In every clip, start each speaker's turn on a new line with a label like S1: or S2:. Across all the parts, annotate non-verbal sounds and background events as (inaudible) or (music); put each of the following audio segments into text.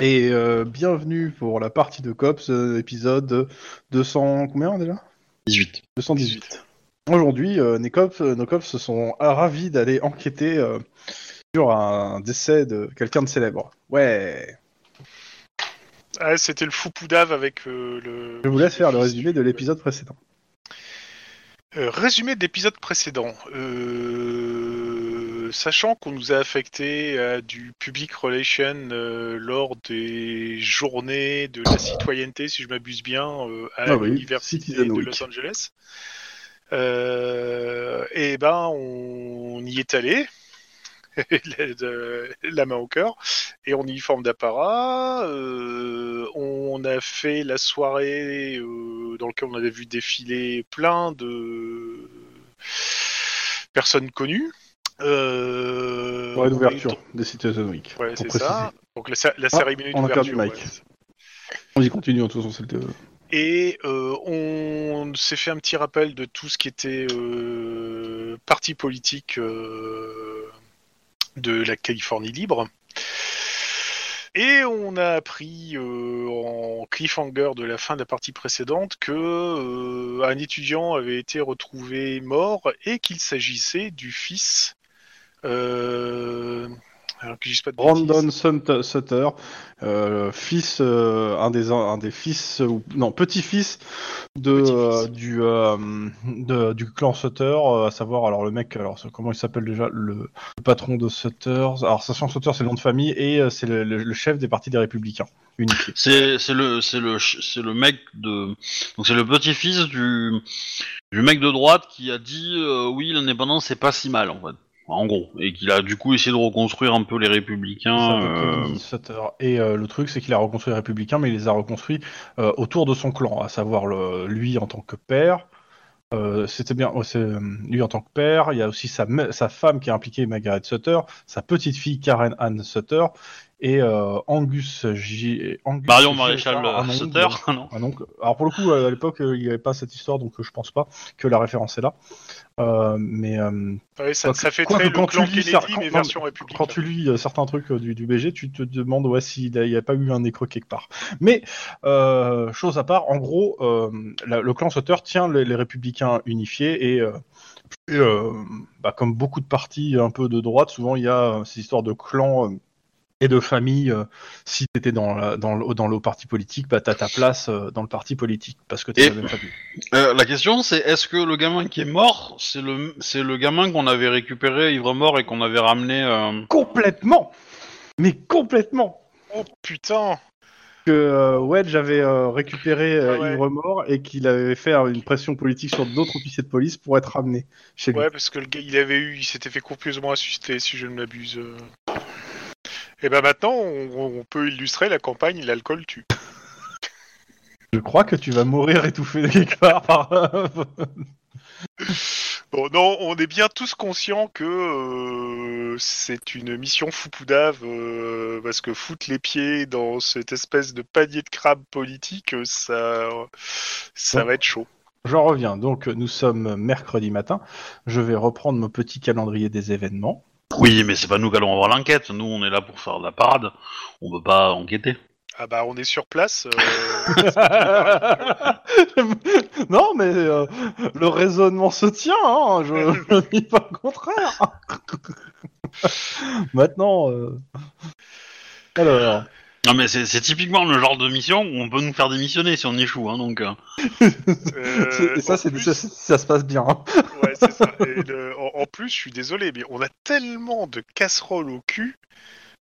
S1: Et euh, bienvenue pour la partie de Cops, euh, épisode 200... combien déjà
S2: 18.
S1: 218. Aujourd'hui, euh, nos, cops, nos cops sont euh, ravis d'aller enquêter euh, sur un décès de quelqu'un de célèbre. Ouais
S3: Ah, c'était le fou poudave avec euh, le.
S1: Je vous laisse faire le résumé de l'épisode précédent.
S3: Euh, résumé de l'épisode précédent. Euh, Sachant qu'on nous a affecté à du public relation euh, lors des journées de la citoyenneté, si je m'abuse bien, euh, à
S1: Ah oui,
S3: l'université
S1: Citizen
S3: de
S1: Week.
S3: Los Angeles, euh, et ben on y est allé. (laughs) la, de- la main au cœur et en uniforme d'apparat euh, on a fait la soirée euh, dans laquelle on avait vu défiler plein de personnes connues euh,
S1: Pour
S3: on est-
S1: l'ouverture des Citizen Week.
S3: Ouais,
S1: pour
S3: c'est
S1: préciser.
S3: ça. Donc la, cé- la
S1: Ah,
S3: cérémonie
S1: on a perdu
S3: d'ouverture.
S1: Mike.
S3: ouais.
S1: On y continue, en tout cas, celle de...
S3: Et euh, on s'est fait un petit rappel de tout ce qui était euh, parti politique euh, de la Californie libre. Et on a appris euh, en cliffhanger de la fin de la partie précédente que euh, un étudiant avait été retrouvé mort et qu'il s'agissait du fils. euh, alors que je dis pas de bêtises.
S1: Brandon Sunt- Sutter, euh, fils, euh, un des un des fils ou non petit-fils de
S3: Petit-fils.
S1: euh, du euh, de- du clan Sutter, euh, à savoir alors le mec, alors ce- comment il s'appelle déjà le, le patron de Sutter. Alors sachant que Sutter c'est le nom de famille et euh, c'est le, le- le chef des partis des Républicains unifiés.
S2: C'est c'est le c'est le ch- c'est le mec de donc c'est le petit-fils du du mec de droite qui a dit euh, oui l'indépendance c'est pas si mal en fait en gros et qu'il a du coup essayé de reconstruire un peu les républicains.
S1: C'est ça, donc,
S2: euh,
S1: Kennedy Sutter. Et euh, le truc, c'est qu'il a reconstruit les Républicains, mais il les a reconstruits euh, autour de son clan, à savoir le, lui en tant que père. euh, C'était bien, ouais, c'est, euh, lui en tant que père. Il y a aussi sa, me- sa femme qui est impliquée, Margaret Sutter, sa petite fille Karen Ann Sutter et euh, Angus J. Angus
S2: Marion
S1: J.
S2: Maréchal
S1: Sutter, un
S2: euh, Sutter
S1: oncle-
S2: non
S1: un oncle. Alors pour le coup, euh, à l'époque, euh, il n'y avait pas cette histoire, donc euh, je pense pas que la référence est là. Euh, mais euh,
S3: Ouais, ça,
S1: Quoique-
S3: ça fait
S1: quoique
S3: très le
S1: quand
S3: clan
S1: tu lis
S3: Kennedy,
S1: ça- quand-
S3: mais
S1: non,
S3: version
S1: quand
S3: républicaine.
S1: tu lis euh, certains trucs euh, du, du BG, tu te demandes ouais, s'il n'y a, pas eu un écreux quelque part. Mais, euh, chose à part, en gros, euh, la- le clan Sauteur tient les, les républicains unifiés et, euh, et, euh, bah, comme beaucoup de partis un peu de droite, souvent il y a euh, ces histoires de clans euh, et de familles. euh, si tu étais dans, la- dans, le, dans le parti politique, bah, tu as ta place euh, dans le parti politique parce que tu
S2: Et-
S1: la même famille.
S2: (laughs) Euh, la question c'est est-ce que le gamin qui est mort c'est le c'est le gamin qu'on avait récupéré ivre mort et qu'on avait ramené euh,
S1: Complètement Mais complètement
S3: Oh putain
S1: que euh, Wedge avait euh, récupéré euh,
S3: Ah ouais.
S1: Ivre Mort et qu'il avait fait euh, une pression politique sur d'autres officiers de police pour être ramené chez lui.
S3: Ouais, parce que le gars, il avait eu, il s'était fait copieusement insulter, si je ne m'abuse. euh. Et ben maintenant, on, on peut illustrer la campagne L'alcool tue.
S1: Je crois que tu vas mourir étouffé de quelque part par...
S3: Bon, non, on est bien tous conscients que euh, c'est une mission foupoudave, euh, parce que foutre les pieds dans cette espèce de panier de crabe politique, euh, ça, ça va être chaud.
S1: J'en reviens. Donc, nous sommes mercredi matin. Je vais reprendre mon petit calendrier des événements. (laughs)
S2: oui mais c'est pas nous qui allons avoir l'enquête nous on est là pour faire de la parade on peut pas enquêter
S3: Ah bah, on est sur place. euh,
S1: non, mais euh, le raisonnement se tient. hein. Je je ne dis pas le contraire. (laughs) Maintenant... euh, Alors...
S2: Non mais c'est c'est typiquement le genre de mission où on peut nous faire démissionner si on échoue, hein, donc... euh.
S3: euh,
S1: Et ça, (laughs)
S3: en
S1: c'est
S3: plus-
S1: ça, c'est- ça se passe bien. hein.
S3: Ouais, c'est ça. Et le- en, en plus, je suis désolé, mais on a tellement de casseroles au cul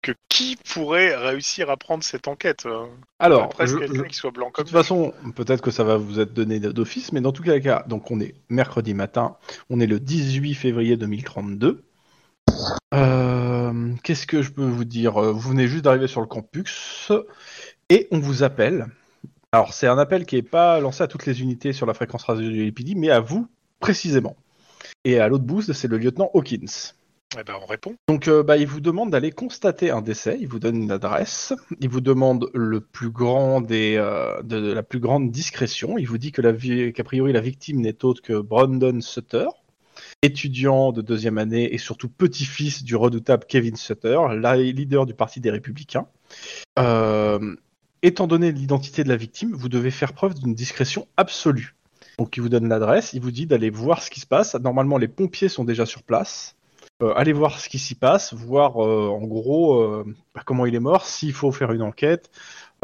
S3: que qui pourrait réussir à prendre cette enquête hein
S1: Alors,
S3: Après,
S1: je-
S3: c'est quelqu'un
S1: je-
S3: qui soit blanc
S1: de
S3: comme
S1: toute façon, peut-être que ça va vous être donné d'office, mais dans tous les cas, donc on est mercredi matin, on est le 18 février 2032. Euh, Qu'est-ce que je peux vous dire Vous venez juste d'arriver sur le campus et on vous appelle. Alors, c'est un appel qui n'est pas lancé à toutes les unités sur la fréquence radio du LPD, mais à vous précisément. Et à l'autre bout, c'est le lieutenant Hawkins.
S3: Eh ben, on répond.
S1: Donc, euh, bah, il vous demande d'aller constater un décès. Il vous donne une adresse. Il vous demande le plus grand des, euh, de, de la plus grande discrétion. Il vous dit que la vi- qu'a priori la victime n'est autre que Brandon Sutter, étudiant de deuxième année et surtout petit-fils du redoutable Kevin Sutter, la- leader du parti des Républicains. Euh, Euh, étant donné l'identité de la victime, vous devez faire preuve d'une discrétion absolue. Donc il vous donne l'adresse, il vous dit d'aller voir ce qui se passe. Normalement, les pompiers sont déjà sur place. Euh, allez voir ce qui s'y passe, voir euh, en gros euh, bah, comment il est mort, s'il faut faire une enquête,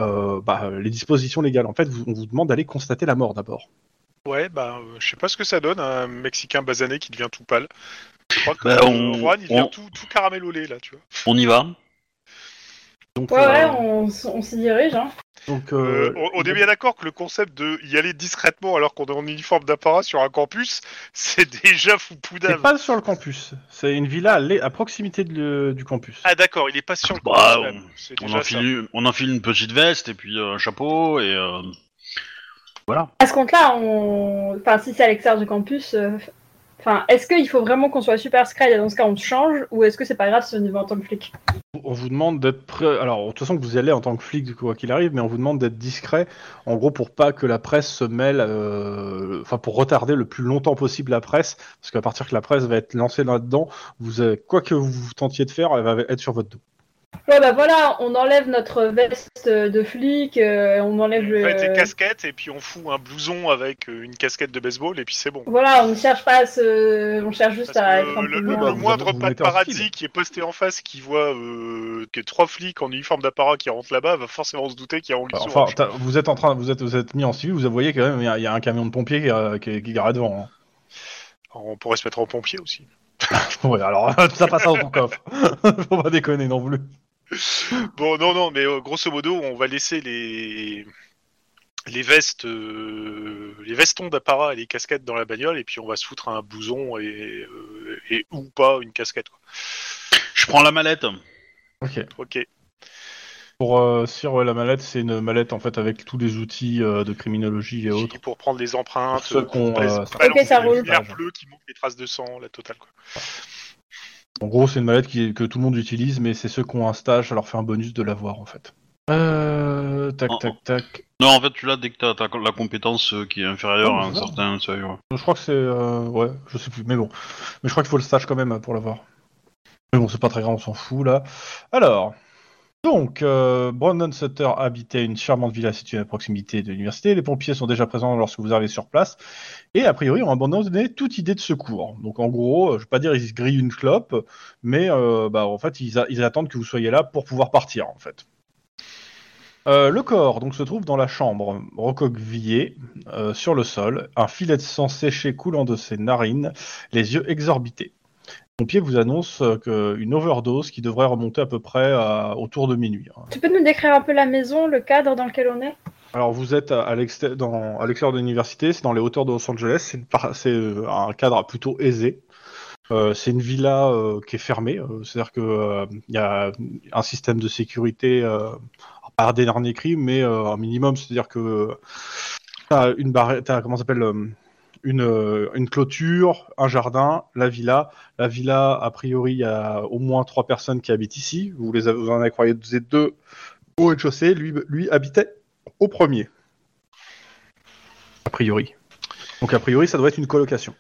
S1: euh, bah, les dispositions légales. En fait, vous- on vous demande d'aller constater la mort d'abord.
S3: Ouais, bah, euh, je sais pas ce que ça donne, un Mexicain basané qui devient tout pâle. Je crois que
S2: Bah,
S3: euh,
S2: on-
S3: Juan, il
S2: on-
S3: devient tout, tout caramel au lait, là, tu vois.
S2: On y va.
S1: Donc,
S4: Ouais,
S1: euh,
S4: ouais, on, s- on s'y dirige. Hein.
S1: donc,
S3: Euh,
S1: euh,
S3: on, on est bien d'accord que le concept de y aller discrètement alors qu'on est en uniforme d'apparat sur un campus, (laughs) c'est déjà fou
S1: c'est
S3: poudave.
S1: pas sur le campus, c'est une villa à, l'est- à proximité de le- du campus.
S3: Ah d'accord, il est pas sur le
S2: Bah,
S3: campus, même. C'est
S2: On
S3: déjà ça.
S2: enfile, une- on enfile une petite veste et puis euh, un chapeau et euh, voilà.
S4: À ce compte-là, on... enfin, si c'est à l'extérieur du campus, euh, enfin, est-ce qu'il faut vraiment qu'on soit super secret et dans ce cas on se change ou est-ce que c'est pas grave si on y va en tant que flic
S1: On vous demande d'être prêt. Alors, de toute façon, que vous y allez en tant que flic, quoi qu'il arrive, mais on vous demande d'être discret, en gros, pour pas que la presse se mêle, euh, enfin, pour retarder le plus longtemps possible la presse, parce qu'à partir que la presse va être lancée là-dedans, vous avez- quoi que vous tentiez de faire, elle va être sur votre dos.
S4: Ouais, bah voilà, on enlève notre veste de flic, euh, on enlève le.
S3: On fait des casquettes et puis on fout un blouson avec euh, une casquette de baseball et puis c'est bon.
S4: Voilà, on ne cherche pas à se. On cherche juste
S3: Parce
S4: à
S3: que
S4: être un
S3: le,
S4: peu hein.
S3: le-
S4: moins-
S1: bah,
S3: le
S1: vous
S3: moindre
S1: avez- vous
S3: pas de
S1: mettez en
S3: paradis
S1: style.
S3: qui est posté en face, qui voit euh, que trois flics en uniforme d'apparat qui rentrent là-bas, va forcément se douter qu'il y a anguille sous
S1: Bah, Enfin,
S3: roche.
S1: t'as- vous êtes en train, vous êtes, vous êtes mis en civil, vous voyez quand même, il y a- il y, a un camion de pompiers qui, euh, qui, qui est garé devant. hein. (laughs)
S3: On pourrait se mettre en pompier aussi.
S1: Ouais, alors (laughs) ça passe dans ton coffre. (laughs) Faut pas déconner non plus.
S3: Bon, non, non, mais euh, grosso modo, on va laisser les les vestes, euh, les vestons d'apparat et les casquettes dans la bagnole, et puis on va se foutre un blouson et, euh, et ou pas une casquette. Quoi.
S2: Je prends la mallette.
S1: Ok.
S3: Ok.
S1: Pour euh, Cyr, ouais, la mallette, c'est une mallette en fait avec tous les outils euh, de criminologie et autres.
S3: Pour prendre les empreintes,
S1: Pour ceux qui ont,
S3: pour les-
S1: euh,
S3: pour balancer
S4: Ok, ça
S3: les
S4: roule.
S3: lumières bleues qui montrent les traces de sang, la totale. Quoi.
S1: En gros, c'est une mallette qui, que tout le monde utilise, mais c'est ceux qui ont un stage, ça leur fait un bonus de l'avoir en fait. Euh, tac,
S2: Oh.
S1: tac, tac.
S2: Non, en fait, tu l'as dès que t'as t'as la compétence euh, qui est inférieure
S1: Ah,
S2: à un
S1: c'est ça.
S2: certain seuil. ouais.
S1: Je crois que c'est, euh, ouais, je sais plus, mais bon. Mais je crois qu'il faut le stage quand même euh, pour l'avoir. Mais bon, c'est pas très grave, on s'en fout là. Alors, donc, euh, Brandon Sutter habitait une charmante villa située à proximité de l'université. Les pompiers sont déjà présents lorsque vous arrivez sur place. Et a priori, ont abandonné toute idée de secours. Donc, en gros, euh, je vais pas dire ils se grillent une clope, mais euh, bah, en fait, ils, a- ils attendent que vous soyez là pour pouvoir partir, en fait. Euh, le corps donc se trouve dans la chambre, recroquevillé euh, sur le sol, un filet de sang séché coulant de ses narines, les yeux exorbités. Les pompiers vous annoncent qu'une overdose qui devrait remonter à peu près à- autour de minuit. hein.
S4: Tu peux nous décrire un peu la maison, le cadre dans lequel on est
S1: Alors vous êtes à à l'exté- dans- à l'extérieur de l'université, c'est dans les hauteurs de Los Angeles, c'est une par- c'est, euh, un cadre plutôt aisé. Euh, c'est une villa euh, qui est fermée, euh, c'est-à-dire qu'il y a un système de sécurité, euh, pas des derniers cris, mais euh, un minimum, c'est-à-dire que euh, t'as une barre, t'as comment ça s'appelle euh, une, euh, une clôture, un jardin, la villa. La villa, a priori, il y a au moins trois personnes qui habitent ici. Vous, les avez, vous en avez croisé deux au rez-de-chaussée. Lui, lui habitait au premier. A priori. Donc a priori, ça doit être une colocation.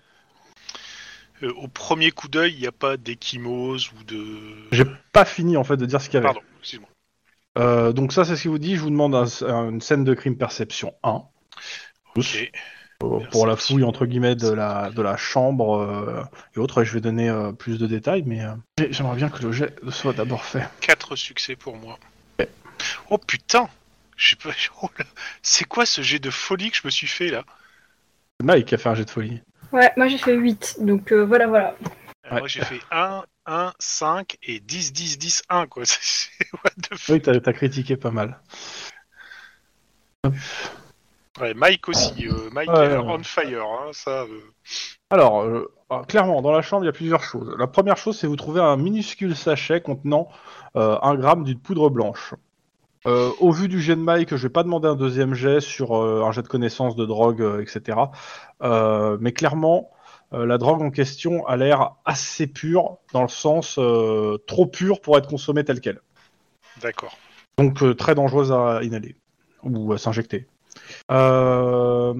S3: Euh, au premier coup d'œil, il n'y a pas d'échymose ou de.
S1: J'ai pas fini en fait de dire ce qu'il y avait.
S3: Pardon, excuse-moi.
S1: Euh, donc ça, c'est ce qu'il vous dit. Je vous demande un- un- une scène de crime perception 1
S3: Ok.
S1: euh, pour la
S3: Perception.
S1: fouille entre guillemets de la de la chambre euh, et autres. Et je vais donner euh, plus de détails, mais euh, j'ai- j'aimerais bien que le jet soit d'abord fait.
S3: Quatre succès pour moi. Oh putain J'ai pas... (laughs) oh là. C'est quoi ce jet de folie que je me suis fait là
S1: Mike qui a fait un jet de folie.
S4: Ouais, moi j'ai fait 8, donc euh, voilà, voilà.
S3: Euh,
S1: Ouais.
S3: Moi j'ai fait 1, 1, 5 et 10, 10, 10, 1 quoi. (laughs) C'est- What the fuck
S1: Oui, t'as t'as critiqué pas mal.
S3: Ouais, Mike aussi. euh, Mike
S1: Ouais, ouais,
S3: est
S1: ouais.
S3: on fire. hein, ça, euh.
S1: Alors, euh, alors, clairement, dans la chambre, il y a plusieurs choses. La première chose, c'est vous trouvez un minuscule sachet contenant euh, un gramme d'une poudre blanche. Euh, au vu du jet de Mike, je vais pas demander un deuxième jet sur euh, un jet de connaissance de drogue, euh, etc. Euh, mais clairement, euh, la drogue en question a l'air assez pure, dans le sens euh, trop pure pour être consommée telle qu'elle.
S3: D'accord.
S1: Donc euh, très dangereuse à inhaler ou à s'injecter. Euh,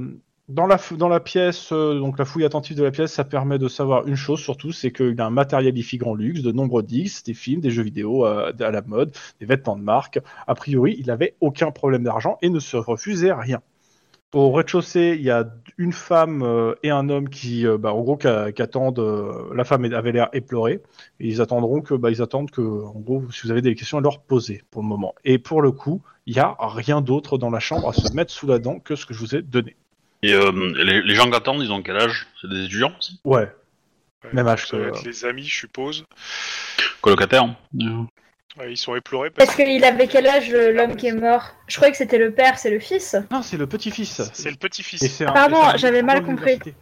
S1: dans la, fou- dans la pièce, euh, donc la fouille attentive de la pièce, ça permet de savoir une chose surtout, c'est qu'il y a un matériel IFI grand luxe, de nombreux disques, des films, des jeux vidéo euh, à, la mode, des vêtements de marque. A priori, il n'avait aucun problème d'argent et ne se refusait rien. Au rez-de-chaussée, il y a une femme euh, et un homme qui, euh, bah, en gros, qu'a- qu'attendent. euh, la femme avait l'air éplorée. Et ils attendront que, bah, ils attendent que, en gros, si vous avez des questions, à leur poser pour le moment. Et pour le coup, il n'y a rien d'autre dans la chambre à se mettre sous la dent que ce que je vous ai donné.
S2: Et euh, les, les gens qui attendent, ils ont quel âge C'est des étudiants aussi
S1: Ouais,
S3: Ouais,
S1: Même euh, âge
S3: ça
S1: que-
S3: doit être les amis, je suppose.
S2: Colocataires hein
S3: Ouais, ils sont éplorés parce
S4: Parce qu'il avait quel âge le- l'homme qui est mort Je croyais que c'était le père, c'est le fils.
S1: Non, c'est le petit-fils.
S3: que c'est le petit-fils.
S1: Et c'est un-
S4: Ah, pardon,
S1: et c'est un
S4: j'avais mal
S1: diplôme
S4: compris.
S1: d'université.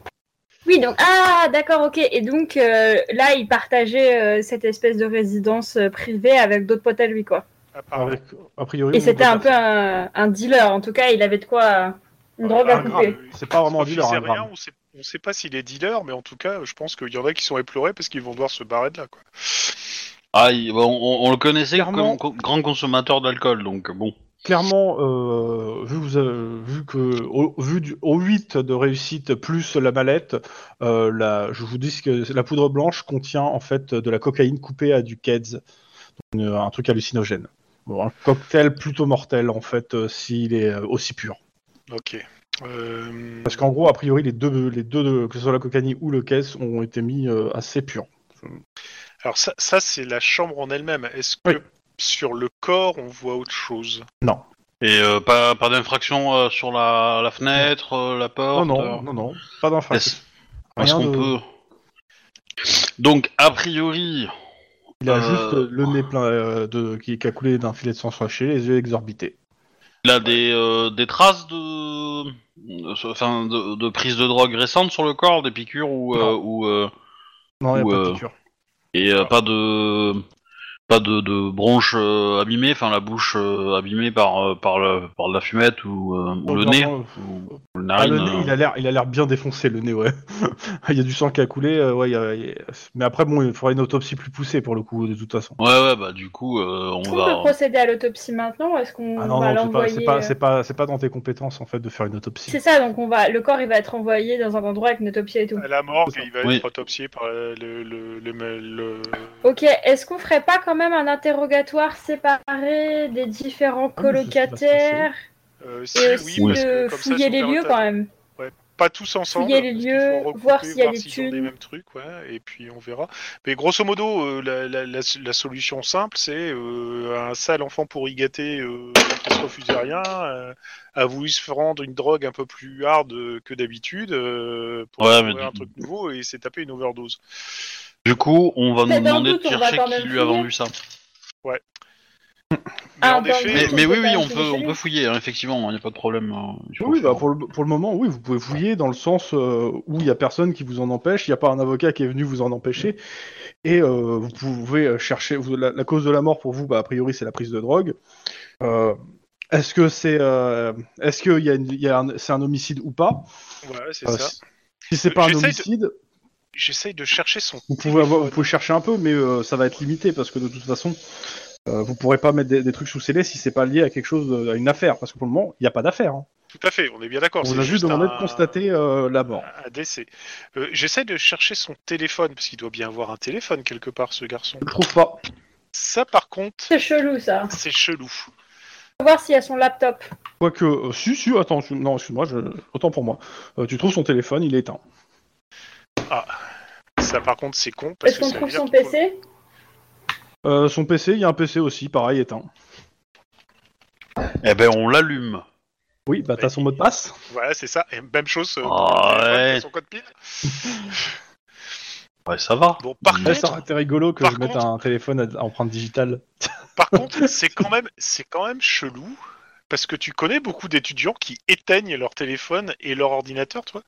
S4: Oui, donc ah d'accord, ok. Et donc euh, là, il partageait euh, cette espèce de résidence euh, privée avec d'autres potes à lui, quoi.
S3: apparemment.
S1: Ah, Avec- a priori,
S4: Et
S1: on
S4: c'était
S1: peut
S4: un
S1: dire-
S4: peu
S3: Ah,
S4: un, un dealer, en tout cas, il avait de quoi euh, une
S3: Ouais,
S4: drogue
S1: un
S4: à couper.
S3: gramme.
S1: C'est pas vraiment hein,
S3: On
S1: un dealer,
S3: sait
S1: un
S3: rien,
S1: gramme.
S3: on sait, on sait pas s'il est dealer, mais en tout cas, je pense qu'il y en a qui sont éplorés parce qu'ils vont devoir se barrer de là. Quoi.
S2: Ah, il- bah, on, on- on le connaissait
S1: Clairement.
S2: comme co- grand consommateur d'alcool, donc bon.
S1: clairement, euh, vu, que vous avez- vu que au, vu du, au 8 de réussite plus la mallette, euh, la- je vous dis que la poudre blanche contient en fait de la cocaïne coupée à du keds, donc une- un truc hallucinogène. Bon, un cocktail plutôt mortel en fait euh, s'il est euh, aussi pur.
S3: Ok. Euh,
S1: Parce qu'en gros, a priori, les deux, les deux que ce soit la cocaïne ou le keds, ont été mis euh, assez purs.
S3: Alors ça, ça c'est la chambre en elle-même. Est-ce que
S1: Oui.
S3: sur le corps, on voit autre chose
S2: Et euh, pas, pas d'infraction euh, sur la, la fenêtre, euh, la
S1: Non,
S2: porte euh,
S1: non, non, non, pas d'infraction.
S2: Est-ce est-ce
S1: Rien
S2: qu'on
S1: de-
S2: peut... Donc, a priori,
S1: Il a
S2: Euh,
S1: juste le nez plein euh, de qui, qui a coulé d'un filet de sang séché, les yeux exorbités.
S2: il a des, euh, des traces de... de- Enfin, de, de prise de drogue récente sur le corps, des piqûres ou... euh, ou euh,
S1: Non, il
S2: Ou,
S1: n'y a pas
S2: euh,
S1: de piqûre.
S2: et euh, pas de... Pas de, de bronches euh, abîmées, enfin la bouche euh, abîmée par, euh, par, le- par de la fumette ou, euh, ou le
S1: Non,
S2: nez.
S1: non,
S2: Ou, ou le
S1: ah,
S2: narine. euh.
S1: le nez, il a l'air, il a l'air bien défoncé le nez, ouais. (laughs) il y a du sang qui a coulé, euh, ouais. il y a- il y a- Mais après, bon, il faudra une autopsie plus poussée pour le coup, de toute façon.
S2: Ouais, ouais, bah du coup, euh, on
S4: Est-ce qu'on
S3: bah,
S4: peut
S2: va.
S4: procéder à l'autopsie maintenant ou est-ce qu'on
S1: Ah non, non,
S4: va
S1: c'est pas,
S4: l'envoyer
S1: c'est pas,
S4: euh,
S1: c'est pas, c'est pas dans tes compétences en fait de faire une autopsie.
S4: C'est ça, donc on va, le corps il va être envoyé dans un endroit avec une autopsie et tout.
S3: à la morgue et il va
S2: Oui.
S3: être autopsié par le, le, le, le- le-
S4: Ok, est-ce qu'on ferait pas quand même un interrogatoire séparé des différents
S1: Ah, mais c'est ce qui va se
S4: colocataires
S3: euh, si,
S4: et aussi
S3: oui, parce
S4: de
S3: que comme ça,
S4: fouiller
S3: c'est
S4: les lieux
S3: ouvert à-
S4: quand même
S3: Pas tous ensemble.
S4: Fouiller les
S3: parce qu'il
S4: lieux,
S3: faut regrouper,
S4: voir s'il y a des
S3: s'ils ont les
S4: thunes.
S3: mêmes trucs, ouais, et puis on verra. Mais grosso modo, euh, la, la- la- la solution simple, c'est euh, un sale enfant pourri gâté euh, qui se refuse à rien, euh, a voulu se rendre une drogue un peu plus hard euh, que d'habitude euh, pour
S2: Ouais,
S3: trouver
S2: mais
S3: un
S2: du-
S3: truc nouveau et s'est tapé une overdose.
S2: Du coup, on va
S4: Mais
S2: nous
S4: dans le
S2: demander
S4: doute,
S2: de
S4: on va
S2: chercher
S4: quand
S2: qui
S4: même
S2: lui a
S4: fouiller.
S2: vendu ça.
S3: Mais
S4: Ah,
S3: en
S4: dans le
S2: Mais,
S3: effet, euh,
S4: doute.
S2: mais
S4: on
S2: oui,
S4: peut
S2: oui,
S4: pas
S2: on
S4: se
S2: peut, on
S4: laisser.
S2: peut fouiller, hein, effectivement, il n'y a pas de problème. euh, il faut
S1: Oui,
S2: le
S1: bah
S2: faire.
S1: pour, le, pour le moment, oui, vous pouvez fouiller dans le sens euh, où il n'y a personne qui vous en empêche, il n'y a pas un avocat qui est venu vous en empêcher, et euh, vous pouvez euh, chercher vous- la, la cause de la mort pour vous. Bah, a priori, c'est la prise de drogue. Euh, est-ce que c'est euh, est-ce que il y a une- il y a un, c'est un homicide ou pas
S3: ouais, c'est
S1: Euh,
S3: ça.
S1: Si c'est pas un
S3: J'essaye de-
S1: homicide,
S3: J'essaye de chercher son.
S1: vous pouvez avoir, vous pouvez chercher un peu, mais euh, ça va être limité parce que de toute façon, euh, vous pourrez pas mettre des, des trucs sous scellé si c'est pas lié à quelque chose, euh, à une affaire, parce que pour le moment, il n'y a pas d'affaire. hein.
S3: Tout à fait, on est bien d'accord.
S1: On
S3: c'est
S1: a juste demandé
S3: un-
S1: de constater euh, la mort.
S3: Un décès. Euh, J'essaie de chercher son téléphone, parce qu'il doit bien avoir un téléphone quelque part, ce garçon.
S1: Je le trouve pas.
S3: Ça, par contre,
S4: C'est chelou ça.
S3: c'est chelou.
S4: Faut voir s'il y a son laptop.
S1: Quoique, euh, si, si, attends, tu- non, excuse-moi, je... autant pour moi. Euh, tu trouves son téléphone, il est éteint.
S3: Ça, par contre, c'est con. Parce
S4: Est-ce
S3: que
S4: qu'on
S3: ça
S4: trouve
S3: veut dire
S4: son
S3: qu'on peut-
S4: PC
S1: Euh, son PC, il y a un PC aussi, pareil, éteint.
S2: Eh ben, on l'allume.
S1: Oui, bah t'as son mot de passe.
S3: Voilà, c'est ça. Et même chose euh, pour
S2: Ah,
S3: le téléphone,
S2: ouais.
S3: pour son code PIN.
S2: Ouais, ça va.
S3: Bon, par
S1: Ouais,
S3: contre,
S1: ça aurait été rigolo que
S3: Bah, par
S1: je mette
S3: contre-
S1: un téléphone à à empreinte digitale.
S3: Par contre, c'est quand même, c'est quand même chelou. Parce que tu connais beaucoup d'étudiants qui éteignent leur téléphone et leur ordinateur, toi.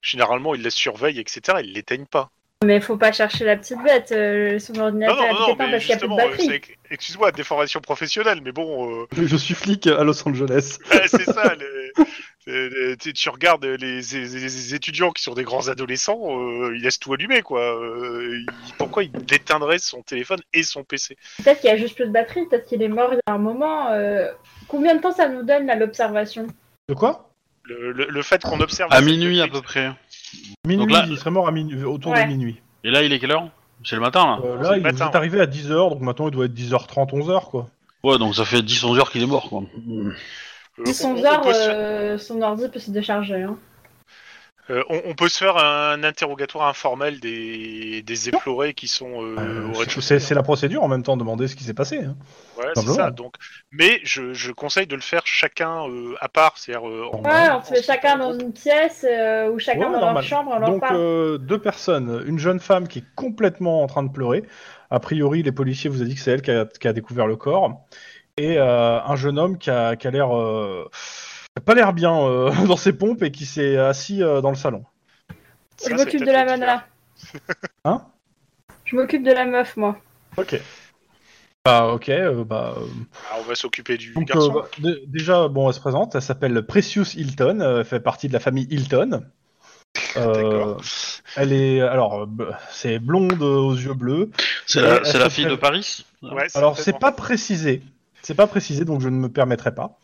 S3: Généralement, ils les surveillent, etc. Ils l'éteignent pas.
S4: Mais faut pas chercher la petite bête. euh, son
S3: Non,
S4: ordinateur
S3: non,
S4: est
S3: non,
S4: éteint
S3: mais
S4: parce qu'il y a plus de
S3: justement, euh,
S4: batterie.
S3: c'est- excuse-moi, déformation professionnelle, mais bon, euh,
S1: Je suis flic à Los Angeles.
S3: (laughs) ouais, c'est ça. les- les- les- tu, tu regardes les, les- les étudiants qui sont des grands adolescents, euh, ils laissent tout allumé, quoi. Euh, ils- pourquoi ils éteindraient son téléphone et son PC
S4: Peut-être qu'il y a juste plus de batterie. Peut-être qu'il est mort il y a un moment. euh, Combien de temps ça nous donne là l'observation
S1: De quoi
S3: Le, le- le fait qu'on observe.
S2: À minuit à peu près.
S1: Minuit,
S2: Donc là-
S1: il serait mort à minuit, autour
S4: Ouais.
S1: de minuit.
S2: Et là, il est quelle heure C'est le matin, là
S1: Euh,
S3: Hein, C'est
S1: là,
S3: le
S1: il
S3: matin,
S1: est arrivé à 10h, donc maintenant il doit être 10h30, 11h, quoi.
S2: Ouais, donc ça fait 10-11 heures qu'il est mort, quoi.
S1: Hmm.
S3: Euh,
S4: Si
S3: on-
S4: son,
S3: on- on
S4: zar,
S3: peut se-
S4: euh, son ordi peut se décharger. Hein.
S3: Euh, on, on peut se faire un interrogatoire informel des, des éplorés qui sont euh,
S1: Euh,
S3: au
S1: c'est-
S3: rez-de-chaussée.
S1: c'est c'est la procédure en même temps, demander ce qui s'est passé. hein.
S3: Ouais, c'est
S1: simplement.
S3: ça. Donc, mais je, je conseille de le faire chacun euh, à part, c'est-à-dire euh, en-
S1: Ouais,
S4: Ouais,
S3: en-
S4: on se met chacun dans une pièce euh, ou chacun
S1: Ouais,
S4: dans
S1: normal.
S4: leur chambre, on leur
S1: Donc
S4: parle.
S1: euh, deux personnes, une jeune femme qui est complètement en train de pleurer. A priori, les policiers vous ont dit que c'est elle qui a, qui a découvert le corps, et euh, un jeune homme qui a, qui a l'air euh, qui a pas l'air bien euh, (laughs) dans ses pompes et qui s'est assis euh, dans le salon.
S3: ça,
S4: je
S3: c'est
S4: m'occupe de
S3: peut-être
S4: la
S3: le
S4: vanne là.
S1: Hein
S4: Je m'occupe de la meuf, moi.
S1: Ok. Bah ok, euh, bah. euh,
S3: Ah, on va s'occuper du
S1: Donc,
S3: garçon.
S1: euh, bah, dé- déjà, bon, elle se présente. Elle s'appelle Precious Hilton. euh, Elle fait partie de la famille Hilton. Euh,
S3: D'accord.
S1: elle est alors, euh, bah, c'est blonde euh, aux yeux bleus.
S2: C'est
S1: Euh,
S2: la, c'est la
S1: ça
S2: fille
S1: fait-
S2: de Paris
S3: Ouais,
S1: euh, Alors, c'est pas
S3: certainement.
S1: précisé. C'est pas précisé, donc je ne me permettrai pas.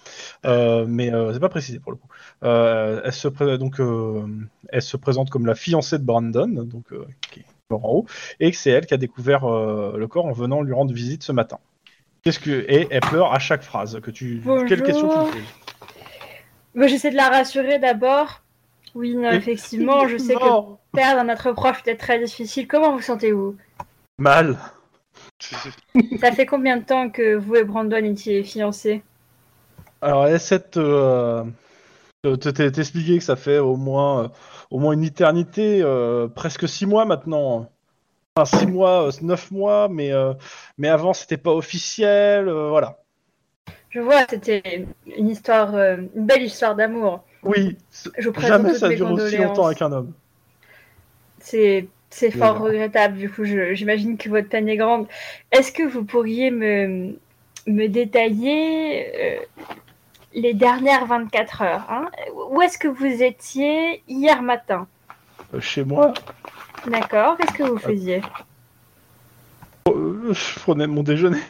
S1: Euh, mais euh, c'est pas précisé pour le coup. Euh, elle se pré- donc euh, elle se présente comme la fiancée de Brandon, donc euh, qui est mort en haut, et que c'est elle qui a découvert euh, le corps en venant lui rendre visite ce matin. Qu'est-ce que et elle pleure à chaque phrase que tu quelle
S4: Bonjour.
S1: question tu lui poses.
S4: Moi, J'essaie de la rassurer d'abord. Oui, non, effectivement, je sais que
S1: Non.
S4: perdre notre prof peut être très difficile. Comment vous sentez-vous
S1: mal.
S4: Ça fait combien de temps que vous et Brandon étiez fiancés
S1: Alors, elle essaie de te, euh, de te- te- t'expliquer que ça fait au moins, euh, au moins une éternité, euh, presque six mois maintenant. Enfin, six mois, euh, neuf mois, mais, euh, mais avant, c'était pas officiel, euh, voilà.
S4: Je vois, c'était une histoire, euh, une belle histoire d'amour.
S1: Oui, c-
S4: Je vous présente
S1: jamais
S4: toutes
S1: ça
S4: mes
S1: dure aussi longtemps
S4: condoléances.
S1: avec un homme.
S4: C'est c'est fort
S1: Voilà.
S4: regrettable. Du coup, je- j'imagine que votre peine est grande. Est-ce que vous pourriez me, me détailler euh, les dernières 24 heures hein Où est-ce que vous étiez hier matin
S1: Euh, chez moi,
S4: D'accord Qu'est-ce que vous faisiez
S1: euh, je prenais mon déjeuner.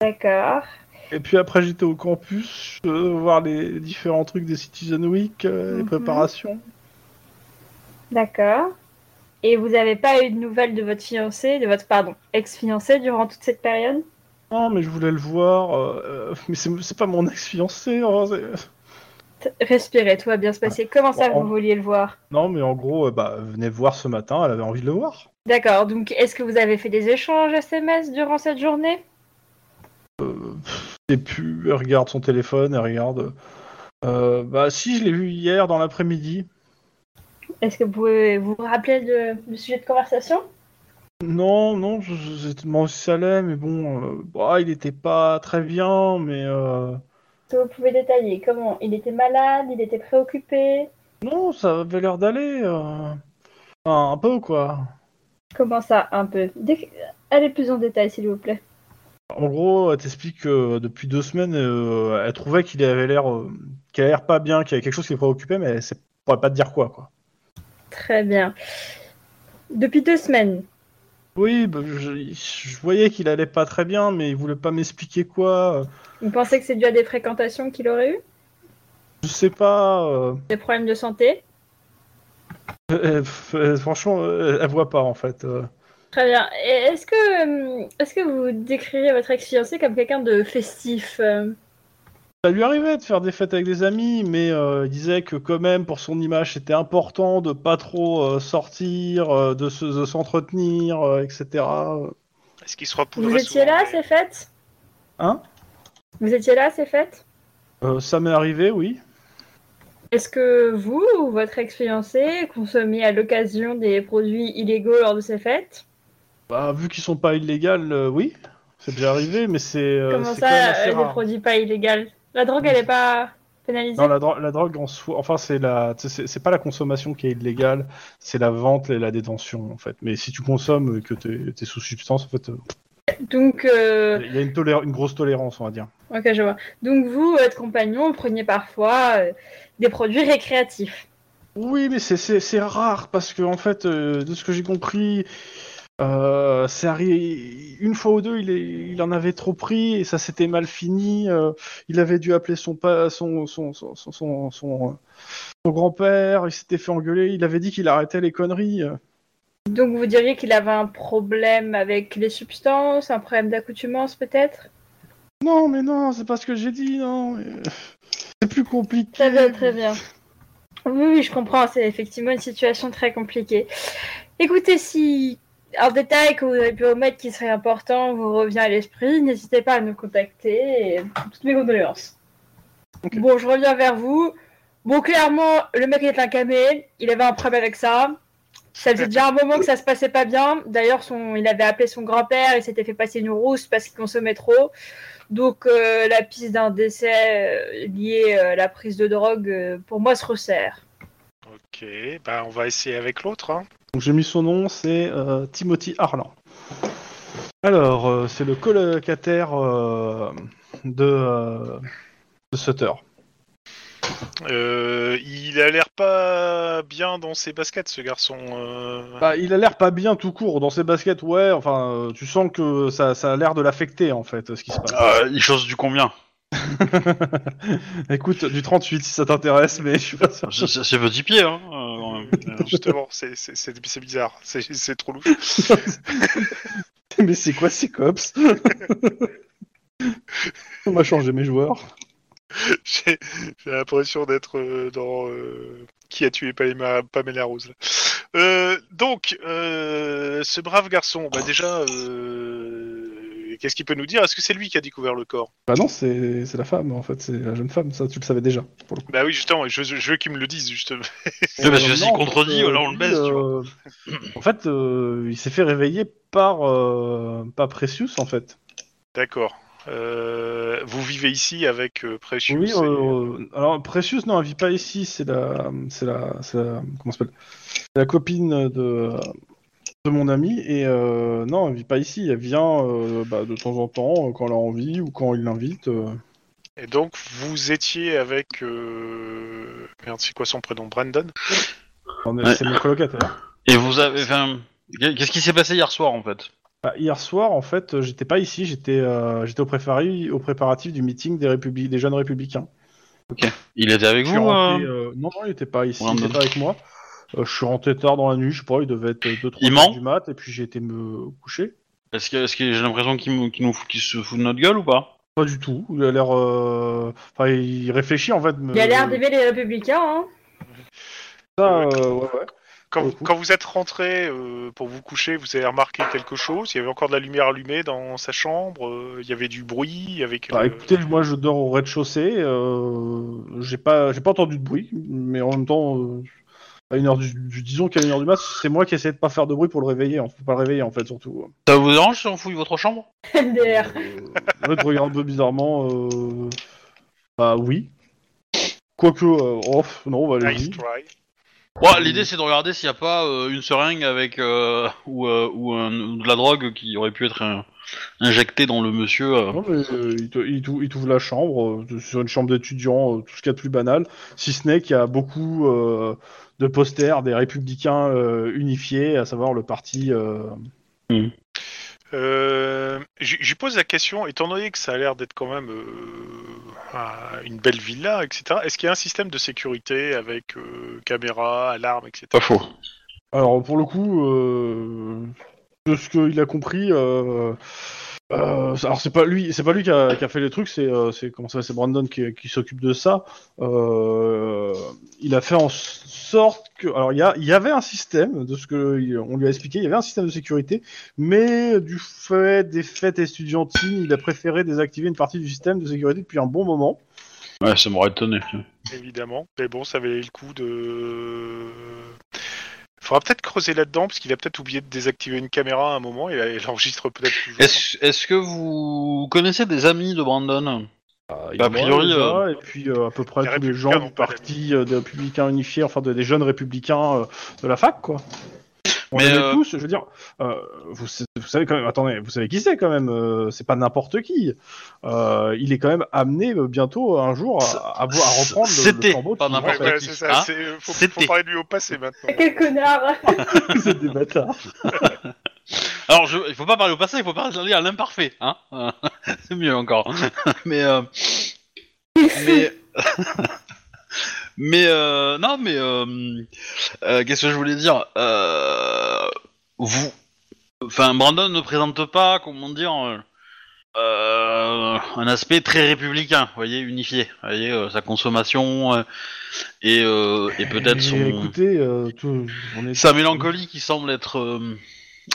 S4: D'accord.
S1: Et puis après, j'étais au campus, je devais voir les différents trucs des Citizen Week, euh, les
S4: Mhm.
S1: préparations.
S4: D'accord. Et vous n'avez pas eu de nouvelles de votre fiancé, de votre pardon, ex-fiancé durant toute cette période
S1: Non, mais je voulais le voir, euh, euh, mais c'est c'est pas mon ex-fiancé. hein, c'est-
S4: T- Respirez, tout va bien se passer. Comment ça,
S1: Bon.
S4: vous vouliez le voir
S1: Non, mais en gros, euh, bah, venez voir ce matin, elle avait envie de le voir.
S4: D'accord. Donc, est-ce que vous avez fait des échanges SMS durant cette journée
S1: Et puis, elle regarde son téléphone, elle regarde. euh, bah, si, je l'ai vu hier dans l'après-midi.
S4: Est-ce que vous pouvez vous rappeler de- du sujet de conversation
S1: Non, non, je- je- j'ai demandé si ça allait, mais bon, euh, bah, il était pas très bien, mais. euh,
S4: Est-ce que vous pouvez détailler comment il était malade, il était préoccupé
S1: non, ça avait l'air d'aller. euh, enfin, un peu, quoi.
S4: Comment ça, un peu Dé- Allez plus en détail, s'il vous plaît.
S1: En gros, elle t'explique que depuis deux semaines, euh, elle trouvait qu'il avait l'air. euh, qu'il avait l'air pas bien, qu'il y avait quelque chose qui le préoccupait, mais elle sait- pourrait pas te dire quoi, quoi.
S4: Très bien. Depuis deux semaines,
S1: Oui, bah, je, je voyais qu'il allait pas très bien, mais il voulait pas m'expliquer quoi. euh,
S4: vous pensez que c'est dû à des fréquentations qu'il aurait eues
S1: Je sais pas. euh,
S4: Des problèmes de santé
S1: euh, euh, franchement, euh, elle voit pas en fait. euh.
S4: Très bien. Et est-ce que, euh, est-ce que vous décririez votre ex-fiancé comme quelqu'un de festif euh
S1: Ça lui arrivait de faire des fêtes avec des amis, mais euh, il disait que quand même pour son image, c'était important de pas trop euh, sortir, euh, de se- de s'entretenir, euh, etc.
S3: Est-ce qu'il se repoudrait
S4: Vous étiez
S3: souvent,
S4: là,
S3: mais-
S4: c'est fait
S1: Hein
S4: Vous étiez là, c'est fait
S1: Euh, ça m'est arrivé, oui.
S4: Est-ce que vous ou votre ex-fiancé consommiez à l'occasion des produits illégaux lors de ces fêtes
S1: Bah, vu qu'ils sont pas illégaux, euh, oui. C'est déjà arrivé, mais c'est euh,
S4: Comment
S1: c'est quand même
S4: ça,
S1: assez
S4: euh, des
S1: rare.
S4: produits pas illégaux La drogue, elle est pas pénalisée
S1: Non, la, dro- la drogue en soi, enfin, c'est la, tu sais, c'est c'est pas la consommation qui est illégale, c'est la vente et la détention, en fait. Mais si tu consommes et que t'es es sous substance, en fait, euh,
S4: Donc, euh,
S1: il y a une, toléra- une grosse tolérance, on va dire.
S4: ok, je vois. Donc vous, votre compagnon, preniez parfois euh, des produits récréatifs.
S1: Oui, mais c'est- c'est c'est rare parce que, en fait, euh, de ce que j'ai compris, Euh, c'est arri- une fois ou deux, il, est- il en avait trop pris et ça s'était mal fini. euh, il avait dû appeler son, pa- son, son, son, son, son- son, euh, son grand-père. Il s'était fait engueuler. Il avait dit qu'il arrêtait les conneries. euh.
S4: Donc vous diriez qu'il avait un problème avec les substances, un problème d'accoutumance peut-être
S1: Non, mais non, c'est pas ce que j'ai dit. Non, mais, euh, c'est plus compliqué.
S4: Très bien, très bien. Oui, oui, je comprends, c'est effectivement une situation très compliquée. Écoutez, si un détail que vous avez pu omettre qui serait important vous revient à l'esprit, n'hésitez pas à nous contacter et toutes mes condoléances.
S1: Ok.
S4: Bon, je reviens vers vous. Bon, clairement, le mec est un camé, il avait un problème avec ça. Ça faisait déjà un moment que ça se passait pas bien. D'ailleurs, son, il avait appelé son grand-père, il s'était fait passer une rousse parce qu'il consommait trop. Donc, euh, la piste d'un décès euh, lié euh, à la prise de drogue, euh, pour moi, se resserre.
S3: Ok, bah on va essayer avec l'autre. hein.
S1: Donc, j'ai mis son nom, c'est euh, Timothy Harlan. Alors, euh, c'est le colocataire euh, de, euh, de Sutter.
S3: Euh, il a l'air pas bien dans ses baskets, ce garçon. euh.
S1: Bah, il a l'air pas bien tout court dans ses baskets, ouais. Enfin, euh, tu sens que ça, ça a l'air de l'affecter en fait, ce qui se passe. (laughs)
S2: Euh, il chose du combien
S1: Écoute, du 38 si ça t'intéresse, mais je suis pas sûr. (laughs)
S2: C'est- C'est c'est petit pied, hein. euh, quand même.
S3: (laughs) Justement, c'est- c'est c'est- c'est bizarre, c'est c'est trop louche.
S1: mais c'est quoi ces cops (laughs) On va changer mes joueurs.
S3: (laughs) J'ai j'ai l'impression d'être euh, dans euh, Qui a tué Palema- Pamela Rose. là. Euh, donc, euh, ce brave garçon, bah déjà, euh, qu'est-ce qu'il peut nous dire Est-ce que c'est lui qui a découvert le corps
S1: Bah non, c'est c'est la femme en fait, c'est la jeune femme, ça tu le savais déjà. Pour le coup.
S3: Bah oui, justement, je, je veux qu'il me le dise, justement.
S2: Ouais, parce que
S1: Euh,
S2: s'il
S1: non,
S2: contredit,
S1: euh,
S2: là, on le
S1: lui,
S2: baisse, tu
S1: euh, En fait, euh, il s'est fait réveiller par, euh, par Precious en fait.
S3: D'accord. Euh, vous vivez ici avec euh, Precious
S1: Oui,
S3: et-
S1: euh, alors Precious, non, elle vit pas ici, c'est la, c'est la, c'est la, comment ça s'appelle C'est La copine de, de mon ami, et euh, non, elle vit pas ici, elle vient euh, bah, de temps en temps, euh, quand elle a envie, ou quand il l'invite. euh.
S3: Et donc, vous étiez avec... euh, Merde, c'est quoi son prénom Brandon
S1: Enfin,
S2: Ouais.
S1: C'est mon colocataire.
S2: Et vous avez. Enfin, qu'est-ce qui s'est passé hier soir, en fait
S1: Bah, hier soir, en fait, j'étais pas ici, j'étais euh, j'étais au, préparé- au préparatif du meeting des, républi- des jeunes républicains.
S2: Il était avec
S1: Je suis
S2: vous
S1: rentré,
S2: euh
S1: euh, Non, non, il était pas ici,
S2: Ouais,
S1: il était
S2: mais-
S1: pas avec moi. Euh, je suis rentré tard dans la nuit, je sais pas, il devait être 2-3
S2: Il
S1: heures
S2: ment
S1: du mat, et puis j'ai été me coucher.
S2: Est-ce que, est-ce que j'ai l'impression qu'il me- qu'il nous fout- qu'il se fout de notre gueule ou pas
S1: Pas du tout. Il a l'air. euh, Enfin, il réfléchit en fait. mais-
S4: Il a l'air d'aimer les républicains, hein (laughs)
S1: Ça, euh, ouais, ouais. Pour
S3: Quand,
S1: le
S3: vous-
S1: coup.
S3: quand vous êtes rentré euh, pour vous coucher, vous avez remarqué quelque chose Il y avait encore de la lumière allumée dans sa chambre euh, Il y avait du bruit avec.
S2: Euh,
S3: euh,
S1: Bah, écoutez, moi je dors au rez-de-chaussée. euh, J'ai pas, j'ai pas entendu de bruit, mais en même temps, euh, à une heure du, du- disons qu'à une heure du mat, c'est moi qui essayais de pas faire de bruit pour le réveiller. Hein. Faut pas le réveiller en fait, surtout.
S2: Ça vous dérange si on fouille votre chambre
S4: MDR.
S1: Euh, te regarde un peu bizarrement. euh, Bah oui. Quoique, euh, oh, non, bah,
S3: Nice
S1: allez-y.
S3: try.
S2: Ouais, l'idée c'est de regarder s'il n'y a pas euh, une seringue avec euh, ou, euh, ou un- ou de la drogue qui aurait pu être euh, injectée dans le monsieur. euh.
S1: Non, mais, euh, il, te- il t'ou- il t'ouvre la chambre, euh, sur une chambre d'étudiant, euh, tout ce qu'il y a de plus banal, si ce n'est qu'il y a beaucoup euh, de posters des républicains euh, unifiés, à savoir le parti. euh,
S3: Euh, je je pose la question, étant donné que ça a l'air d'être quand même euh, un- une belle villa, etc., est-ce qu'il y a un système de sécurité avec euh, caméra, alarme, etc.
S2: Pas faux.
S1: Alors pour le coup, euh, de ce qu'il a compris, euh, euh, alors c'est pas lui, c'est pas lui qui a, qui a fait les trucs, c'est euh, c'est comment ça, c'est Brandon qui, qui s'occupe de ça. Euh, il a fait en sorte que, alors il y, a- il y avait un système de ce que il- on lui a expliqué, il y avait un système de sécurité, mais du fait des fêtes estudiantines, il a préféré désactiver une partie du système de sécurité depuis un bon moment.
S2: Ouais, ça m'aurait étonné.
S3: évidemment. Mais bon, ça valait le coup de. Faudra peut-être creuser là-dedans, parce qu'il a peut-être oublié de désactiver une caméra à un moment, et elle enregistre peut-être toujours.
S2: Est-ce est-ce que vous connaissez des amis de Brandon
S1: Euh, il
S2: Bah, a
S1: y
S2: priori,
S1: déjà, et puis euh, à peu près
S3: les
S1: tous les
S3: républicains
S1: gens
S3: n'ont
S1: du
S3: pas
S1: parti euh, des républicains unifiés, enfin de- des jeunes républicains euh, de la fac, quoi. On
S2: Mais,
S1: les avait
S2: euh,
S1: tous, je veux dire, euh, vous, sa- vous savez quand même, attendez, vous savez qui c'est quand même, euh, c'est pas n'importe qui. Euh, il est quand même amené euh, bientôt un jour à, à, vo- à reprendre le- le,
S2: C'était
S1: flambeau de
S2: pas
S1: son
S2: n'importe
S1: grand-père. (laughs)
S2: qui,
S3: c'est ça,
S2: hein.
S3: c'est- faut, faut
S2: C'était.
S1: Euh,
S3: parler de lui au passé maintenant.
S4: Quel connard
S1: C'est des bâtards.
S2: Alors, je, il faut pas parler au passé, il faut parler à l'imparfait, hein (laughs) Euh, C'est mieux encore. (laughs) mais, euh, mais, (laughs) mais, euh, non, mais euh, euh, qu'est-ce que je voulais dire Euh, Vous, enfin, Brandon ne présente pas, comment dire, euh, euh, un aspect très républicain, vous voyez, unifié, vous voyez, euh, sa consommation euh, et, euh, et peut-être
S1: Et
S2: son
S1: Écoutez, euh, tout- on est...
S2: sa mélancolie qui semble être euh,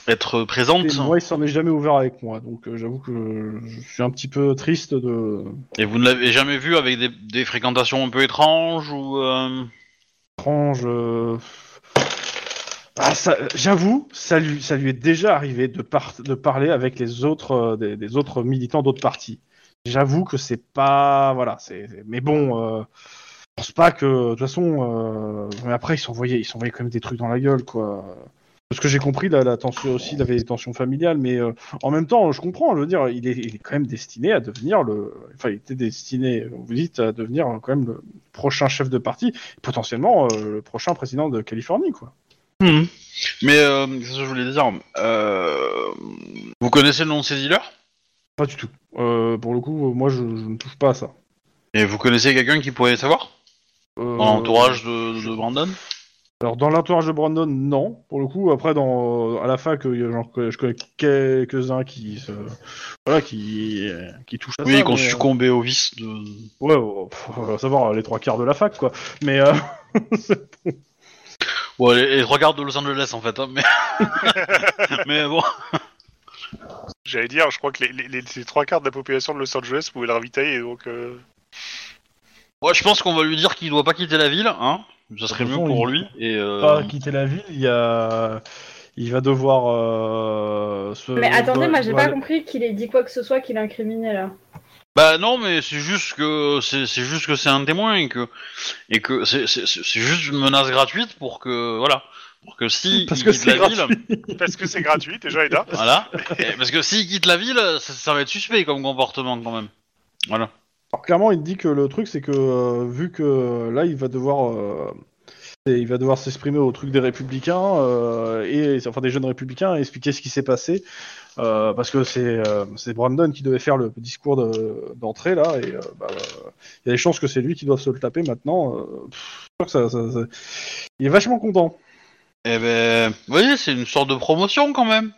S2: être présente.
S1: Et moi, il s'en est jamais ouvert avec moi, donc euh, j'avoue que je suis un petit peu triste de
S2: Et vous ne l'avez jamais vu avec des, des fréquentations un peu étranges ou euh,
S1: étrange. euh, Ah, ça- J'avoue, ça lui, ça lui est déjà arrivé de, par- de parler avec les autres, euh, des, des autres militants d'autres partis. J'avoue que c'est pas, voilà, c'est. c'est- Mais bon, euh, je pense pas que, de toute façon. euh, Mais après, ils s'envoyaient, ils s'envoyaient quand même des trucs dans la gueule, quoi. De ce que j'ai compris, la, la tension aussi, il avait des tensions familiales, mais euh, en même temps, je comprends. Je veux dire, il est, il est quand même destiné à devenir le. Enfin, il était destiné, vous dites, à devenir euh, quand même le prochain chef de parti potentiellement euh, le prochain président de Californie, quoi. Hmm.
S2: Mais euh, qu'est-ce que je voulais dire Euh, Vous connaissez le nom de ces dealers
S1: Pas du tout. Euh, pour le coup, euh, moi, je, je ne touche pas à ça.
S2: Et vous connaissez quelqu'un qui pourrait savoir
S1: Euh,
S2: Dans l'entourage de, de Brandon
S1: Alors, dans l'entourage de Brandon, non. Pour le coup, après, dans, à la fac, euh, genre, que- je connais quelques-uns qui, se- voilà, qui, euh, qui touchent à ça.
S2: Oui, qu'on
S1: mais, euh,
S2: succombait au vice de.
S1: Ouais, ouais, pff, on va savoir euh, les trois quarts de la fac, quoi. Mais euh,
S2: Ouais, les, les trois quarts de Los Angeles en fait.
S1: (laughs)
S2: hein, mais... (laughs) mais bon.
S3: J'allais dire, je crois que les, les- les- les trois quarts de la population de Los Angeles pouvaient le ravitailler, donc euh,
S2: Ouais, je pense qu'on va lui dire qu'il doit pas quitter la ville. Hein ça serait
S1: De
S2: mieux
S1: toute façon,
S2: pour
S1: il-
S2: lui. Et euh,
S1: pas quitter la ville, il y a. Il va devoir euh, se.
S4: Mais attendez,
S1: doit-
S4: moi j'ai
S1: doit-
S4: pas compris qu'il ait dit quoi que ce soit qu'il incriminait là.
S2: Bah non, mais c'est juste que c'est c'est juste que c'est un témoin et que et que c'est c'est- c'est- c'est juste une menace gratuite pour que voilà pour que si
S1: Parce
S2: il
S1: que
S2: quitte
S1: c'est
S2: la ville,
S1: gratuit.
S3: parce que c'est gratuit déjà, Eda.
S2: voilà, Et parce que s'il quitte la ville, ça, ça va être suspect comme comportement quand même. Voilà.
S1: Alors, clairement, il dit que le truc, c'est que euh, vu que euh, là, il va devoir, euh, et il va devoir s'exprimer au truc des républicains euh, et enfin des jeunes républicains et expliquer ce qui s'est passé, euh, parce que c'est euh, c'est Brandon qui devait faire le discours de- d'entrée là et euh, bah, euh, il y a des chances que c'est lui qui doit se le taper maintenant. euh, pff, je crois que ça- ça- ça- il est vachement content. (laughs)
S2: Et ben, vous voyez, c'est une sorte de promotion quand même.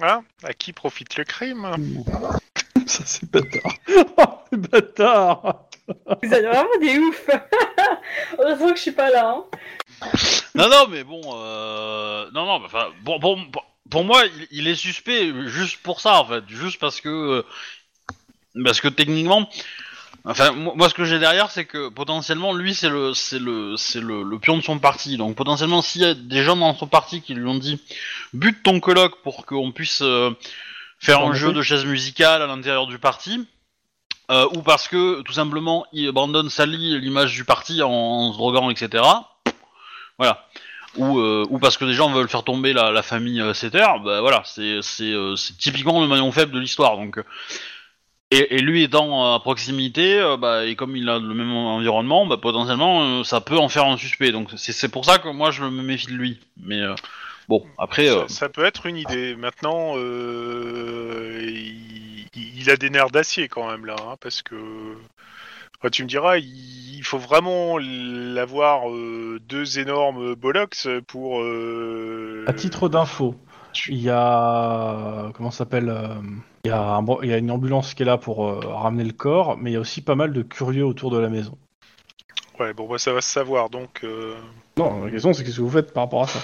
S3: Hein à qui profite le crime
S1: ça c'est bâtard. (laughs) oh, c'est bâtard.
S4: Vous êtes vraiment des oufs (laughs) Heureusement que je suis pas là. hein.
S2: Non, non, mais bon, euh, non, non, mais enfin, bon, bon, pour, pour moi, il, il est suspect juste pour ça, en fait, juste parce que, euh, parce que techniquement, enfin, moi, moi, ce que j'ai derrière, c'est que potentiellement, lui, c'est le, c'est le, c'est le, le pion de son parti. Donc, potentiellement, s'il y a des gens dans son parti qui lui ont dit, bute ton colloque pour qu'on puisse euh, faire un
S1: Formater.
S2: jeu de chaise musicale à l'intérieur du parti. euh, ou parce que tout simplement il- Brandon salit l'image du parti en, en se droguant, etc. Voilà. Ou, euh, ou parce que des gens veulent faire tomber la, la famille euh, Setter, bah voilà, c'est c'est, euh, c'est typiquement le maillon faible de l'histoire. Donc, euh, et, et lui étant à proximité, euh, bah, et comme il a le même environnement, bah, potentiellement euh, ça peut en faire un suspect. Donc c'est c'est pour ça que moi je me méfie de lui. Mais euh, bon, après, euh,
S3: ça, ça peut être une idée. Maintenant, euh, il, il a des nerfs d'acier quand même là, hein, parce que Enfin, tu me diras, il, il faut vraiment l'avoir euh, deux énormes bollocks pour. euh,
S1: À titre d'info, il y a comment ça s'appelle euh, Il y, a un bro- il y a une ambulance qui est là pour euh, ramener le corps, mais il y a aussi pas mal de curieux autour de la maison.
S3: Ouais, bon, bah, ça va se savoir donc. euh,
S1: Non, la question c'est qu'est-ce que vous faites par rapport à ça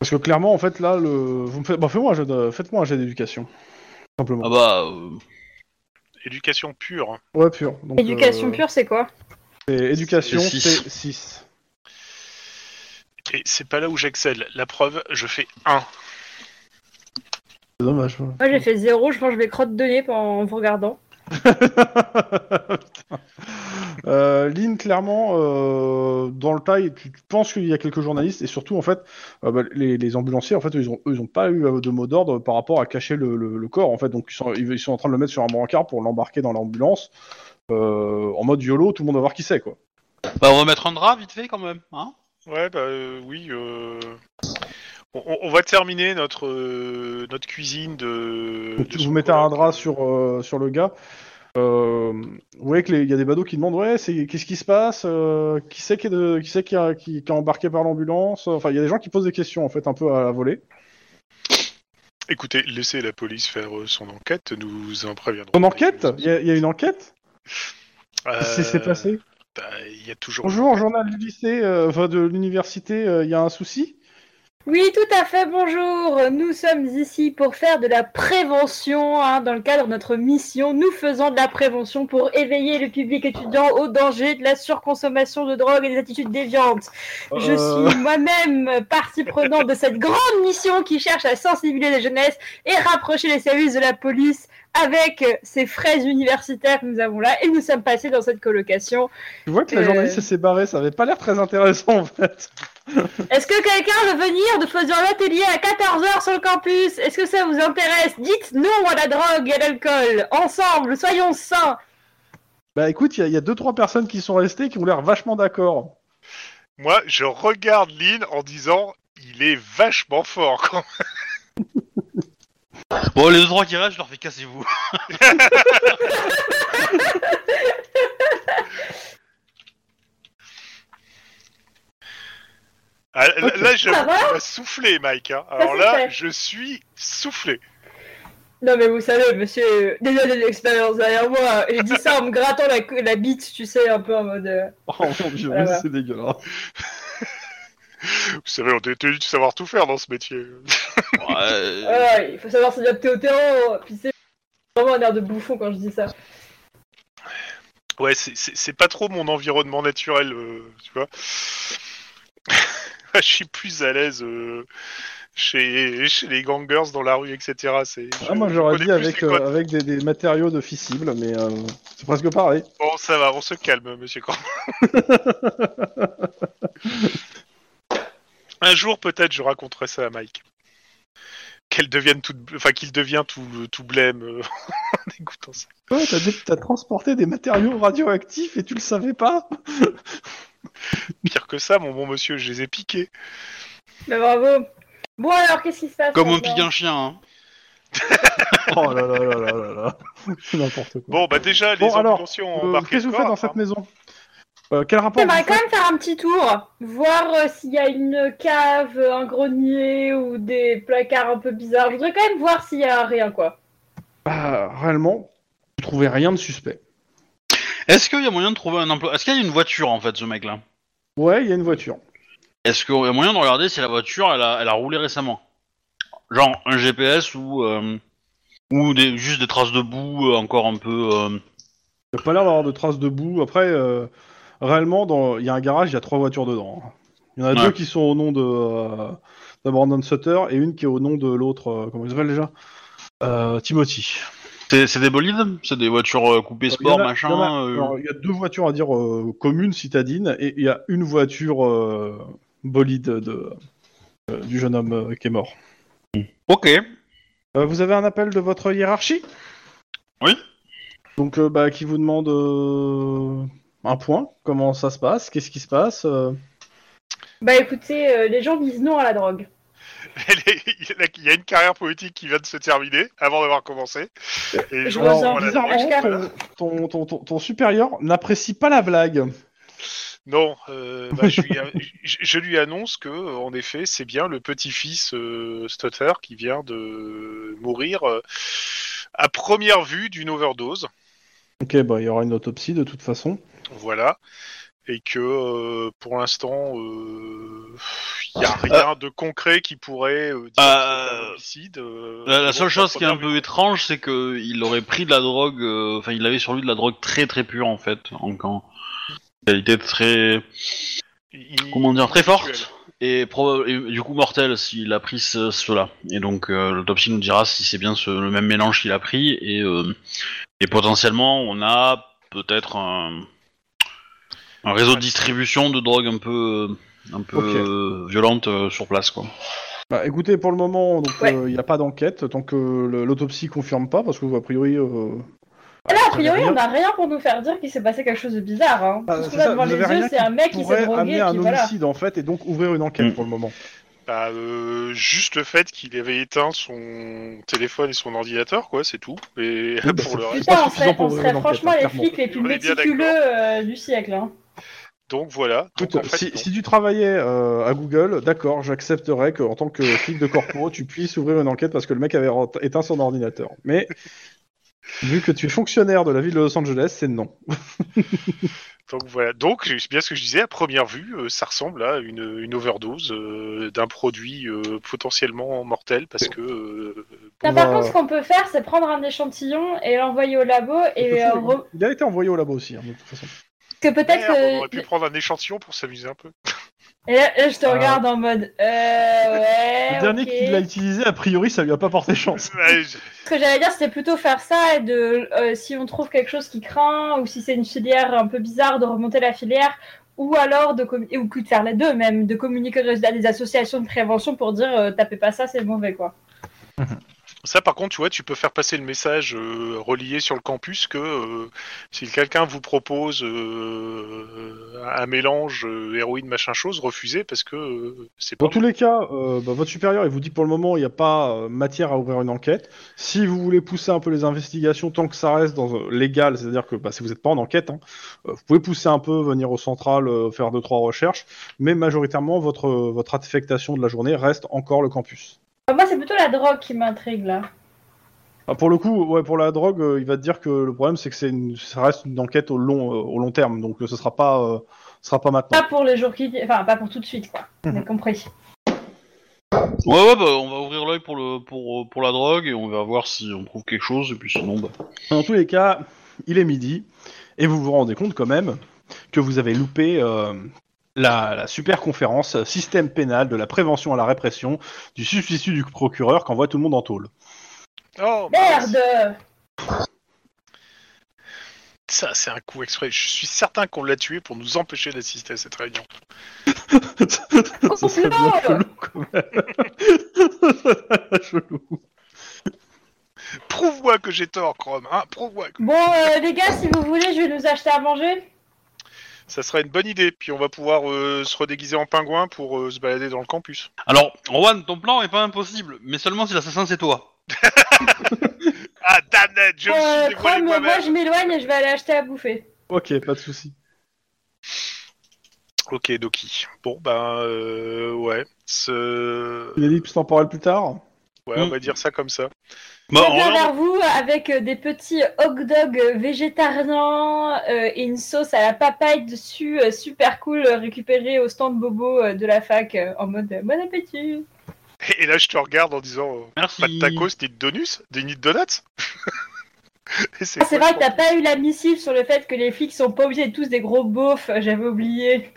S1: Parce que clairement, en fait, là, le... vous me faites, bon, faites-moi un jet de- faites-moi un jet d'éducation, simplement.
S2: ah bah, euh,
S3: Éducation pure.
S1: Ouais, pur. Donc,
S4: Éducation
S1: euh,
S4: pure, c'est quoi
S1: c'est éducation,
S2: C'est six.
S1: c'est 6.
S3: Et c'est pas là où j'excelle. La preuve, je fais 1.
S1: C'est dommage. voilà.
S4: Moi j'ai fait zéro, je mange mes crottes de nez en vous regardant.
S1: Putain. (laughs) Euh, Lynn, clairement, euh, dans le taille, tu, tu penses qu'il y a quelques journalistes et surtout, en fait, euh, bah, les, les ambulanciers, en fait, ils ont, eux, ils ont pas eu euh, de mot d'ordre par rapport à cacher le, le- le corps, en fait. Donc, ils sont, ils sont en train de le mettre sur un brancard pour l'embarquer dans l'ambulance. euh, en mode YOLO, tout le monde va voir qui c'est, quoi.
S2: bah, on va mettre un drap vite fait quand même. Hein
S3: Ouais, bah euh, oui. euh, On- On, on va terminer notre, euh, notre cuisine de.
S1: Donc,
S3: de hein.
S1: vous
S3: son
S1: mettez un
S3: coloc.
S1: drap sur, euh, sur le gars. Euh, vous voyez qu'il y a des badauds qui demandent Ouais, c'est- qu'est-ce qui se passe Euh, Qui c'est qui, est de- qui, c'est qui, a- qui- qui est embarqué par l'ambulance Enfin, il y a des gens qui posent des questions en fait, un peu à la volée.
S3: Écoutez, laissez la police faire euh, son enquête, nous en préviendrons.
S1: En enquête Il y, a- il y a une enquête
S3: Euh,
S1: Qu'est-ce qui s'est passé
S3: bah, Il y a toujours.
S1: Bonjour, journal du lycée, euh, enfin, de l'université, euh, il y a un souci
S4: Oui, tout à fait, bonjour. Nous sommes ici pour faire de la prévention hein, dans le cadre de notre mission. Nous faisons de la prévention pour éveiller le public étudiant au danger de la surconsommation de drogue et des attitudes déviantes. Je
S1: Euh,
S4: suis moi-même partie prenante de cette grande mission qui cherche à sensibiliser la jeunesse et rapprocher les services de la police avec euh, ces fraises universitaires que nous avons là. Et nous sommes passés dans cette colocation.
S1: (laughs) Tu vois que la
S4: euh,
S1: journaliste elle s'est barrée, ça avait pas l'air très intéressant en fait.
S4: Est-ce que quelqu'un veut venir de faisant l'atelier à 14h sur le campus Est-ce que ça vous intéresse Dites non à la drogue et à l'alcool. Ensemble, soyons sains.
S1: Bah écoute, il y a- il y, a deux trois personnes qui sont restées qui ont l'air vachement d'accord.
S3: Moi, je regarde Lynn en disant il est vachement fort quand
S2: Bon, les deux trois qui restent, je leur fais cassez-vous.
S3: Ah, là-
S1: Ok.
S3: Là, je
S4: Ça va
S3: m'a soufflé, Mike. hein. Alors
S4: c'est
S3: là,
S4: fait.
S3: je suis soufflé.
S4: Non mais vous savez, monsieur, déjà de l'expérience derrière moi, je dis ça en me grattant la, cou- la bite, tu sais, un peu en mode... euh,
S1: Oh mon dieu,
S4: Ah ouais.
S1: c'est dégueulasse.
S3: Vous savez, on est tenu de savoir tout faire dans ce métier.
S2: (laughs)
S3: (laughs)
S2: Ouais. euh,
S4: Voilà, il faut savoir s'adapter au terrain. Puis c'est vraiment un air de bouffon quand je dis ça.
S3: Ouais, c'est- c'est c'est pas trop mon environnement naturel, euh, tu vois. (laughs) je suis plus à l'aise euh, chez, chez les gangers dans la rue, etc. C'est-
S1: Ah, moi
S3: je- je
S1: j'aurais
S3: connais
S1: dit
S3: plus
S1: avec,
S3: les
S1: euh,
S3: codes.
S1: avec des, des matériaux de fissible, mais euh, c'est presque pareil.
S3: Bon, ça va, on se calme,
S1: (laughs)
S3: monsieur Corn. Un jour, peut-être, je raconterai ça à Mike. Qu'elle devienne toute... Enfin, qu'il devient tout, tout blême euh, (laughs) en écoutant ça.
S1: Toi, t'as, dé- t'as transporté des matériaux radioactifs et tu le savais pas
S3: Pire que ça, mon bon monsieur, je les ai piqués.
S4: Mais bravo. Bon alors, qu'est-ce qui se passe
S2: Comme on
S4: maintenant
S2: pique un chien, hein.
S1: Oh là là là là là là C'est (laughs) n'importe quoi.
S3: Bon, bah déjà, les
S1: Bon, alors,
S3: ambulanciers ont
S1: Euh,
S3: embarqué
S1: qu'est-ce que
S3: le
S1: vous faites
S3: corps,
S1: dans
S3: hein.
S1: cette maison Euh, Quel rapport vous
S4: J'aimerais quand
S1: faites
S4: même faire un petit tour, voir euh, s'il y a une cave, euh, un grenier ou des placards un peu bizarres. Je voudrais quand même voir s'il y a rien quoi.
S1: Bah, réellement, vous trouvez rien de suspect.
S2: Est-ce qu'il y a moyen de trouver un emploi Est-ce qu'il y a une voiture en fait, ce mec-là
S1: Ouais, il y a une voiture.
S2: Est-ce qu'il y a moyen de regarder si la voiture elle a, elle a roulé récemment Genre un GPS ou euh, ou des, juste des traces de boue euh, encore un peu. euh,
S1: Il a pas l'air d'avoir de traces de boue. Après, euh, réellement, dans- il y a un garage, il y a trois voitures dedans. Il y en a
S2: Ouais.
S1: deux qui sont au nom de, euh, de Brandon Sutter et une qui est au nom de l'autre, euh, comment il s'appelle déjà Euh, Timothy.
S2: C'est c'est des bolides C'est des voitures euh, coupées
S1: Il y en
S2: sport,
S1: a-
S2: machin
S1: Il y, en a-
S2: euh,
S1: alors, il y a deux voitures à dire euh, communes, citadines, et il y a une voiture euh, bolide de, euh, du jeune homme euh, qui est mort.
S2: Ok.
S1: Euh, vous avez un appel de votre hiérarchie
S2: Oui.
S1: Donc, euh, bah, qui vous demande euh, un point Comment ça se passe Qu'est-ce qui se passe euh
S4: Bah écoutez, euh, les gens disent non à la drogue.
S3: hein. (laughs) Elle est- Il y en a- il y a une carrière politique qui vient de se terminer, avant d'avoir commencé. Et
S4: Je
S3: je pense
S4: ressens
S3: qu'on l'a-
S4: bizarre.
S1: bizarrement,
S4: HK.
S1: ton, ton, ton- ton- ton supérieur n'apprécie pas la blague.
S3: Non,
S1: (laughs)
S3: euh, bah, je, lui, je- je lui annonce que, euh, en effet, c'est bien le petit-fils euh, Stutter qui vient de mourir euh, à première vue d'une overdose.
S1: Ok, bah il y aura une autopsie de toute façon.
S3: Voilà. Et que euh, pour l'instant, euh, il n'y
S2: Ah,
S3: a rien de concret qui pourrait euh, dire
S2: Euh,
S3: que c'est un homicide. euh,
S2: La, la
S3: bon,
S2: seule chose qui est un
S3: première
S2: peu
S3: vue.
S2: étrange, c'est que il aurait pris de la drogue, euh, enfin il avait sur lui de la drogue très très pure en fait, en, en qualité très,
S3: Il-
S2: comment dire, très
S3: Actuel.
S2: forte et, proba- et du coup mortelle s'il a pris ce- cela. Et donc euh, l'autopsie nous dira si c'est bien ce- le même mélange qu'il a pris et, euh, et potentiellement on a peut-être un, un réseau de distribution de drogue un peu euh, un peu
S1: Ok.
S2: euh, violente euh, sur place quoi.
S1: Bah écoutez, pour le moment, donc, euh,
S4: Ouais.
S1: il n'y a pas d'enquête tant que le- l'autopsie confirme pas, parce que a priori. euh,
S4: Ah Là, a priori,
S1: rien
S4: on n'a rien pour nous faire dire qu'il s'est passé quelque chose de bizarre. Hein.
S1: Ah,
S4: Tout ce
S1: c'est
S4: qu'on a
S1: ça,
S4: devant
S1: vous
S4: les
S1: avez rien
S4: yeux, c'est
S1: qui
S4: un mec qui s'est
S1: pourrait
S4: drogué.
S1: amener
S4: et
S1: un
S4: puis voilà.
S1: homicide en fait et donc ouvrir une enquête
S2: Mm.
S1: pour le moment.
S3: Bah, euh, juste le fait qu'il avait éteint son téléphone et son ordinateur, quoi, c'est tout. Et
S1: Oui, bah,
S3: pour le
S1: c'est-
S3: reste.
S1: pas
S4: Putain, on
S1: suffisant
S4: serait,
S1: pour
S4: on
S1: ouvrir
S4: serait
S1: l'enquête,
S4: franchement les
S1: clairement.
S4: flics les plus
S3: On est bien
S4: méticuleux euh, du siècle. Hein.
S3: Donc voilà. Donc,
S1: Écoute,
S3: en fait,
S1: Ah, si,
S3: non.
S1: si tu travaillais euh, à Google, d'accord, j'accepterais qu'en tant que flic de corpo, tu puisses ouvrir une enquête parce que le mec avait re- éteint son ordinateur. Mais vu que tu es fonctionnaire de la ville de Los Angeles, c'est non.
S3: Donc voilà. Donc c'est bien ce que je disais. À première vue, euh, ça ressemble à une, une overdose euh, d'un produit euh, potentiellement mortel parce que. euh,
S4: Putain, par
S1: Ouais.
S4: contre, ce qu'on peut faire, c'est prendre un échantillon et l'envoyer au labo et euh, re-
S1: Il a été envoyé au labo aussi, hein, de toute façon.
S4: que peut-être euh,
S3: merde, on aurait
S4: que
S3: pu prendre un échantillon pour s'amuser un peu.
S4: Et là, là, je te
S1: Ah.
S4: regarde en mode euh, ouais.
S1: le dernier
S4: Eh, ok.
S1: qui l'a utilisé, a priori, ça lui a pas porté chance.
S3: Ouais, je-
S4: Ce que j'allais dire, c'était plutôt faire ça et de euh, si on trouve quelque chose qui craint ou si c'est une filière un peu bizarre de remonter la filière ou alors de commu- ou que de faire les deux même de communiquer à des associations de prévention pour dire euh, tapez pas ça c'est mauvais quoi.
S3: Ça, par contre, tu vois, tu peux faire passer le message euh, relié sur le campus que euh, si quelqu'un vous propose euh, un mélange euh, héroïne machin chose, refusez parce que euh, c'est pas
S1: Dans tous les cas, euh, bah, votre supérieur, il vous dit pour le moment, il n'y a pas euh, matière à ouvrir une enquête. Si vous voulez pousser un peu les investigations, tant que ça reste dans euh, légal, c'est-à-dire que bah, si vous n'êtes pas en enquête, hein, euh, vous pouvez pousser un peu, venir au central, euh, faire deux trois recherches, mais majoritairement, votre euh, votre affectation de la journée reste encore le campus.
S4: Alors, Euh, moi c'est plutôt la drogue qui m'intrigue là.
S1: Ah, pour le coup, ouais, pour la drogue, euh, il va te dire que le problème, c'est que c'est une- ça reste une enquête au long euh, au long terme, donc euh, ce sera pas euh, ce sera pas maintenant.
S4: Pas pour les jours qui enfin pas pour tout de suite quoi.
S1: Mhm.
S4: On a compris.
S2: Ouais, ouais, bah, on va ouvrir l'œil pour, le- pour, euh, pour la drogue et on va voir si on trouve quelque chose. Et puis sinon, bah.
S1: Dans tous les cas, il est midi, et vous vous rendez compte quand même que vous avez loupé euh, la, la super conférence euh, Système pénal de la prévention à la répression du substitut du procureur qu'envoie tout le monde en tôle. (laughs)
S3: Oh, mince.
S4: Merde.
S3: Ça, c'est un coup exprès. Je suis certain qu'on l'a tué pour nous empêcher d'assister à cette réunion.
S1: Ça serait bien chelou quand même. Chelou.
S3: Prouve-moi que j'ai tort, Chrome. Hein Prouve-moi. que-
S4: Bon euh, les gars si vous voulez je vais nous acheter à manger.
S3: Ça serait une bonne idée. Puis on va pouvoir euh, se redéguiser en pingouin pour euh, se balader dans le campus.
S2: Alors, Rowan, ton plan est pas impossible, mais seulement si l'assassin c'est toi.
S3: Ah, damn it, je me
S4: Euh,
S3: suis dévoilé
S4: Chrome, moi
S3: moi-même.
S4: je m'éloigne et je vais aller acheter à bouffer.
S1: Ok, pas de souci.
S3: Ok, Doki. Bon, ben, euh, ouais. Ce-
S1: Une ellipse temporelle plus tard
S3: Ouais, on
S2: Mm.
S3: va dire ça comme ça. (laughs)
S2: Bah,
S4: je viens
S2: Rowan,
S4: vers vous avec euh, des petits hot dogs euh, végétariens euh, et une sauce à la papaye dessus, euh, super cool, euh, récupérée au stand bobo euh, de la fac euh, en mode euh, bon appétit.
S3: Et là, je te regarde en disant euh,
S2: merci.
S3: pas de tacos, ni de donuts, des ni de donuts. (laughs) Et
S4: Ah, C'est
S3: quoi,
S4: vrai
S3: je
S4: que t'as pas eu la missive sur le fait que les flics sont pas obligés d'être tous des gros beaufs, euh,
S3: (laughs)
S4: j'avais oublié.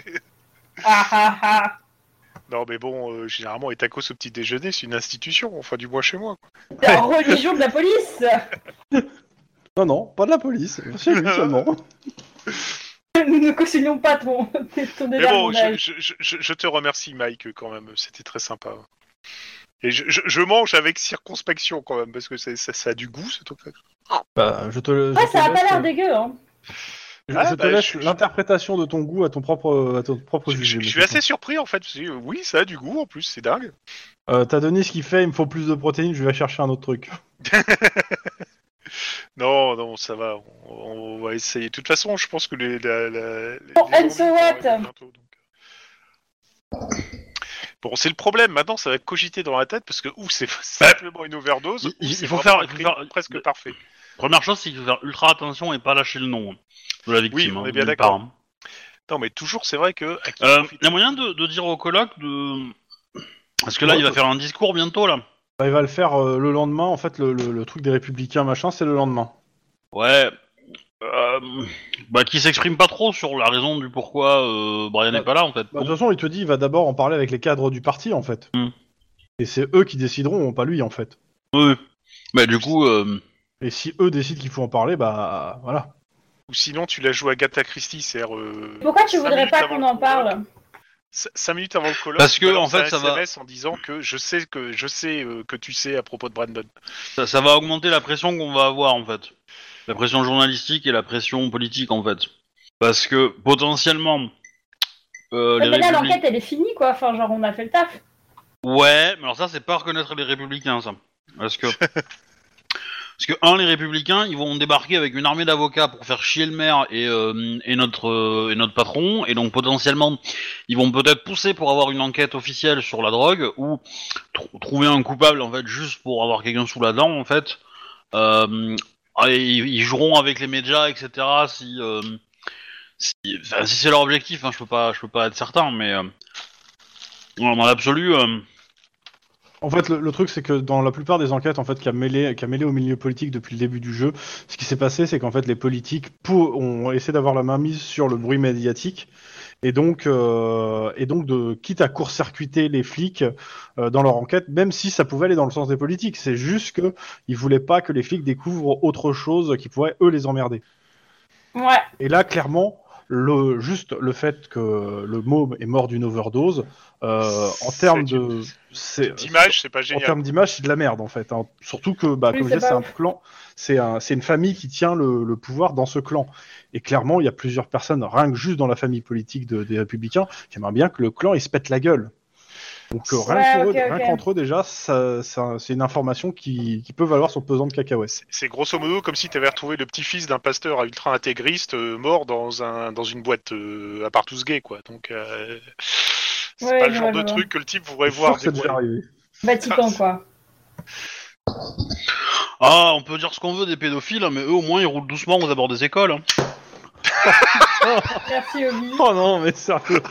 S4: ah ah ah.
S3: pense Non, mais bon, euh, généralement, les tacos au petit déjeuner, c'est une institution, enfin, du moins chez moi. quoi.
S4: T'es en religion de la police (laughs)
S1: Non, non, pas de la
S3: (laughs)
S1: police. Chez lui seulement.
S4: Nous ne cautionnons pas ton, ton
S3: Mais bon, je,
S4: désavantagé.
S3: je- je- je- je te remercie, Mike, quand même, c'était très sympa. Et je, je- je mange avec circonspection, quand même, parce que c'est- ça, ça a du goût, ce truc-là.
S1: Bah, je te, je
S4: Ouais,
S1: te
S4: ça a pas
S1: laisse- euh,
S4: l'air dégueu, hein.
S1: Je,
S3: Ah,
S1: je te
S3: bah,
S1: laisse
S3: je- je-
S1: l'interprétation de ton goût à ton propre, à ton propre
S3: Je, je- je
S1: jugement.
S3: suis assez surpris, en fait, parce que, euh, oui, ça a du goût, en plus, c'est dingue.
S1: Euh, T'as donné ce qu'il fait, il me faut plus de protéines, je vais chercher un autre truc.
S3: Non, non, ça va, on, on va essayer. De toute façon, je pense que les... la- la- les-
S4: Bon,
S3: les
S4: Oh, and
S3: zombies
S4: so
S3: vont
S4: what
S3: arriver bientôt, donc. Bon, c'est le problème, maintenant, ça va cogiter dans la tête, parce que, ouf, c'est (laughs) simplement une overdose,
S2: il-
S3: ou
S2: il
S3: c'est
S2: faut
S3: vraiment
S2: faire-
S3: un
S2: il faut
S3: crime
S2: faire-
S3: presque
S2: de-
S3: parfait.
S2: Première chose, c'est qu'il faut faire ultra attention et pas lâcher le nom hein, de la victime.
S3: Oui, on est
S2: hein,
S3: bien
S2: nulle
S3: d'accord.
S2: part, hein.
S3: Non, mais toujours, c'est vrai que... à qui
S2: Euh,
S3: profite-
S2: il y a moyen de, de dire au coloc de. Parce que là,
S1: Ouais,
S2: il va
S1: ouais.
S2: faire un discours bientôt, là.
S1: Bah, il va le faire euh, le lendemain, en fait, le, le- le truc des républicains, machin, c'est le lendemain.
S2: Ouais. Euh, bah, qui s'exprime pas trop sur la raison du pourquoi euh, Brian n'est
S1: Bah,
S2: pas là, en fait.
S1: Bah, de toute façon, il te dit, il va d'abord en parler avec les cadres du parti, en fait.
S2: Hmm.
S1: Et c'est eux qui décideront, pas lui, en fait.
S2: Oui. Bah, du coup, euh,
S1: Et si eux décident qu'il faut en parler, bah voilà.
S3: Ou sinon, tu la joues à Agatha Christie, c'est-à-dire... euh,
S4: Pourquoi tu
S3: cinq
S4: voudrais
S3: minutes
S4: pas
S3: avant
S4: qu'on
S3: le
S4: en
S3: colloque.
S4: parle
S3: Cin- Cinq minutes avant le colloque,
S2: Parce que,
S3: tu balances
S2: en fait,
S3: un
S2: ça va-
S3: SMS en disant que je sais que je sais euh, que tu sais à propos de Brandon.
S2: Euh, ça, ça va augmenter la pression qu'on va avoir, en fait. La pression journalistique et la pression politique, en fait. Parce que, potentiellement, euh,
S4: Ouais,
S2: les
S4: Eh, Mais là
S3: euh,
S2: républicains...
S4: l'enquête elle est finie quoi, enfin genre on a fait le taf.
S2: Ouais, mais alors ça, c'est pas reconnaître les républicains, ça. Parce que. Parce que, un, les républicains, ils vont débarquer avec une armée d'avocats pour faire chier le maire et, euh, et notre, euh, et notre patron, et donc potentiellement, ils vont peut-être pousser pour avoir une enquête officielle sur la drogue, ou tr- trouver un coupable, en fait, juste pour avoir quelqu'un sous la dent, en fait. Euh, ah, et ils, ils joueront avec les médias, etc., si. euh, si, enfin, si c'est leur objectif, hein, je peux pas, je peux pas être certain, mais euh, dans l'absolu, euh,
S1: En fait, le, le truc, c'est que dans la plupart des enquêtes en fait, qui, a mêlé, qui a mêlé au milieu politique depuis le début du jeu, ce qui s'est passé, c'est qu'en fait, les politiques pour, ont essayé d'avoir la main mise sur le bruit médiatique. Et donc, euh, et donc de, quitte à court-circuiter les flics euh, dans leur enquête, même si ça pouvait aller dans le sens des politiques. C'est juste que ils voulaient pas que les flics découvrent autre chose qui pourrait, eux, les emmerder.
S4: Ouais,
S1: Et là, clairement, le, juste le fait que le môme est mort d'une overdose, euh, en termes
S3: C'est
S1: de. c'est-
S3: Cette image, c'est pas
S1: en
S3: génial.
S1: termes d'image, c'est de la merde en fait. hein. Surtout que, bah,
S4: Oui,
S1: comme je
S4: c'est
S1: disais, c'est
S4: pas
S1: un clan, c'est un- c'est une famille qui tient le, le pouvoir dans ce clan. Et clairement, il y a plusieurs personnes, rien que juste dans la famille politique de- des Républicains, qui aimeraient bien que le clan il se pète la gueule. Donc euh, rien,
S4: Ouais,
S1: que pour
S4: ok,
S1: eux- rien
S4: ok.
S1: qu'entre eux déjà, ça- ça- c'est une information qui, qui peut valoir son pesant de cacahuètes.
S3: C'est grosso modo comme si tu avais retrouvé le petit-fils d'un pasteur ultra intégriste euh, mort dans un dans une boîte euh, à part tous gays quoi. Donc euh, c'est
S4: Ouais,
S3: pas
S4: je
S3: le
S4: vois,
S3: genre de
S4: je vois.
S3: truc que le type voudrait
S1: Je suis sûr
S3: voir.
S1: que ça devait
S3: découvrir.
S1: arriver. (laughs)
S4: Vatican, quoi.
S2: ah, on peut dire ce qu'on veut des pédophiles, hein, mais eux au moins ils roulent doucement aux abords des écoles. hein.
S4: Merci, Obi.
S1: Oh non, mais sérieux.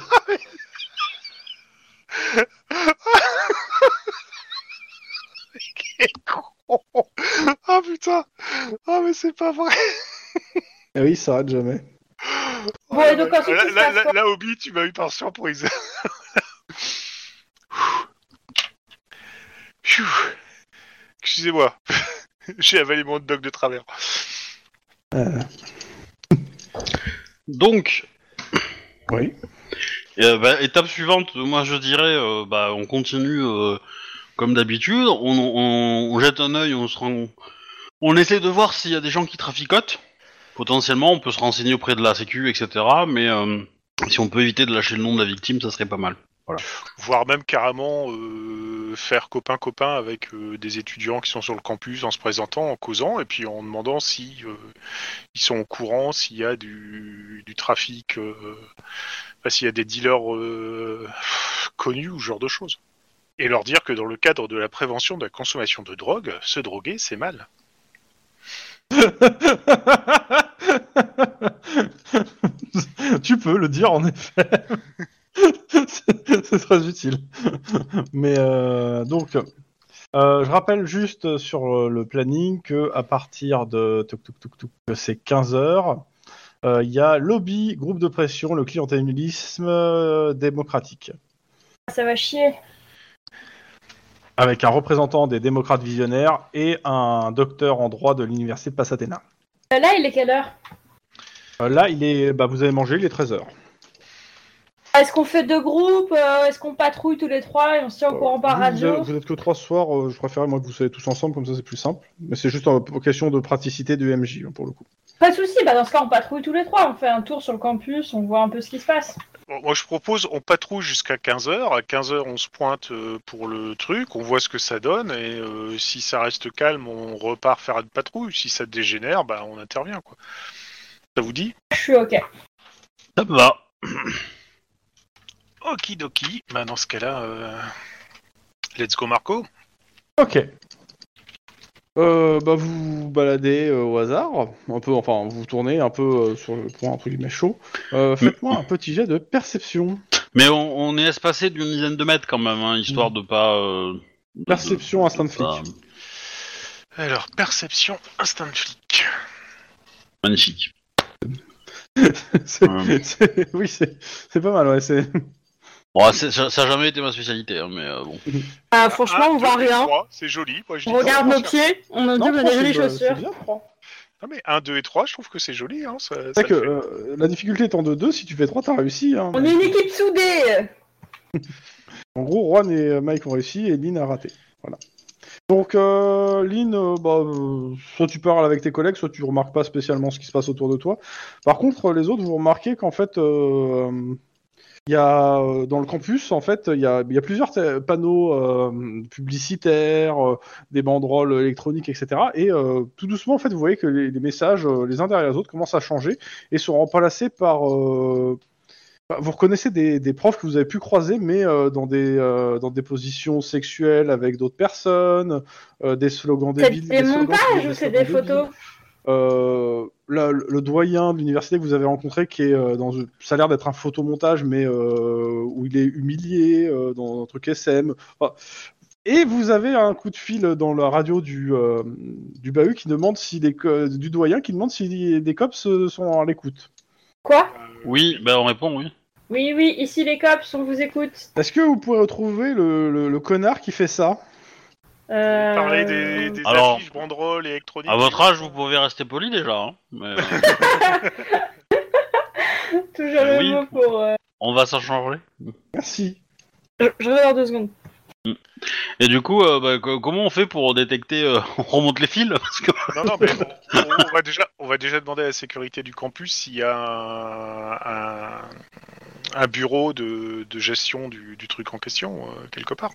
S3: (laughs) Ah putain Ah mais c'est pas vrai
S5: Et Eh oui, ça arrête jamais.
S4: Bon, et donc, ensuite,
S3: Oh, là,
S4: il se
S3: là,
S4: passe
S3: là,
S4: quoi
S3: là, Obi, tu m'as eu par surprise. (laughs) Phew. Excusez-moi, (laughs) j'ai avalé mon hot dog de travers.
S2: Donc,
S5: Oui.
S2: euh, bah, étape suivante, moi je dirais, euh, bah, on continue euh, comme d'habitude, on, on- on jette un œil, on se rend, on essaie de voir s'il y a des gens qui traficotent. Potentiellement, on peut se renseigner auprès de la Sécu, etc. Mais euh, si on peut éviter de lâcher le nom de la victime, ça serait pas mal.
S3: Voire même carrément euh, faire copain-copain avec euh, des étudiants qui sont sur le campus en se présentant, en causant, et puis en demandant si euh, ils sont au courant, s'il y a du, du trafic, euh, enfin, s'il y a des dealers euh, connus ou ce genre de choses. Et leur dire que dans le cadre de la prévention de la consommation de drogue, se droguer, c'est mal.
S1: (laughs) tu peux le dire en effet. C'est très utile. Mais euh, donc, euh, je rappelle juste sur euh, le planning que à partir de toc, toc, toc, toc, que c'est 15 heures. euh, Il y a lobby, groupe de pression, le clientélisme euh, démocratique.
S4: Ça va chier.
S1: Avec un représentant des démocrates visionnaires et un docteur en droit de l'université de Pasadena.
S4: Euh, Là, il est quelle heure
S1: Euh, là, il est, bah, vous avez mangé, il est 13h.
S4: Ah, Est-ce qu'on fait deux groupes euh, Est-ce qu'on patrouille tous les trois et on se
S1: Bah,
S4: tient au courant par
S1: vous,
S4: radio
S1: Vous, vous êtes que trois soirs, euh, je préférais moi que vous soyez tous ensemble, comme ça c'est plus simple. Mais c'est juste en question de praticité du MJ hein, pour le coup.
S4: Pas de souci, bah dans ce cas on patrouille tous les trois, on fait un tour sur le campus, on voit un peu ce qui se passe.
S3: Bon, moi je propose, on patrouille jusqu'à 15h, à 15h on se pointe euh, pour le truc, on voit ce que ça donne, et euh, si ça reste calme, on repart faire une patrouille, si ça dégénère, bah, on intervient. quoi. Ça vous dit
S4: Je suis ok.
S2: Ça me va.
S3: Okidoki, bah, dans ce cas-là, euh, let's go Marco
S1: Ok.
S5: Euh, bah vous vous baladez euh, au hasard, un peu, enfin vous vous tournez un peu euh, sur le point entre guillemets chaud. Euh, Faites-moi un petit jet de perception.
S2: Mais on, on est espacé d'une dizaine de mètres quand même, hein, histoire de pas. euh, de-
S1: Perception instant flic.
S2: pas-
S3: Alors, perception, instinct de flic.
S2: magnifique.
S1: (laughs) C'est-
S2: Ouais.
S1: c'est- oui, c'est c'est pas mal, ouais. c'est-
S2: Bon, c'est- ça ça a jamais été ma spécialité, hein, mais euh, bon.
S4: Ah franchement
S3: Un,
S4: on
S3: deux,
S4: voit rien,
S3: trois, C'est joli. Moi, je
S4: on
S3: dis
S4: regarde
S3: ça,
S4: nos pieds, on nous dit
S1: Non,
S4: on a
S1: franchement,
S4: déjà les
S1: c'est- bah, c'est
S4: chaussures.
S1: bien, franchement.
S3: Non, mais 1, 2 et 3, je trouve que c'est joli. Hein, ça, ça
S1: C'est
S3: le
S1: que
S3: fait.
S1: euh, la difficulté étant de 2, si tu fais 3, t'as réussi. hein.
S4: On est une équipe soudée
S1: En gros, Juan et euh, Mike ont réussi et Lynn a raté. Voilà. Donc, euh, Lynn, euh, bah, euh, soit tu parles avec tes collègues, soit tu remarques pas spécialement ce qui se passe autour de toi. Par contre, euh, les autres, vous remarquez qu'en fait, euh, Il y a euh, dans le campus, en fait, il y a, il y a plusieurs ta- panneaux euh, publicitaires, euh, des banderoles électroniques, etc. Et euh, tout doucement, en fait, vous voyez que les, les messages, euh, les uns derrière les autres, commencent à changer et sont remplacés par. euh, bah, vous reconnaissez des, des profs que vous avez pu croiser, mais euh, dans, des, euh, dans des positions sexuelles avec d'autres personnes, euh, des slogans
S4: C'est
S1: débiles.
S4: des
S1: slogans-
S4: montages ou c'est
S1: slogans
S4: des
S1: débiles.
S4: photos
S1: Euh, là, le le doyen de l'université que vous avez rencontré, qui est euh, dans, ça a l'air d'être un photomontage, mais euh, où il est humilié euh, dans un truc SM. Enfin, et vous avez un coup de fil dans la radio du, euh, du bahut qui demande si les co- du doyen qui demande si des cops euh, sont à l'écoute.
S4: Quoi
S2: Oui, bah on répond oui.
S4: Oui, oui, ici les cops, on vous écoute.
S1: Est-ce que vous pouvez retrouver le, le- le connard qui fait ça
S4: Euh,
S3: Parler des, des
S2: Alors,
S3: affiches, banderoles, électroniques.
S2: À votre âge, vous pouvez rester poli déjà. hein. Mais, euh,
S4: Toujours le
S2: Oui.
S4: mot pour. euh,
S2: on va s'en changer.
S1: Merci.
S4: Je, je reviens dans deux secondes.
S2: Et du coup, euh, bah, co- comment on fait pour détecter euh, (laughs) On remonte les fils parce que-
S3: Non, non, mais on, on- on va déjà, on va déjà demander à la sécurité du campus s'il y a un, un- un bureau de, de gestion du, du truc en question, euh, quelque part.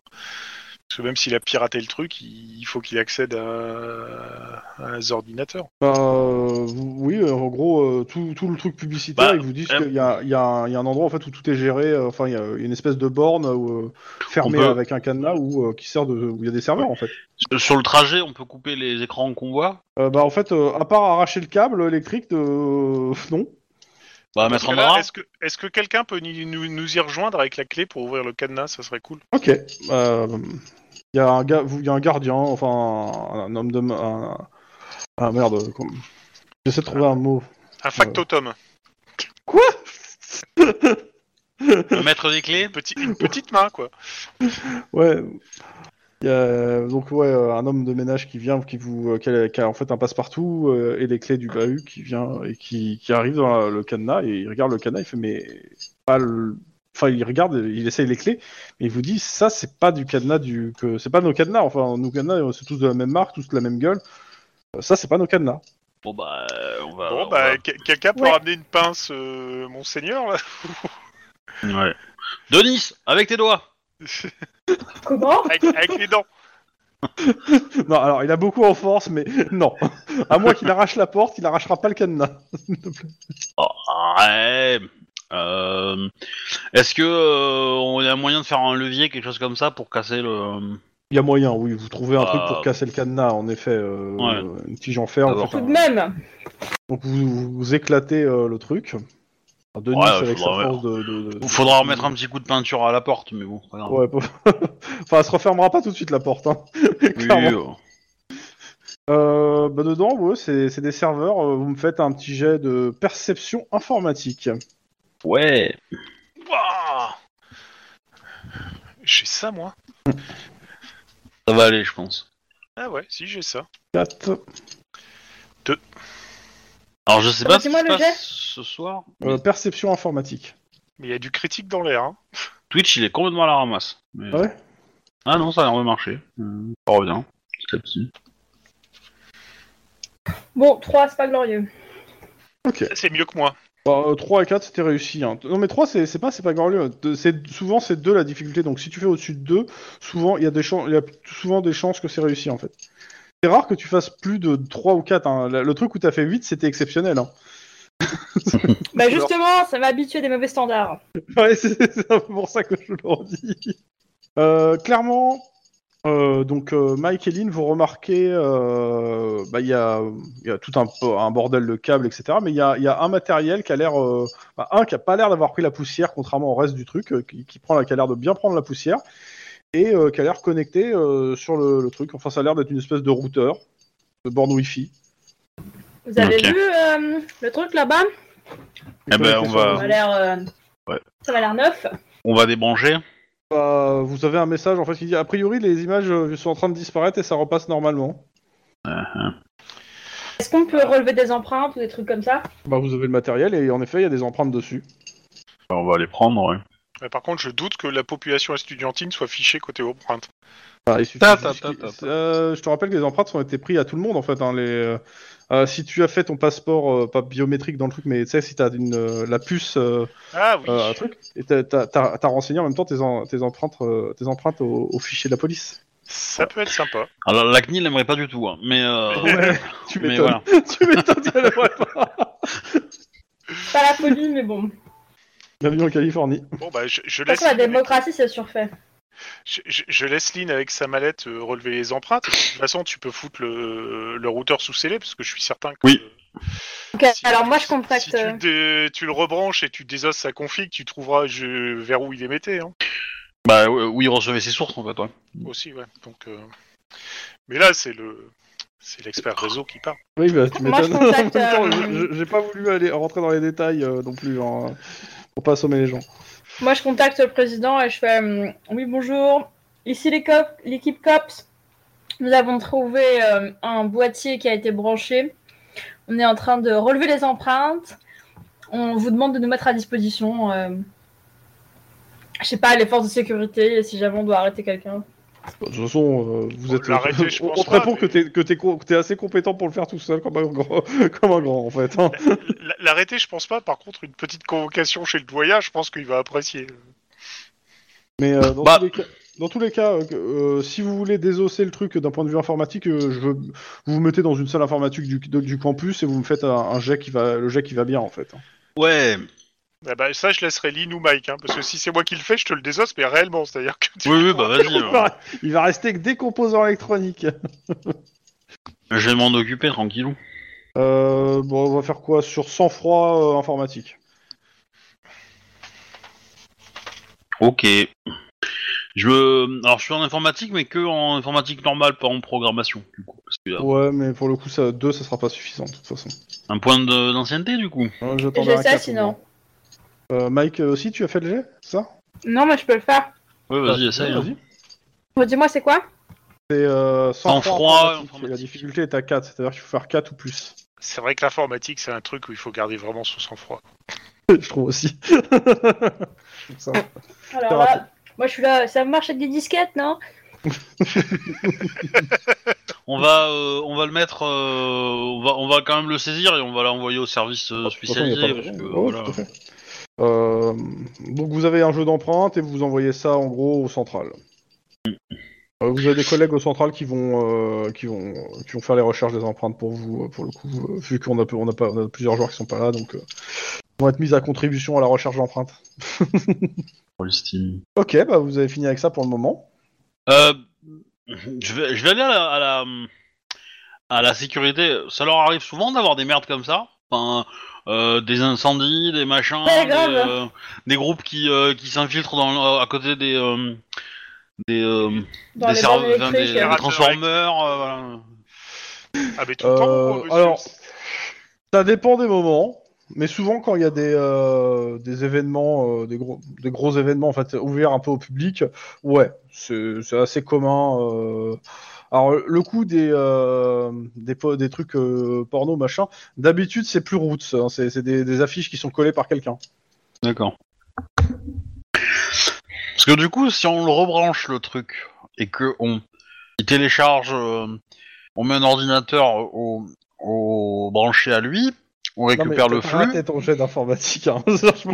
S3: Parce que même s'il a piraté le truc, il, il faut qu'il accède à, à un ordinateur.
S1: Bah, euh, vous- oui, euh, en gros, euh, tout, tout le truc publicitaire,
S2: Bah,
S1: ils vous disent
S2: euh,
S1: qu'il y a, il y a un il y a un endroit en fait où tout est géré. euh, Enfin, il y a il y a une espèce de borne où, euh, fermée
S2: On peut-
S1: avec un cadenas où euh, qui sert de où il y a des serveurs en fait.
S2: sur le trajet, on peut couper les écrans qu'on voit.
S1: Euh, bah, en fait, euh, à part arracher le câble euh, électrique, de... (laughs) non.
S3: Dans
S2: Bah
S3: ce
S2: mettre en
S3: cas-là,
S2: aura.
S3: Est-ce que, est-ce que quelqu'un peut ni- nous, nous y rejoindre avec la clé pour ouvrir le cadenas Ça serait cool.
S1: Ok. euh, Il y a un gars, vous- il y a un gardien, enfin un, un homme de, ma- un, ah merde. comment- J'essaie de trouver un mot.
S3: Un factotum.
S1: Quoi
S2: Mettre des clés.
S3: Petit- une petite main, quoi.
S1: Ouais. Il y a, donc ouais, euh, un homme de ménage qui vient, qui vous, euh, qui a, qui a en fait un passe-partout euh, et les clés du bahut qui vient et qui, qui arrive dans la- le cadenas et il regarde le cadenas, il fait mais pas le- Enfin, il regarde, il essaye les clés, mais il vous dit ça, c'est pas du cadenas du, que c'est pas nos cadenas. Enfin, nos cadenas, euh, c'est tous de la même marque, tous de la même gueule. Euh, Ça, c'est pas nos cadenas.
S2: Bon bah euh, on va.
S3: Bon,
S2: on
S3: bah,
S2: va-
S3: que- quelqu'un peut
S4: Ouais.
S3: ramener une pince, euh, monseigneur, là
S2: ouais. Denis, avec tes doigts.
S4: Comment
S3: avec, avec les dents.
S1: Non, alors il a beaucoup en force, mais non. (laughs) À moins qu'il arrache la porte, il arrachera pas le cadenas.
S2: Oh, ouais. Euh, Est-ce que euh, on y a moyen de faire un levier, quelque chose comme ça, pour casser le. euh,
S1: Il y a moyen, oui, vous trouvez un
S2: Ah.
S1: truc pour casser le cadenas, en effet, euh,
S2: Ouais.
S1: une tige en fer.
S2: Ah
S1: vous
S2: bon.
S1: faites
S4: Tout
S1: un-
S4: de même.
S1: Donc vous, vous- vous éclatez euh, le truc. Alors, Denis
S2: Ouais,
S1: avec sa
S2: faudra-
S1: force de, de- de-
S2: Faudra remettre un petit coup de peinture à la porte, mais bon. pas grave.
S1: Ouais, (laughs) pauvre. enfin, elle se refermera pas tout de suite la porte. Hein. (laughs)
S2: Oui,
S1: Clairement.
S2: euh,
S1: Euh, bah, dedans, ouais, c'est c'est des serveurs. euh, Vous me faites un petit jet de perception informatique.
S2: Ouais.
S3: Wouah J'ai ça, moi
S2: Ça va aller, je pense.
S3: Ah ouais, si, j'ai ça.
S1: 4.
S2: Alors je sais pas ce qui
S4: Mettez-moi
S2: se
S4: le
S2: passe
S4: geste.
S2: ce soir. mais
S1: Euh, perception informatique.
S3: Mais il y a du critique dans l'air. Hein.
S2: Twitch, il est complètement à la ramasse. Mais-
S1: Ouais.
S2: Ah non, ça a l'air de marcher. Euh, Ça revient. Petit à petit.
S4: Bon, 3, c'est pas glorieux.
S3: C'est mieux que moi.
S1: 3 Bah, euh, et 4, c'était réussi. hein. Non, mais 3, c'est c'est pas, c'est pas glorieux. Deux- c'est- Souvent, c'est 2 la difficulté. Donc, si tu fais au-dessus de 2, souvent, il y, a des chan- il y a souvent des chances que c'est réussi, en fait. C'est rare que tu fasses plus de 3 ou 4. Le truc où t'as fait 8, c'était exceptionnel. hein.
S4: Bah justement, ça m'a habitué des mauvais standards.
S1: (laughs) Ouais, c'est c'est un peu pour ça que je le redis. Euh, clairement, euh, donc euh, Mike et Lynn, vous remarquez, euh, bah, il y, a, il y a tout un, po- un bordel de câbles, etc. Mais il y a, il y a un matériel qui a l'air, euh, bah, un qui a pas l'air d'avoir pris la poussière, contrairement au reste du truc, euh, qui, qui prend, la- qui a l'air de bien prendre la poussière et euh, qui a l'air connecté euh, sur le, le truc. Enfin, ça a l'air d'être une espèce de routeur, de borne Wi-Fi.
S4: Vous avez
S2: Ok.
S4: vu euh, le truc là-bas
S2: Eh ben, on va-
S4: Ça a l'air. euh,
S2: Ouais.
S4: Ça va l'air neuf.
S2: On va débrancher.
S1: Bah, vous avez un message en fait qui dit a priori les images euh, sont en train de disparaître et ça repasse normalement.
S4: Est-ce qu'on peut relever des empreintes ou des trucs comme ça
S1: Bah, vous avez le matériel et en effet, il y a des empreintes dessus.
S2: On va les prendre, ouais.
S3: Mais par contre, je doute que la population estudiantine soit fichée côté empreinte.
S1: Bah, il suffit
S2: Ta, ta,
S1: juste
S2: ta,
S1: qu'il-
S2: ta, ta.
S1: Euh, je te rappelle que les empreintes ont été prises à tout le monde en fait. hein, les, euh, euh, si tu as fait ton passeport, euh, pas biométrique dans le truc, mais tu sais, si t'as une, euh, la puce, euh,
S3: Ah oui.
S1: euh, un truc, et t'as- t'as t'as- t'as renseigné en même temps tes, en- tes empreintes, euh, tes empreintes au, au fichier de la police.
S3: Ça peut être sympa.
S2: Alors la CNIL aimerait pas du tout, hein, mais (laughs) euh,
S1: (laughs) tu
S2: mais
S1: m'étonnes.
S2: voilà.
S1: (laughs) tu m'étonnes qu'elle aimerait pas.
S4: Pas la folie, mais bon. De
S1: Bienvenue en Californie.
S3: Bon, bah, je, je
S4: toute
S3: laisse
S4: façon, la
S3: Lynn avec-
S4: démocratie, c'est surfait.
S3: je, je- je laisse Lynn avec sa mallette euh, relever les empreintes. Et puis, de toute façon, tu peux foutre le, le routeur sous scellé parce que je suis certain que.
S2: Oui.
S4: Ok,
S3: Si-
S4: alors moi, je contacte.
S3: Si tu,
S4: euh,
S3: dé- tu le rebranches et tu désosses sa config, tu trouveras je- vers où il les mettait. Hein,
S2: Bah ouais, où il recevait ses sources en fait. ouais.
S3: aussi, ouais. Donc, euh, Mais là, c'est le. C'est l'expert réseau qui parle.
S1: Oui, bah, tu
S4: Moi, je
S1: m'étonnes. (laughs)
S4: contacte,
S1: En même temps,
S4: euh,
S1: je- je- J'ai pas voulu aller rentrer dans les détails euh, non plus hein, pour pas assommer les gens.
S4: Moi, je contacte le président et je fais euh, Oui, bonjour. Ici les cop- l'équipe COPS. Nous avons trouvé euh, un boîtier qui a été branché. On est en train de relever les empreintes. On vous demande de nous mettre à disposition, euh, je sais pas, les forces de sécurité et si jamais on doit arrêter quelqu'un.
S1: Bah, de toute façon, euh, vous
S3: Bon,
S1: êtes.
S3: l'arrêter, je
S1: on,
S3: pense
S1: on te
S3: pas,
S1: répond
S3: mais-
S1: que t'es que t'es co- que t'es assez compétent pour le faire tout seul comme un grand, (laughs) comme un grand en fait. hein.
S3: L- L'arrêter, je pense pas. Par contre, une petite convocation chez le doyen, je pense qu'il va apprécier.
S1: Mais euh, dans,
S2: Bah.
S1: tous les cas, dans tous les cas, euh, que- euh, si vous voulez désosser le truc d'un point de vue informatique, euh, je, vous vous mettez dans une salle informatique du, de- du campus et vous me faites un, un jet qui va, le jet qui va bien en fait. hein.
S2: Ouais.
S3: Ah bah, ça, je laisserai Lynn ou Mike, hein, parce que si c'est moi qui le fais, je te le désosse, mais réellement. C'est-à-dire que tu-
S2: Oui oui (laughs) bah vas-y.
S1: Il
S2: euh,
S1: va- (laughs) Il va rester que des composants électroniques.
S2: Je vais m'en occuper tranquillou.
S1: Euh, bon, on va faire quoi sur sang-froid euh, informatique
S2: Ok. Je me- alors je suis en informatique mais que en informatique normale pas en programmation du coup. Parce que, euh,
S1: Ouais, mais pour le coup, ça, deux, ça sera pas suffisant de toute façon.
S2: Un point de- d'ancienneté du coup.
S1: Euh, j'attendais
S4: J'ai
S1: un
S4: ça
S1: quatre,
S4: sinon.
S1: moi. Euh, Mike euh, aussi, tu as fait le jet, c'est ça
S4: Non, mais je peux le faire.
S2: Ouais vas-y essaye. hein.
S1: Vas-y.
S4: Dis-moi, c'est quoi
S1: C'est euh,
S2: Sans froid,
S1: froid. informatique, et La
S2: informatique.
S1: difficulté est à 4, c'est-à-dire qu'il faut faire 4 ou plus.
S3: C'est vrai que l'informatique, c'est un truc où il faut garder vraiment son sang-froid.
S1: (laughs) Je trouve (laughs) aussi. Comme ça.
S4: Alors
S1: T'as
S4: là, moi, je suis là. Ça marche avec des disquettes, non
S2: On va euh, on va le mettre euh, on va on va quand même le saisir et on va l'envoyer au service euh, spécialisé.
S1: Bah, De toute façon, il y a pas de
S2: parce que,
S1: raison. Ouais,
S2: voilà.
S1: tout à fait. Euh, donc vous avez un jeu d'empreinte et vous envoyez ça en gros au central. Euh, vous avez des collègues au central qui vont, euh, qui vont, qui vont faire les recherches des empreintes pour vous, euh, pour le coup, euh, vu qu'on a, peu- on a, pas, on a plusieurs joueurs qui sont pas là, donc euh, ils vont être mis à contribution à la recherche d'empreintes.
S2: Pour le Steam.
S1: Ok, bah vous avez fini avec ça pour le moment.
S2: Euh, (laughs) je, vais, je vais aller à la, à la à la sécurité. Ça leur arrive souvent d'avoir des merdes comme ça. Enfin, euh, des incendies, des machins,
S4: Ouais,
S2: des,
S4: grave.
S2: euh, des groupes qui, euh, qui s'infiltrent dans à côté des euh, des, euh,
S4: Dans
S2: des
S4: les
S2: serve-
S4: bornes
S2: enfin,
S4: électriques.
S2: des-
S4: euh.
S2: des transformeurs. euh, voilà.
S3: Ah, mais tout le temps,
S1: Euh,
S3: mon monsieur,
S1: alors, ça dépend des moments, mais souvent quand il y a des, euh, des événements, euh, des, gros, des gros événements en fait ouverts un peu au public, ouais, c'est c'est assez commun. euh. Alors le coup des euh, des, po- des trucs euh, porno machin, d'habitude c'est plus roots, hein, c'est c'est des, des affiches qui sont collées par quelqu'un.
S2: D'accord. Parce que du coup, si on le rebranche le truc et que on il télécharge, euh, on met un ordinateur au, au branché à lui, on
S1: Non, mais
S2: récupère le
S1: t'arrêtes
S2: flux.
S1: ton jet d'informatique, hein, (laughs) franchement.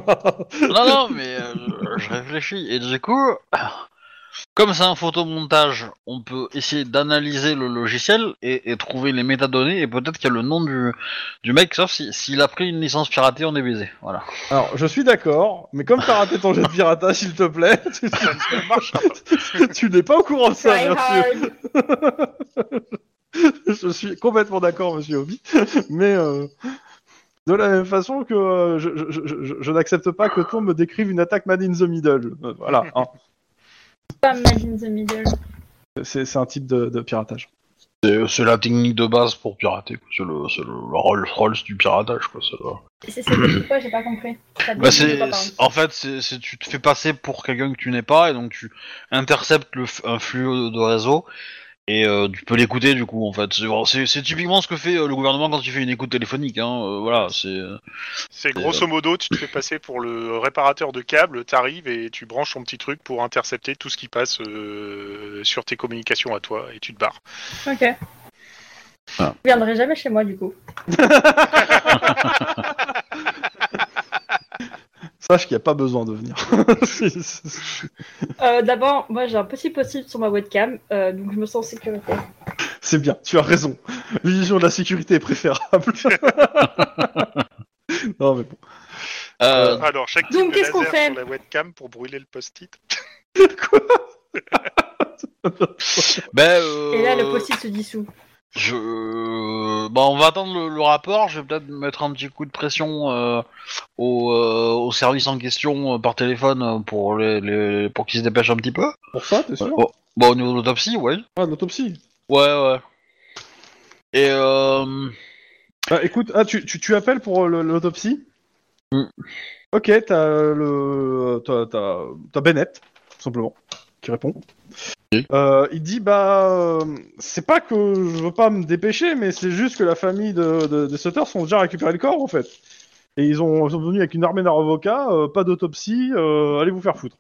S2: Non, non, mais euh, je réfléchis. Et du coup, comme c'est un photomontage, on peut essayer d'analyser le logiciel et, et trouver les métadonnées. Et peut-être qu'il y a le nom du, du mec, sauf si- s'il a pris une licence piratée, on est baisé. Voilà.
S1: Alors je suis d'accord, mais comme t'as raté ton jet de piratage, s'il te plaît, (laughs) tu,
S3: ça ne marchera pas.
S1: tu n'es pas au courant de ça,
S4: Try
S1: bien sûr.
S4: hard.
S1: (laughs) je suis complètement d'accord, monsieur Obi. (laughs) Mais euh, de la même façon que euh, je, je- je- je- je n'accepte pas que Tom me décrive une attaque man in the middle. Euh, voilà, hein.
S4: Pas Mad in the Middle.
S1: c'est c'est un type de, de piratage.
S2: C'est c'est la technique de base pour pirater. quoi. C'est le, c'est le, le Rolls Royce du piratage. Quoi. c'est le-
S4: C'est c'est quoi J'ai pas compris. Ça te
S2: Bah,
S4: dit
S2: c'est-
S4: pas, pardon.
S2: c'est- en fait, c'est c'est- tu te fais passer pour quelqu'un que tu n'es pas et donc tu interceptes le, f- un flux de réseau Et euh, tu peux l'écouter du coup en fait. C'est- C'est c'est typiquement ce que fait euh, le gouvernement quand il fait une écoute téléphonique. Hein. euh, voilà, c'est.
S3: C'est grosso modo, tu te fais passer pour le réparateur de câbles, t'arrives et tu branches ton petit truc pour intercepter tout ce qui passe euh, sur tes communications à toi et tu te barres.
S4: Ok.
S2: Ah.
S4: Vous viendrez jamais chez moi du coup.
S1: Sache qu'il n'y a pas besoin de venir. (laughs) C'est- c'est-
S4: Euh, D'abord, moi j'ai un petit possible sur ma webcam, euh, donc je me sens en sécurité.
S1: C'est bien, tu as raison. L'illusion de la sécurité est préférable. (laughs) non, mais bon.
S2: Euh,
S3: Alors, chaque type
S4: Donc,
S3: de
S4: qu'est-ce qu'on
S3: laser
S4: fait
S3: sur la webcam pour brûler le post-it.
S2: ben, euh,
S4: Et là, le post-it se dissout.
S2: Je... euh, bah, on va attendre le, le rapport. Je vais peut-être mettre un petit coup de pression euh, au, euh, au service en question euh, par téléphone euh, pour, les, les- pour qu'ils se dépêchent un petit peu.
S1: Pour ça, t'es sûr
S2: Bon, bon, au niveau de l'autopsie, ouais.
S1: Ah, l'autopsie.
S2: Ouais, ouais. Et euh,
S1: Bah, écoute, ah, tu, tu, tu appelles pour euh, le- l'autopsie
S2: Mm.
S1: Ok, t'as le, t'as, t'as, t'as Bennett, tout simplement, qui répond.
S2: Ok.
S1: Euh, il dit bah euh, c'est pas que je veux pas me dépêcher, mais c'est juste que la famille de, de, des Sutter sont déjà récupéré le corps en fait. Et ils ont ils sont venus avec une armée d'avocats, euh, pas d'autopsie, euh, allez vous faire foutre.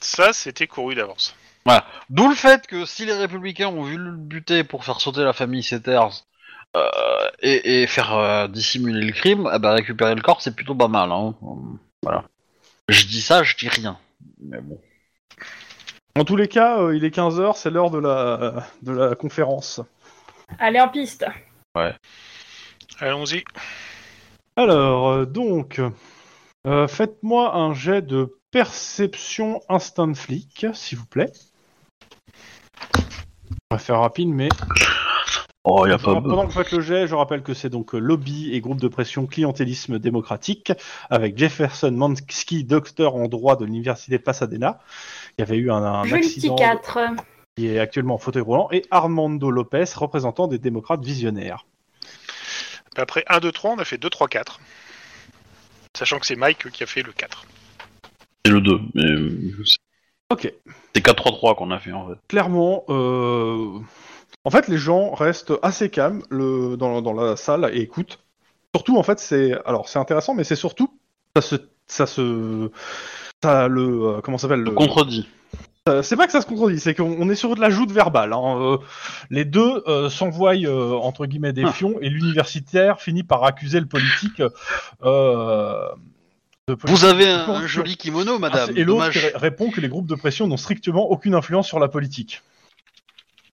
S3: Ça, c'était couru d'avance.
S2: d'où le fait que si les républicains ont voulu le buter pour faire sauter la famille Setters euh, et, et faire euh, dissimuler le crime, eh ben, récupérer le corps, c'est plutôt pas mal. Hein. Voilà. Je dis ça, je dis rien. Mais bon.
S1: En tous les cas, euh, il est 15h, c'est l'heure de la, de la conférence.
S4: Allez en piste.
S3: Allons-y.
S1: Alors, euh, donc, euh, faites-moi un jet de perception instinct de flic, s'il vous plaît. On va faire rapide, mais
S2: Oh, y a pas.
S1: pendant que vous faites le jet, je rappelle que c'est donc euh, lobby et groupe de pression clientélisme démocratique avec Jefferson Mansky, docteur en droit de l'université de Pasadena, qui avait eu un, un
S4: Joli petit
S1: accident
S4: 4.
S1: qui est actuellement en fauteuil roulant, et Armando Lopez, représentant des démocrates visionnaires.
S3: Après 1, 2, 3, on a fait 2, 3, 4. Sachant que c'est Mike qui a fait le 4.
S2: C'est le 2. mais euh,
S1: Ok.
S2: C'est 4-3-3 qu'on a fait en fait.
S1: clairement, euh, en fait, les gens restent assez calmes le, dans, dans la salle et écoutent. Surtout, en fait, c'est alors c'est intéressant, mais c'est surtout ça se ça se ça le euh, comment ça s'appelle
S2: Le
S1: le-
S2: contredit.
S1: euh, c'est pas que ça se contredit, c'est qu'on on est sur de la joute verbale. hein. Euh, les deux euh, s'envoient euh, entre guillemets des
S2: Ah.
S1: fions et l'universitaire finit par accuser le politique. euh, de
S2: Vous
S1: politique
S2: avez
S1: de
S2: un, un
S1: corruption.
S2: joli kimono,
S1: Ah,
S2: madame.
S1: c'est- et l'autre
S2: Dommage.
S1: qui ré- répond que les groupes de pression n'ont strictement aucune influence sur la politique.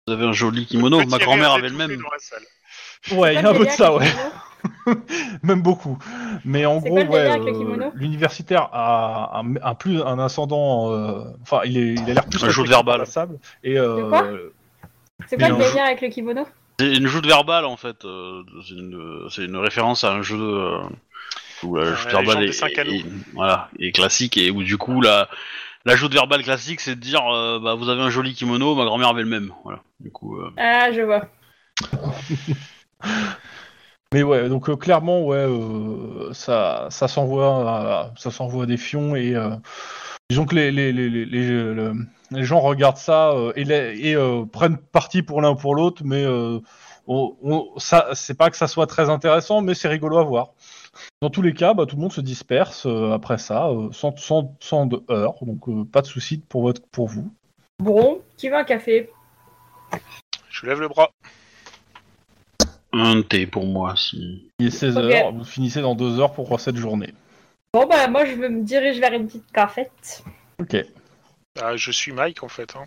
S2: Vous avez un joli (laughs) kimono.
S3: Petit
S2: Ma grand-mère
S3: rire
S2: avait le
S3: d'étouffé
S2: même.
S3: dans la salle.
S1: Ouais, Ah, il y a un peu de ça, ouais.
S4: Vous
S1: (laughs) Même beaucoup. Mais en
S4: C'est
S1: gros,
S4: quoi le
S1: ouais,
S4: délire avec le
S1: euh,
S4: kimono
S1: l'universitaire a un, un plus un ascendant. euh, Enfin, il, est, il a l'air plus
S2: Un jour
S1: respecté
S2: de verbal.
S1: par la sable. Et euh,
S4: De quoi C'est quoi
S1: Mais
S4: le
S1: non, je-
S4: délire avec le kimono
S2: C'est une joute verbale en fait. euh, c'est une, c'est une référence à un jeu de. euh, où Ah, la
S3: Euh,
S2: joute
S3: les gens
S2: verbale
S3: des
S2: est,
S3: cinq anneaux.
S2: est- voilà, est classique et où du coup la, la joute verbale classique c'est de dire euh, bah, vous avez un joli kimono, ma grand-mère avait le même. Voilà. Du coup, euh,
S4: Ah, je vois.
S1: mais ouais, donc euh, clairement, ouais, euh, ça, ça s'envoie, euh, ça s'envoie des fions et euh, disons que les les, les, les, les- le- les gens regardent ça euh, et, les- et, euh, prennent parti pour l'un ou pour l'autre, mais euh, on, on- ça, c'est pas que ça soit très intéressant, mais c'est rigolo à voir. Dans tous les cas, bah, tout le monde se disperse euh, après ça, euh, sans, sans, sans de heurts, donc euh, pas de soucis pour, votre, pour vous.
S4: Bon, qui veut un café
S3: Je lève le bras.
S2: un thé pour moi si.
S1: Il est 16
S4: Ok.
S1: heures, vous finissez dans 2 heures pour cette journée.
S4: Bon, bah moi je me dirige vers une petite cafette.
S1: Ok.
S3: Ah, je suis Mike en fait. hein.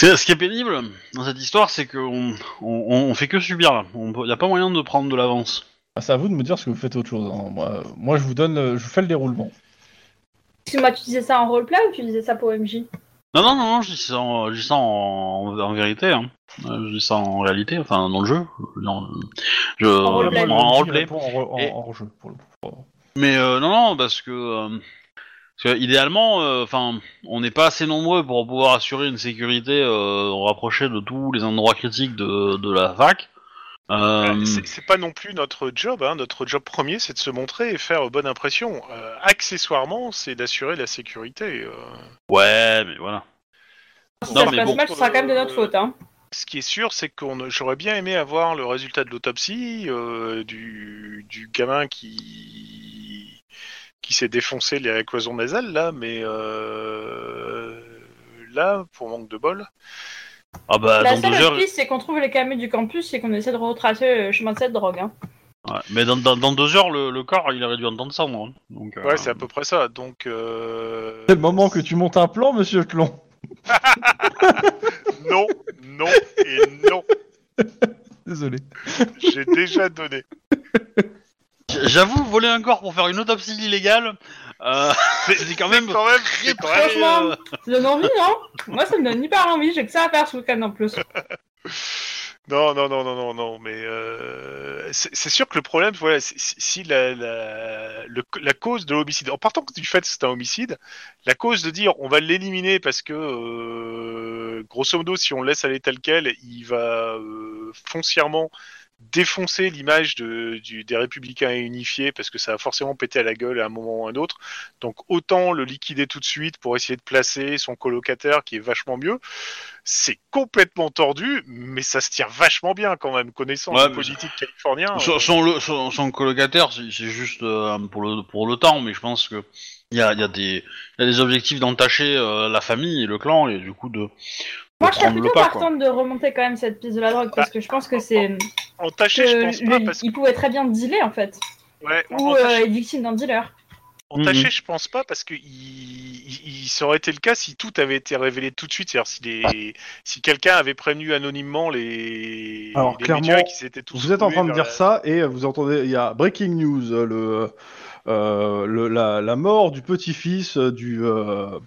S2: C'est- Ce qui est pénible dans cette histoire, c'est qu'on on, on fait que subir là. Il n'y a pas moyen de prendre de l'avance.
S1: Ah, C'est à vous de me dire ce que vous faites autre chose. hein. Moi, euh, moi, je vous donne, le- je vous fais le déroulement.
S4: Excuse-moi, tu disais ça en roleplay ou tu disais ça pour MJ
S2: Non, non, non, non, je dis ça en, je dis ça en, en vérité. Hein. Euh, Je dis ça en réalité, enfin dans le jeu. Non, je,
S4: En
S1: Oh,
S4: roleplay.
S2: en roleplay.
S1: En, re- en-
S2: Et-
S1: en jeu, pour le coup.
S2: Mais euh, non, non, parce que, euh, parce que idéalement, euh, enfin, on n'est pas assez nombreux pour pouvoir assurer une sécurité euh, rapprochée de tous les endroits critiques de, de la fac. Euh,
S3: C'est c'est pas non plus notre job. hein. Notre job premier, c'est de se montrer et faire bonne impression. Euh, accessoirement, c'est d'assurer la sécurité. euh.
S2: ouais, mais voilà.
S4: Si
S2: Non,
S4: ça se
S2: mais
S4: passe
S2: bon.
S4: mal, ce sera quand même de notre
S3: Euh,
S4: faute. Hein.
S3: Ce qui est sûr, c'est qu'on j'aurais bien aimé avoir le résultat de l'autopsie euh, du, du gamin qui qui s'est défoncé les cloisons nasales là, mais euh, là, pour manque de bol,
S2: Ah bah,
S4: La
S2: dans
S4: seule
S2: deux heures,
S4: autre piste, c'est qu'on trouve les camions du campus et qu'on essaie de retracer le chemin de cette drogue. hein.
S2: ouais, mais dans, dans- dans deux heures, le, le corps, il aurait dû entendre ça, moi. hein. Donc, euh,
S3: ouais, c'est à peu près ça. Donc euh,
S1: C'est le moment que tu montes un plan, monsieur Clon. (laughs)
S3: non, non et non,
S1: Désolé.
S3: j'ai déjà donné.
S2: J'avoue, voler un corps pour faire une autopsie illégale, euh, c'est (laughs) c'est quand même
S3: Quand même,
S2: très,
S3: c'est quand
S2: très,
S3: même-
S4: Franchement,
S2: euh,
S4: Ça donne envie, non Moi, ça me donne hyper envie. J'ai que ça à faire ce week-end en plus.
S3: Non, non, non, non, non, non, mais euh, c'est c'est sûr que le problème, voilà, c'est- si si la, la, le- la cause de l'homicide, en partant du fait que c'est un homicide, la cause de dire on va l'éliminer parce que, euh, grosso modo, si on le laisse aller tel quel, il va euh, foncièrement défoncer l'image de, du, des républicains unifiés parce que ça va forcément péter à la gueule à un moment ou à un autre. Donc autant le liquider tout de suite pour essayer de placer son colocataire qui est vachement mieux. C'est complètement tordu, mais ça se tire vachement bien quand même, connaissant
S2: Ouais,
S3: la
S2: mais
S3: politique
S4: Ah,
S3: Euh, californienne.
S2: son, son lo- son- son colocataire, c'est c'est juste euh, pour, le, pour le temps, mais je pense que il y a, il y a des il y a des objectifs d'entacher euh, la famille et le clan, et du coup de, de
S4: Moi, je serais
S2: prendre
S4: plutôt
S2: le pas, quoi.
S4: partante de remonter quand même cette piste de la drogue parce que je pense que c'est.
S3: En
S4: que
S3: taché, Ah, je pense pas
S4: lui,
S3: parce que.
S4: Il pouvait très bien dealer en fait.
S3: Ouais, en- en
S4: Euh, Ou
S3: taché,
S4: euh, être victime d'un dealer.
S3: En
S1: Mhm.
S3: taché, je pense pas, parce que il, il- il- ça aurait été le cas si tout avait été révélé tout de suite. C'est-à-dire si, les- si quelqu'un avait prévenu anonymement les,
S1: Alors,
S3: les
S1: clairement,
S3: médias qui s'étaient tous.
S1: Vous êtes en train de
S3: rués vers
S1: dire
S3: la-
S1: ça et euh, vous entendez, il y a breaking news, euh, le, euh, le- la, la mort du petit-fils euh, du, euh,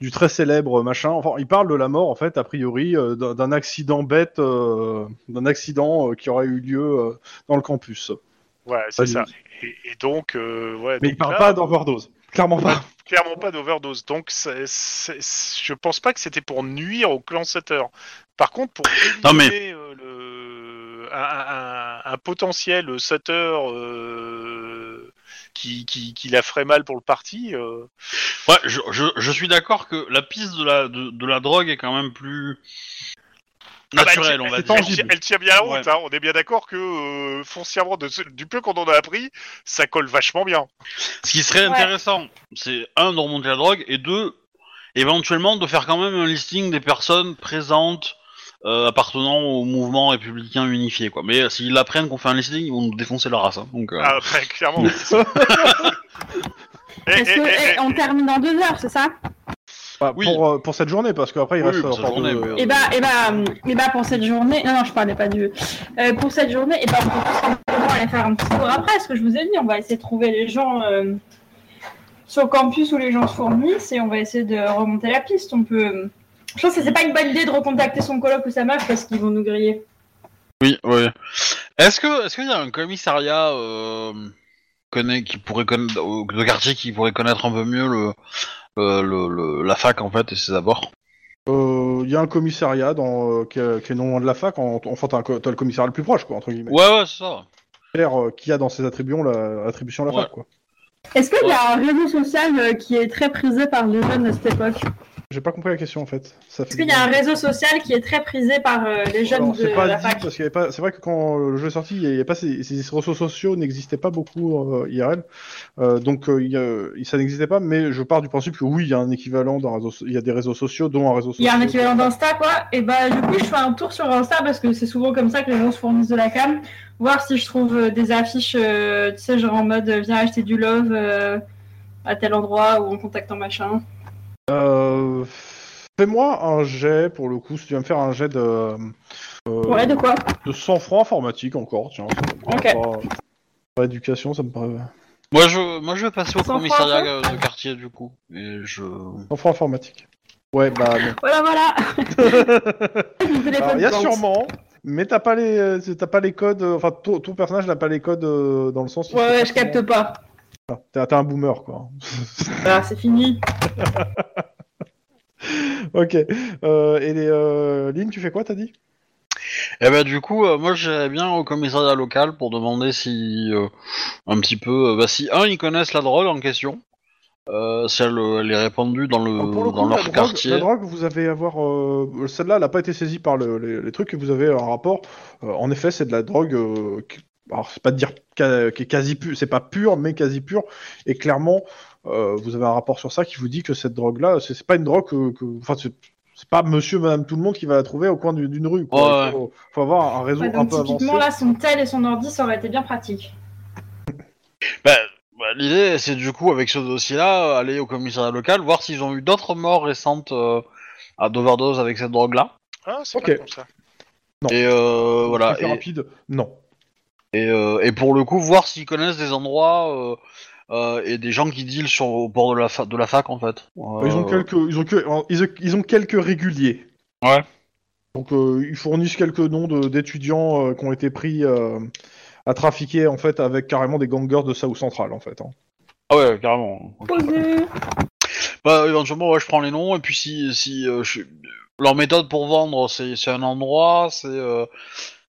S1: du très célèbre machin. Enfin, il parle de la mort en fait, a priori, euh, d'un d'un accident bête, euh, d'un accident euh, qui aurait eu lieu euh, dans le campus.
S3: Ouais, c'est ça. Et, et donc, euh, ouais.
S1: Mais
S3: donc
S1: il parle
S3: là,
S1: pas d'overdose, clairement pas.
S3: Clairement pas d'overdose. Donc, c'est- c'est- c'est- je pense pas que c'était pour nuire au clan Sutter. Par contre, pour éliminer
S2: Non, mais-
S3: euh, le- un, un- un- un potentiel Sutter euh, qui, qui, qui la ferait mal pour le parti. euh,
S2: Ouais, je, je, je suis d'accord que la piste de la, de, de la drogue est quand même plus naturelle, on va
S3: Ah bah, elle,
S2: dire.
S3: elle tient, elle tient bien la route,
S2: Ouais.
S3: hein. on est bien d'accord que euh, foncièrement, de ce- du peu qu'on en a appris, ça colle vachement bien.
S2: Ce qui serait
S4: Ouais.
S2: intéressant, c'est un, de remonter la drogue, et deux, éventuellement de faire quand même un listing des personnes présentes euh, appartenant au mouvement républicain unifié. quoi. Mais euh, s'ils apprennent qu'on fait un listing, ils vont nous défoncer la race. hein. Donc, euh,
S3: Ah, bah, clairement. Eh,
S4: Est-ce
S3: eh,
S4: que
S3: eh,
S4: eh, on termine dans deux heures, c'est ça
S1: Bah,
S2: Oui.
S1: pour, euh, pour cette journée, parce qu'après il
S2: Oui,
S1: reste euh,
S2: pour cette
S1: encore
S2: journée,
S1: deux-
S2: mais-
S4: Et bah, et bah, hum, et bah pour cette journée. Non, non, je parlais pas du. Euh, pour cette journée, et bah on peut tout simplement aller faire un petit tour après. Ce que je vous ai dit, on va essayer de trouver les gens euh, sur le campus où les gens se fournissent et on va essayer de remonter la piste. On peut. Je pense que c'est pas une bonne idée de recontacter son coloc ou sa meuf parce qu'ils vont nous griller.
S2: Oui, oui. Est-ce que est-ce qu'il y a un commissariat euh, connaît, qui pourrait connaître au- de quartier qui pourrait connaître un peu mieux le, euh, le, le- la fac en fait et ses abords
S1: Euh, Il y a un commissariat dans, euh, qui, est- qui est non loin de la fac. En, enfin, t'as un co- t'as le commissariat le plus proche, quoi, entre guillemets.
S2: Ouais, ouais, c'est ça.
S1: Claire, euh, qui a dans ses attributions la, attribution la
S2: Ouais.
S1: fac, quoi.
S4: Est-ce qu'il y a un réseau social euh, qui est très prisé par les jeunes à cette époque
S1: J'ai pas compris la question en fait. Ça fait
S4: Est-ce qu'il y a un réseau social qui est très prisé par euh, les jeunes
S1: Alors,
S4: de
S1: c'est pas
S4: la
S1: dit,
S4: fac
S1: parce qu'il y avait pas. C'est vrai que quand euh, le jeu est sorti, il y avait pas ces, ces réseaux sociaux n'existaient pas beaucoup euh, IRL, Euh, donc euh, il y a- ça n'existait pas. Mais je pars du principe que oui, il y a un équivalent d'un réseau. so- Il y a des réseaux sociaux, dont un réseau social.
S4: Il y a un équivalent d'Insta, quoi. Et bah, du coup, je fais un tour sur Insta parce que c'est souvent comme ça que les gens se fournissent de la cam. Voir si je trouve euh, des affiches, euh, tu sais, genre en mode euh, viens acheter du love euh, à tel endroit ou en contactant machin.
S1: Euh, Fais-moi un jet pour le coup. Si tu vas me faire un jet de euh,
S4: Ouais, de quoi
S1: de sang franc informatique encore, tiens.
S4: Ok.
S1: Pas, pas éducation, ça me paraît.
S2: Moi je moi je vais passer au
S4: Sans
S2: commissariat
S4: froid,
S2: de quartier du coup et je
S1: Sang franc informatique. Ouais, bah
S4: (laughs)
S1: non.
S4: Voilà,
S1: (laughs)
S4: voilà. Mon téléphone
S1: Alors, Il y a
S4: plante.
S1: sûrement, mais t'as pas les, euh, t'as pas les codes. euh, Enfin, ton, ton personnage n'a pas les codes euh, dans le sens.
S4: Ouais, ouais, je capte pas.
S1: Ah, T'es t'es un boomer, quoi.
S4: Voilà, c'est fini.
S1: ok. Euh, et les, euh, Lynn, tu fais quoi, t'as dit
S2: Et ben du coup, euh, moi j'irais bien au commissariat local pour demander si euh, un petit peu, euh, bah, si un ils connaissent la drogue en question, euh, si elle, euh, elle est répandue dans le,
S1: Alors, Ah, pour le
S2: dans
S1: coup, la
S2: leur
S1: drogue,
S2: quartier.
S1: la drogue, vous avez avoir euh, celle-là, elle n'a pas été saisie par le- les, les trucs que vous avez en rapport. Euh, en effet, c'est de la drogue. euh, qui- alors, c'est pas de dire ca- qui est quasi pure, c'est pas pur, mais quasi pure. Et clairement, euh, vous avez un rapport sur ça qui vous dit que cette drogue-là, c'est c'est pas une drogue que, que- enfin, c'est c'est pas Monsieur, Madame, tout le monde qui va la trouver au coin d'une d'une rue. quoi.
S2: Ouais,
S1: Il faut, faut avoir un réseau
S6: Ouais,
S1: un
S6: donc
S1: peu avancé.
S6: typiquement là, son tel et son ordi, ça aurait été bien pratique.
S2: Bah, bah, L'idée, c'est du coup, avec ce dossier-là, euh, aller au commissariat local, voir s'ils ont eu d'autres morts récentes euh, à d'overdose avec cette drogue-là.
S3: Ah, c'est
S1: Ok.
S3: pas comme ça.
S1: Non.
S2: Et euh, voilà.
S1: Super
S2: Et,
S1: rapide. Non.
S2: et, euh, et pour le coup, voir s'ils connaissent des endroits euh, euh, et des gens qui dealent sur, au bord de la, fa- de la fac, en fait.
S1: Ils ont
S2: Euh,
S1: quelques, ils ont que, ils ont, ils ont quelques réguliers.
S2: Ouais.
S1: Donc euh, ils fournissent quelques noms de- d'étudiants euh, qui ont été pris euh, à trafiquer en fait avec carrément des gangers de South Central en fait. hein.
S2: Ah ouais, carrément.
S1: euh,
S4: Posez.
S2: Bah, éventuellement, ouais, je prends les noms, et puis si. si euh, je- Leur méthode pour vendre, c'est c'est un endroit, c'est. euh,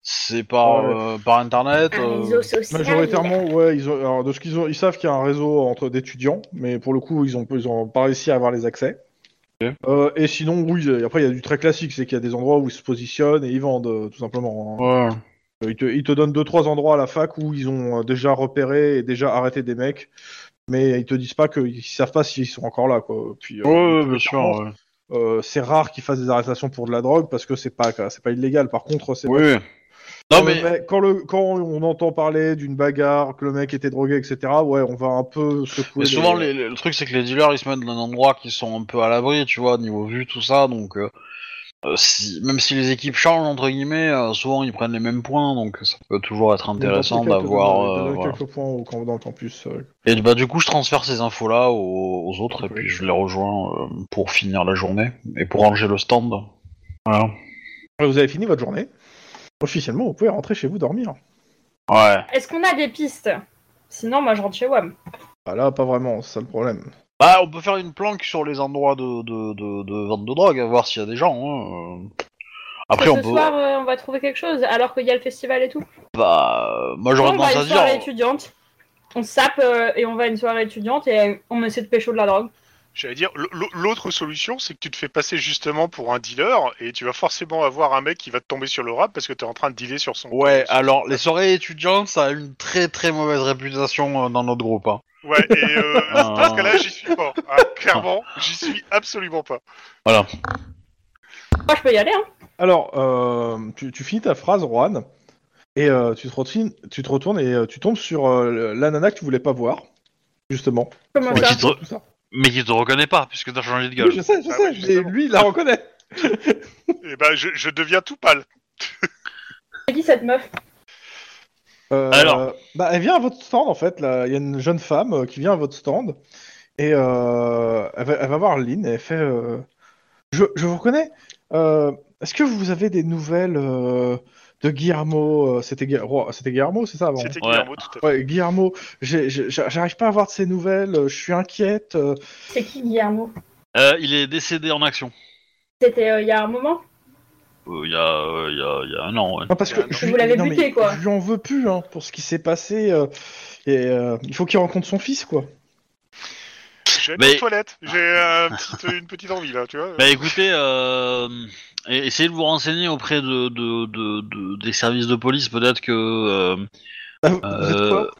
S2: C'est par,
S1: Ouais.
S2: euh, par internet.
S4: Un
S2: euh,
S4: réseau social.
S1: Majoritairement, ouais, ils ont, alors, de ce qu'ils ont, ils savent qu'il y a un réseau entre d'étudiants, mais pour le coup, ils ont, ils ont pas réussi à avoir les accès.
S2: Ok.
S1: Euh, et sinon, oui, euh, après il y a du très classique, c'est qu'il y a des endroits où ils se positionnent et ils vendent euh, tout simplement. hein.
S2: Ouais.
S1: Euh, Ils te, ils te donnent deux trois endroits à la fac où ils ont euh, déjà repéré et déjà arrêté des mecs, mais ils te disent pas qu'ils savent pas s'ils sont encore là quoi. Puis euh,
S2: Ouais, ouais,
S1: très
S2: bien sûr.
S1: clairement,
S2: Ouais.
S1: euh, c'est rare qu'ils fassent des arrestations pour de la drogue parce que c'est pas c'est pas illégal. Par contre, c'est
S2: Oui.
S1: quand,
S2: Non, mais.
S1: le mec- quand le quand on entend parler d'une bagarre, que le mec était drogué, etc. Ouais, on va un peu secouer.
S2: Mais
S1: les-
S2: souvent, les- les- le truc, c'est que les dealers, ils se mettent dans un endroit qui sont un peu à l'abri, tu vois, niveau vue, tout ça. Donc, euh, euh, si, même si les équipes changent, entre guillemets, euh, souvent, ils prennent les mêmes points. Donc, ça peut toujours être intéressant
S1: N'importe quel te donne-
S2: d'avoir...
S1: te
S2: euh,
S1: donne
S2: voilà.
S1: quelques points au camp- dans le campus. euh.
S2: Et bah, du coup, je transfère ces infos-là aux, aux autres, et
S1: Ok.
S2: puis je les rejoins euh, pour finir la journée, et pour ranger le stand. Voilà.
S1: Vous avez fini votre journée. Officiellement, vous pouvez rentrer chez vous dormir.
S2: Ouais.
S4: Est-ce qu'on a des pistes Sinon, moi, je rentre chez WAM.
S1: Bah là, pas vraiment, c'est ça le problème.
S2: Bah, on peut faire une planque sur les endroits de, de, de, de vente de drogue, à voir s'il y a des gens. hein, euh. Après,
S4: Parce
S2: on
S4: que ce
S2: peut...
S4: soir, euh, on va trouver quelque chose, alors qu'il y a le festival et tout.
S2: Bah, euh, moi, j'aurais
S4: on va à
S2: tendance
S4: une
S2: à
S4: soirée
S2: dire...
S4: étudiante. On se sape euh, et on va à une soirée étudiante et euh, on essaie de pécho de la drogue.
S3: J'allais dire, l- l- l'autre solution, c'est que tu te fais passer justement pour un dealer et tu vas forcément avoir un mec qui va te tomber sur le rap parce que t'es en train de dealer sur son.
S2: Ouais, ah. alors les soirées étudiantes, ça a une très très mauvaise réputation euh, dans notre groupe. hein.
S3: Ouais, et euh,
S2: Ah.
S3: dans ce cas-là, j'y suis pas. Ah, clairement, j'y suis absolument pas.
S4: Moi, je peux y aller, hein.
S1: Alors, euh, tu, tu finis ta phrase, Juan, et euh, tu, te retournes, tu te retournes et euh, tu tombes sur euh, le- la nana que tu voulais pas voir, justement.
S4: Comment
S1: Ouais,
S4: ça
S2: qui te-
S1: tout ça.
S2: Mais qui te reconnaît pas, puisque t'as changé de
S1: Oui,
S2: gueule.
S1: je sais, je
S3: Ah
S1: sais,
S3: oui,
S1: mais
S3: justement.
S1: lui, il la reconnaît.
S3: Et ben, je, je deviens tout pâle.
S4: C'est qui cette meuf
S1: Euh,
S2: Alors.
S1: bah, Elle vient à votre stand, en fait. là. Il y a une jeune femme euh, qui vient à votre stand, et euh, elle, va, elle va voir Lynn, et elle fait euh, je, je vous reconnais. Euh, Est-ce que vous avez des nouvelles euh, de Guillermo euh, C'était Guillermo, c'était Guillermo, c'est ça avant hein
S3: C'était
S2: Ouais.
S3: Guillermo tout à fait.
S1: Ouais, Guillermo, j'ai- j'ai- j'arrive pas à avoir de ses nouvelles, euh, je suis inquiète. euh,
S4: C'est qui Guillermo
S2: Euh, il est décédé en action.
S4: C'était euh, il y a un moment
S2: Euh, Il y, a, euh, il y, a, il y a un an, ouais.
S1: Non, parce que
S3: Ah non.
S1: je
S4: Vous
S1: lui-
S4: l'avez
S1: non,
S4: buté,
S1: mais
S4: quoi.
S1: Je lui en veux plus hein, pour ce qui s'est passé. euh, et euh, il faut qu'il rencontre son fils, quoi.
S3: J'ai
S2: Mais- Ah.
S3: une toilette. J'ai un petit- une petite envie là, tu vois.
S2: Bah écoutez, euh, et- essayez de vous renseigner auprès de, de, de- de- des services de police, peut-être que... euh,
S1: Ah, vous- vous êtes
S2: euh,
S1: quoi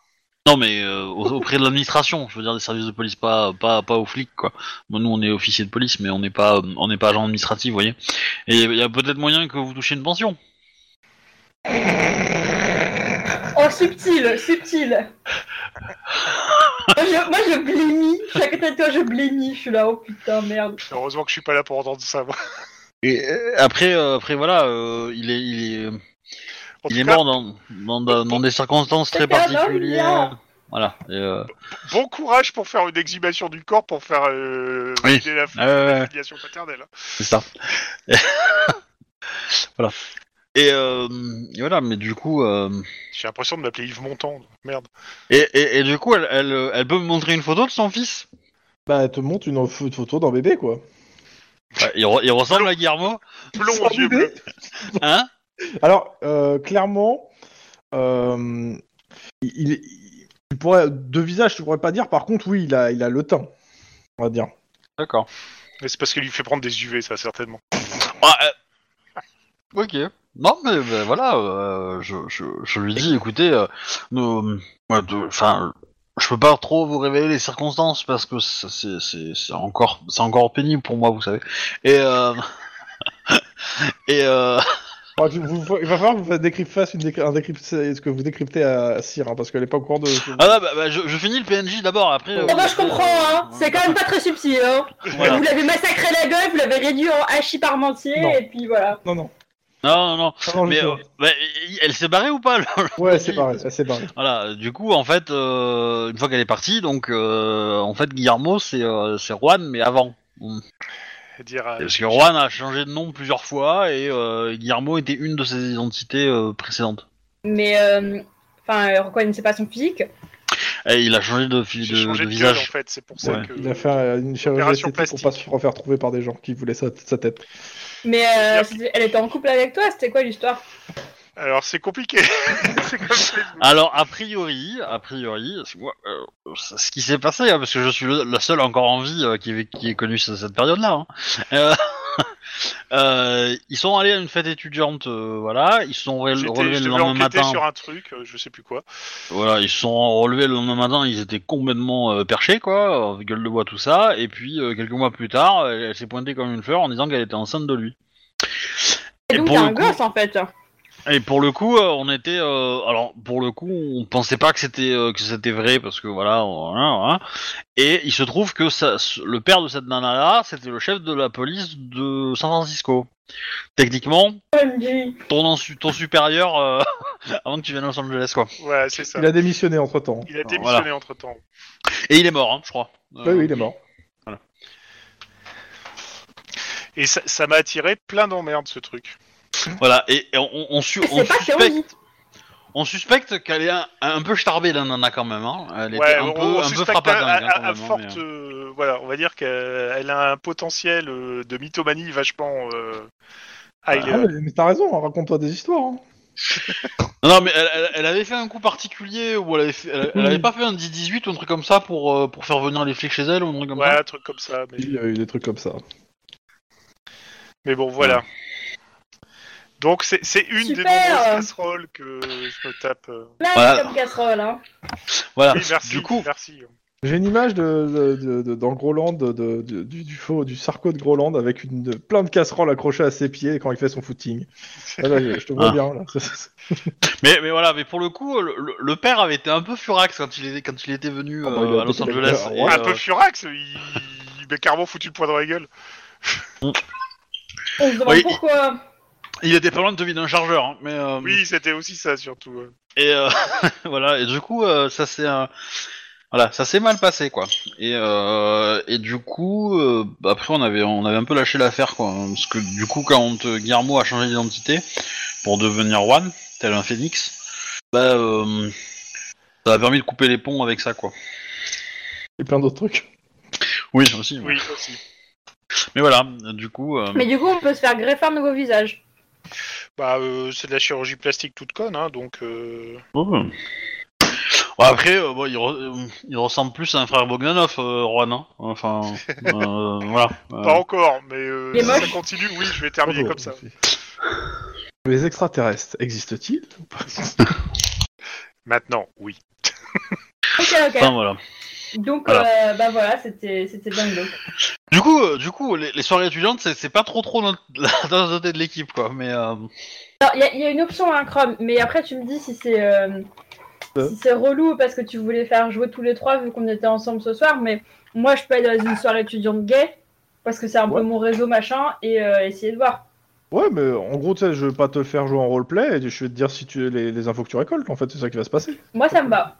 S2: non mais euh, au- auprès de l'administration, je veux dire des services de police, pas pas pas aux flics quoi. Moi, nous on est officier de police, mais on n'est pas euh, on n'est pas agent administratif, vous voyez. Et il y a peut-être moyen que vous touchiez une pension.
S4: Oh, subtil, subtil Moi, je, moi, je blémis. Je suis à côté de toi, je blémis. Je suis là, oh putain, merde.
S3: Heureusement que je suis pas là pour entendre ça. Moi.
S2: Et euh, après, euh, après voilà, euh, il est, il est, euh,
S3: En
S2: il
S3: tout
S2: est
S3: cas,
S2: mort dans, dans, dans- dans des circonstances très
S4: C'était un homme
S2: particulières.
S4: bien.
S2: Voilà. et, euh,
S3: Bon courage pour faire une exhumation du corps pour faire euh,
S2: Oui.
S3: valider la
S2: ouais, ouais, ouais,
S3: filiation paternelle. hein.
S2: c'est ça. voilà. Et, euh, et voilà, mais du coup, euh,
S3: J'ai l'impression de m'appeler Yves Montand. Merde.
S2: et, et, et du coup, elle, elle, euh, elle peut me montrer une photo de son fils.
S1: Bah, elle te montre une pho- photo d'un bébé, quoi.
S2: Bah, Ouais, il, re- il ressemble à Guillermo,
S3: Plomb aux yeux
S1: bébé
S3: bleus.
S2: hein
S1: Alors, euh, clairement, euh, il, il- tu pourrais, de visage, tu pourrais pas dire. Par contre, oui, il a, il a le teint, on va dire.
S2: D'accord.
S3: Mais c'est parce qu'il lui fait prendre des UV, ça, certainement.
S2: Ah, euh, Ok. Non, mais ben, voilà, euh, je, je, je lui dis, écoutez, euh, nous- moi, de- enfin, je peux pas trop vous révéler les circonstances parce que ça, c'est c'est- c'est encore, c'est encore pénible pour moi, vous savez. Et euh, (laughs) et euh,
S1: Faudra que vous- vous- il va falloir que vous décryptez, fasse une décry- un décrypt- c'est ce que vous décryptez à Cyr, hein, parce qu'elle est pas au courant de.
S2: ah non, bah, bah, je, je finis le PNJ d'abord, après. euh,
S4: Eh ben, je comprends, hein. C'est quand même pas très subtil, hein.
S2: Voilà.
S4: Vous l'avez massacré la gueule, vous l'avez réduit en hachis parmentier,
S1: Non.
S4: et puis voilà.
S1: Non, non.
S2: Non, non, non.
S1: non, non,
S2: Mais
S1: je-
S2: euh, bah, elle s'est barrée ou pas là
S1: Ouais, c'est pareil, c'est pareil.
S2: Voilà, du coup, en fait, euh, une fois qu'elle est partie, donc, euh, en fait, Guillermo, c'est euh, c'est Juan, mais avant.
S3: Et Dire ah, à-
S2: Parce que Juan a changé de nom plusieurs fois, et euh, Guillermo était une de ses identités euh, précédentes.
S4: Mais, euh, enfin, elle reconnaissait pas son physique.
S2: Et il a changé de, fi-
S3: J'ai
S2: de-
S3: changé
S2: de
S3: de, gueule, en
S2: visage.
S3: fait, c'est pour ça
S2: Ouais.
S3: que...
S1: Il a fait euh, une chirurgie
S3: Opération
S1: esthétique pour pas se refaire trouver par des gens qui voulaient sa, sa tête.
S4: Mais euh,
S3: Yep.
S4: c'était- elle était en couple avec toi, c'était quoi l'histoire
S3: Alors, c'est compliqué. (laughs) c'est comme ça.
S2: Alors, a priori, a priori, c'est moi, euh, c'est ce qui s'est passé, hein, parce que je suis le, la seule encore en vie euh, qui, qui ait connu ce- cette période-là. hein. Euh, (laughs) euh, ils sont allés à une fête étudiante, euh, voilà, ils se sont ré-
S3: J'étais-
S2: relevés
S3: Je
S2: le
S3: devais
S2: lendemain
S3: enquêter
S2: matin.
S3: sur un truc, euh, je sais plus quoi.
S2: Voilà, ils se sont relevés le lendemain matin, ils étaient complètement euh, perchés, quoi, euh, gueule de bois, tout ça. Et puis, euh, quelques mois plus tard, elle, elle s'est pointée comme une fleur en disant qu'elle était enceinte de lui.
S4: Et
S2: Et
S4: donc,
S2: pour
S4: t'as
S2: le
S4: un
S2: coup-
S4: gosse en fait.
S2: Et pour le coup, euh, on était, euh, alors pour le coup, on pensait pas que c'était euh, que c'était vrai parce que voilà, voilà, voilà. Et il se trouve que ça, ce- le père de cette nana là, c'était le chef de la police de San Francisco. Techniquement,
S7: OMG.
S2: ton, en- ton supérieur euh, (laughs) avant que tu viennes à Los Angeles, quoi.
S3: Ouais, c'est ça.
S1: Il a démissionné entre temps.
S3: Il a
S2: Voilà.
S3: démissionné entre-temps.
S2: Et il est mort, hein, je crois.
S3: Ah,
S1: Oui, oui, il est mort.
S3: Et ça ça m'a attiré plein d'emmerdes, ce truc.
S2: Voilà, et, et on, on, on su- on
S4: C'est pas
S2: suspecte,
S4: chirurgie.
S2: on suspecte qu'elle est un, un peu starbée, la nana, quand même. Hein. Elle était
S3: Ouais,
S2: un,
S3: on,
S2: peu,
S3: on
S2: un peu
S3: suspecte
S2: frappadingue,
S3: à,
S2: hein, quand
S3: à- à
S2: même, hein,
S3: forte...
S2: mais, euh.
S3: euh, voilà, on va dire qu'elle a un potentiel euh, de mythomanie vachement... euh,
S2: Bah,
S3: high
S1: Ah,
S3: level.
S1: mais, mais t'as raison, hein, raconte-toi des histoires. hein.
S2: Non, non, mais elle, elle- elle avait fait un coup particulier, ou elle avait, fait- elle, elle avait pas fait un 10-18 ou un truc comme ça pour, euh, pour faire venir les flics chez elle, ou un truc comme
S3: Ouais,
S2: ça
S3: un truc comme ça. Mais,
S1: Il y a eu des trucs comme ça.
S3: mais bon, voilà. Donc, c'est c'est une des
S4: Super.
S3: nombreuses casseroles que je me tape. euh.
S4: Là,
S2: Voilà.
S4: comme casserole, hein.
S2: Voilà,
S3: Oui, merci,
S2: Ah, du coup,
S3: merci.
S1: J'ai une image de, de, de- de- dans Groland, de, de- de- du, du faux, du sarco de Groland, avec une, de- plein de casseroles accrochées à ses pieds quand il fait son
S3: (laughs)
S1: footing. Ah, là, je, je te vois
S2: Ah.
S1: bien, là. (laughs)
S2: mais, mais voilà, mais pour le coup, le, le- le père avait été un peu furax quand il était, quand il était venu
S1: Ah bah, il
S2: euh,
S1: a
S2: à Los
S1: pété la
S2: Angeles.
S1: gueule,
S2: et,
S1: ouais.
S3: Un
S2: euh,
S3: peu furax, il, il m'a carrément foutu le poing dans la gueule.
S7: On se demande
S2: Oui.
S7: pourquoi.
S2: il était pas loin de deviner un chargeur, hein, mais... euh,
S3: Oui, c'était aussi ça, surtout. euh.
S2: Et euh, (laughs) voilà, et du coup, euh, ça s'est euh, voilà, ça s'est mal passé quoi. Et euh, et du coup, euh, après on avait on avait un peu lâché l'affaire quoi, hein, parce que du coup quand euh, Guillermo a changé d'identité pour devenir Juan, tel un phénix, bah euh, ça a permis de couper les ponts avec ça quoi.
S1: Et plein d'autres trucs.
S2: Oui aussi.
S3: Oui, aussi.
S2: Mais voilà, du coup. euh,
S4: Mais du coup, on peut se faire greffer un nouveau visage.
S3: Bah, euh, c'est de la chirurgie plastique toute conne, hein, donc. euh,
S2: bon, après, euh, Oh. bon, il, re- euh, il ressemble plus à un frère Bogdanov, euh, Juan. hein. Enfin, euh, (laughs) voilà. euh,
S3: Pas encore, mais euh,
S4: Il est
S3: si ça
S4: moche.
S3: continue, oui, je vais
S2: Oh,
S3: terminer comme ça.
S1: Les extraterrestres existent-ils
S3: Maintenant, oui.
S4: Ok, ok.
S2: enfin, voilà.
S4: Donc,
S2: voilà.
S4: euh, bah voilà, c'était c'était dingo.
S2: Du coup, euh, du coup, les, les soirées étudiantes, c'est- c'est pas trop trop notre- (laughs) la tasse de thé de l'équipe, quoi. Mais euh,
S4: Alors, il y, a- il y a une option à un Chrome, mais après, tu me dis si c'est euh,
S1: Euh.
S4: si c'est relou parce que tu voulais faire jouer tous les trois vu qu'on était ensemble ce soir. Mais moi, je peux aller dans une soirée étudiante gay parce que c'est un
S1: Ouais.
S4: peu mon réseau machin et euh, essayer de voir.
S1: Ouais, mais en gros, tu sais, je vais pas te faire jouer en roleplay, et je vais te dire si tu les, les infos que tu récoltes, en fait, c'est ça qui va se passer.
S4: Moi, ça me va.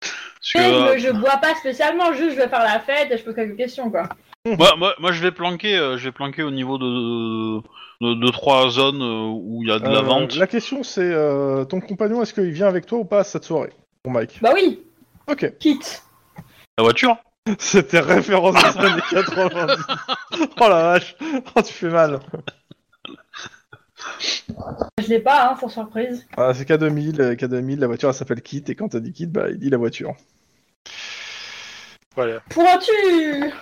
S2: parce que,
S4: Tu sais,
S2: euh,
S4: je, je bois pas spécialement, juste je vais faire la fête et je pose quelques questions quoi.
S2: moi, moi, moi, je vais planquer, euh, je vais planquer au niveau de de, de trois zones euh, où il y a de la
S1: Euh,
S2: vente.
S1: la question, c'est euh, ton compagnon, est-ce qu'il vient avec toi ou pas à cette soirée Bon, Mike.
S4: Bah oui,
S1: Ok. (laughs)
S4: quitte.
S2: La voiture.
S1: C'était référence des (laughs) années 90. oh la vache, oh, tu fais mal.
S4: Je l'ai pas, hein, sans surprise.
S1: Ah, c'est K2000, euh, K2000, la voiture elle s'appelle Kit, et quand t'as dit Kit, bah il dit la voiture.
S3: Voilà.
S4: Pourras-tu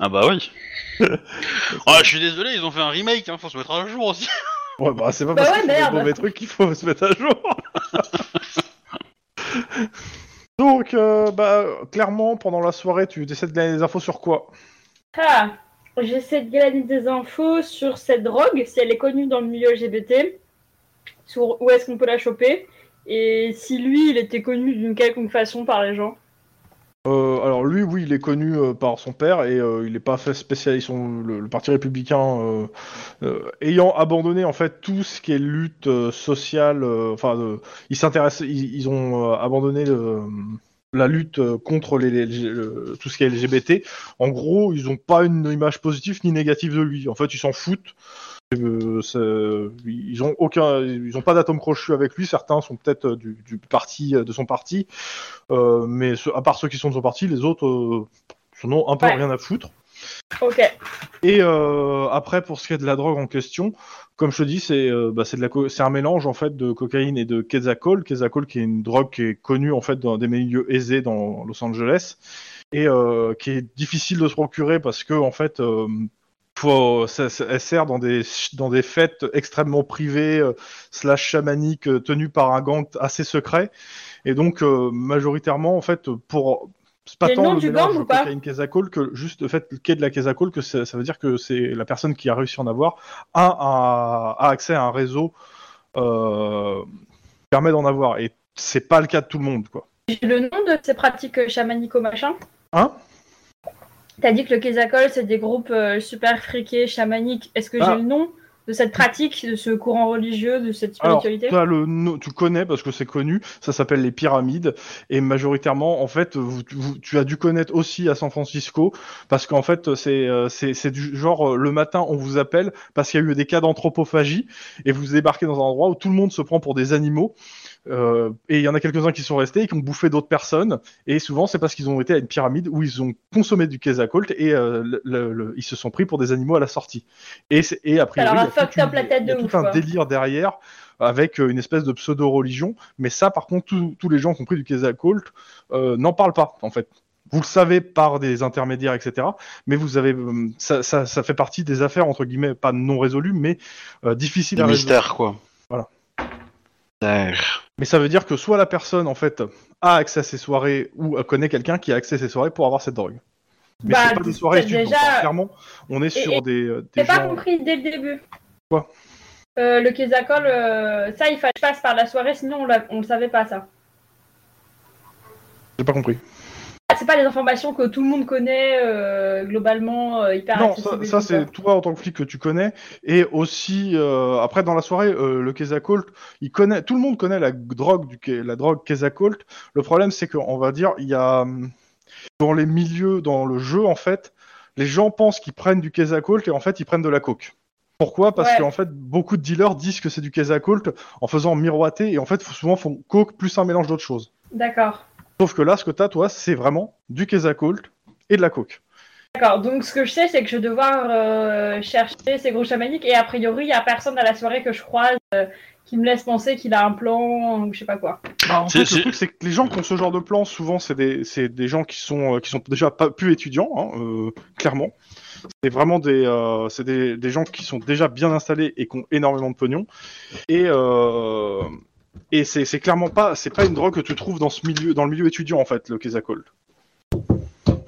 S2: Ah bah
S1: (laughs)
S2: oui. Ah, je suis désolé, ils ont fait un remake, hein, faut se mettre à jour aussi.
S1: Ouais, bah c'est pas
S4: Bah
S1: parce
S4: ouais,
S1: qu'il y a
S4: merde.
S1: des mauvais trucs qu'il faut se mettre à jour. (laughs) Donc, euh, bah, clairement, pendant la soirée, tu essaies de gagner des infos sur quoi
S8: Ah, j'essaie de glaner des infos sur cette drogue, si elle est connue dans le milieu LGBT, sur où est-ce qu'on peut la choper, et si lui, il était connu d'une quelconque façon par les gens.
S1: Euh, alors lui, oui, il est connu euh, par son père et euh, il n'est pas fait spécial. ils sont- le, le parti républicain euh, euh, ayant abandonné en fait tout ce qui est lutte euh, sociale. euh, Enfin, euh, ils s'intéressent, ils, ils ont euh, abandonné le- la lutte euh, contre les, les- les- le- tout ce qui est LGBT. En gros, ils n'ont pas une image positive ni négative de lui. En fait, ils s'en foutent. Euh, c'est- ils ont aucun, ils ont pas d'atome crochu avec lui. Certains sont peut-être euh, du, du parti, euh, de son parti. Euh, mais ce- à part ceux qui sont de son parti, les autres euh, s'en ont un peu
S8: Ouais.
S1: rien à foutre.
S8: Ok.
S1: Et euh, après, pour ce qui est de la drogue en question, comme je te dis, c'est euh, bah, c'est de la co- c'est un mélange en fait de cocaïne et de quetzalcool. Quetzalcool qui est une drogue qui est connue en fait dans des milieux aisés dans Los Angeles et euh, qui est difficile de se procurer parce que en fait. euh, faut- ça- ça- elle sert dans des, dans des fêtes extrêmement privées, euh, slash chamaniques, euh, tenues par un gang assez secret. Et donc, euh, majoritairement, en fait, pour. C'est pas
S8: Il y a le nom
S1: tant le
S8: du
S1: mélange
S8: gang ou pas
S1: cocaïne quetzalcool que juste le fait qu'il y ait de la quetzalcool, que ça, ça veut dire que c'est la personne qui a réussi à en avoir a, un- a accès à un réseau euh, qui permet d'en avoir. Et c'est pas le cas de tout le monde, quoi.
S4: J'ai le nom de ces pratiques euh, chamanico-machin.
S1: Hein
S4: T'as dit que le Kézakol, c'est des groupes euh, super friqués, chamaniques. Est-ce que
S1: Ah.
S4: j'ai le nom de cette pratique, de ce courant religieux, de cette
S1: Alors,
S4: spiritualité
S1: t'as le no- tu connais parce que c'est connu, ça s'appelle les pyramides, et majoritairement, en fait, vous- vous- tu as dû connaître aussi à San Francisco, parce qu'en fait, c'est euh, c'est c'est du genre, euh, le matin, on vous appelle parce qu'il y a eu des cas d'anthropophagie, et vous débarquez dans un endroit où tout le monde se prend pour des animaux, euh, et il y en a quelques-uns qui sont restés et qui ont bouffé d'autres personnes, et souvent, c'est parce qu'ils ont été à une pyramide où ils ont consommé du quetzalcoatl, et euh, le- le- le- ils se sont pris pour des animaux à la sortie. Et, c'est- et a priori,
S4: leur
S1: il
S4: a
S1: y a
S4: fucked up
S1: une-
S4: la tête
S1: il y a
S4: de
S1: tout
S4: ouf, hein.
S1: un
S4: quoi.
S1: délire derrière avec euh, une espèce de pseudo-religion. Mais ça, par contre, tous- tous les gens, y compris du Quetzalcoatl, euh, n'en parlent pas, en fait. Vous le savez par des intermédiaires, etc. Mais vous avez, euh, ça, ça, ça fait partie des affaires entre guillemets pas non résolues, mais euh, difficiles
S2: (laughs) Des
S1: à résoudre.
S2: mystères, quoi.
S1: Voilà.
S2: Mystère.
S1: Mais ça veut dire que soit la personne, en fait, a accès à ces soirées ou euh, connaît quelqu'un qui a accès à ces soirées pour avoir cette drogue. Mais
S4: Bah,
S1: c'est pas des soirées
S4: t'as
S1: études, donc,
S4: déjà-
S1: hein, clairement. On est sur
S4: et-
S1: des, euh, des
S4: J'ai pas
S1: gens-
S4: compris dès le début.
S1: Quoi
S4: Euh, Le Kézakol, euh, ça, il fallait que je passe par la soirée, sinon on, l'a- on le savait pas, ça.
S1: J'ai pas compris.
S4: Ah, C'est pas les informations que tout le monde connaît euh, globalement, euh, hyper
S1: Non, ça,
S4: accessibles et
S1: ça,
S4: tout, quoi.
S1: c'est toi en tant que flic que tu connais, et aussi euh, après dans la soirée, euh, le Quetzalcoatl, il connaît, tout le monde connaît la drogue du Ke- la drogue Quetzalcoatl. Le problème c'est que on va dire il y a hum, dans les milieux, dans le jeu en fait, les gens pensent qu'ils prennent du Quetzalcoatl et en fait ils prennent de la coke. Pourquoi Parce
S4: Ouais.
S1: qu'en fait beaucoup de dealers disent que c'est du Quetzalcoatl en faisant miroiter et en fait souvent font coke plus un mélange d'autres choses.
S4: D'accord.
S1: Sauf que là ce que t'as toi c'est vraiment du Quetzalcoatl et de la coke.
S4: D'accord, donc ce que je sais, c'est que je vais devoir euh, chercher ces gros chamaniques et a priori, il n'y a personne à la soirée que je croise euh, qui me laisse penser qu'il a un plan ou je sais pas quoi.
S1: Bah, en
S2: C'est-
S1: fait,
S2: c'est-
S1: le truc, c'est que les gens qui ont ce genre de plan, souvent, c'est des, c'est des gens qui sont, euh, qui sont déjà pas plus étudiants, hein, euh, clairement. C'est vraiment des, euh, c'est des, des gens qui sont déjà bien installés et qui ont énormément de pognon. Et, euh, et c'est, c'est clairement pas, c'est pas une drogue que tu trouves dans ce milieu, dans le milieu étudiant en fait, le Kézakol.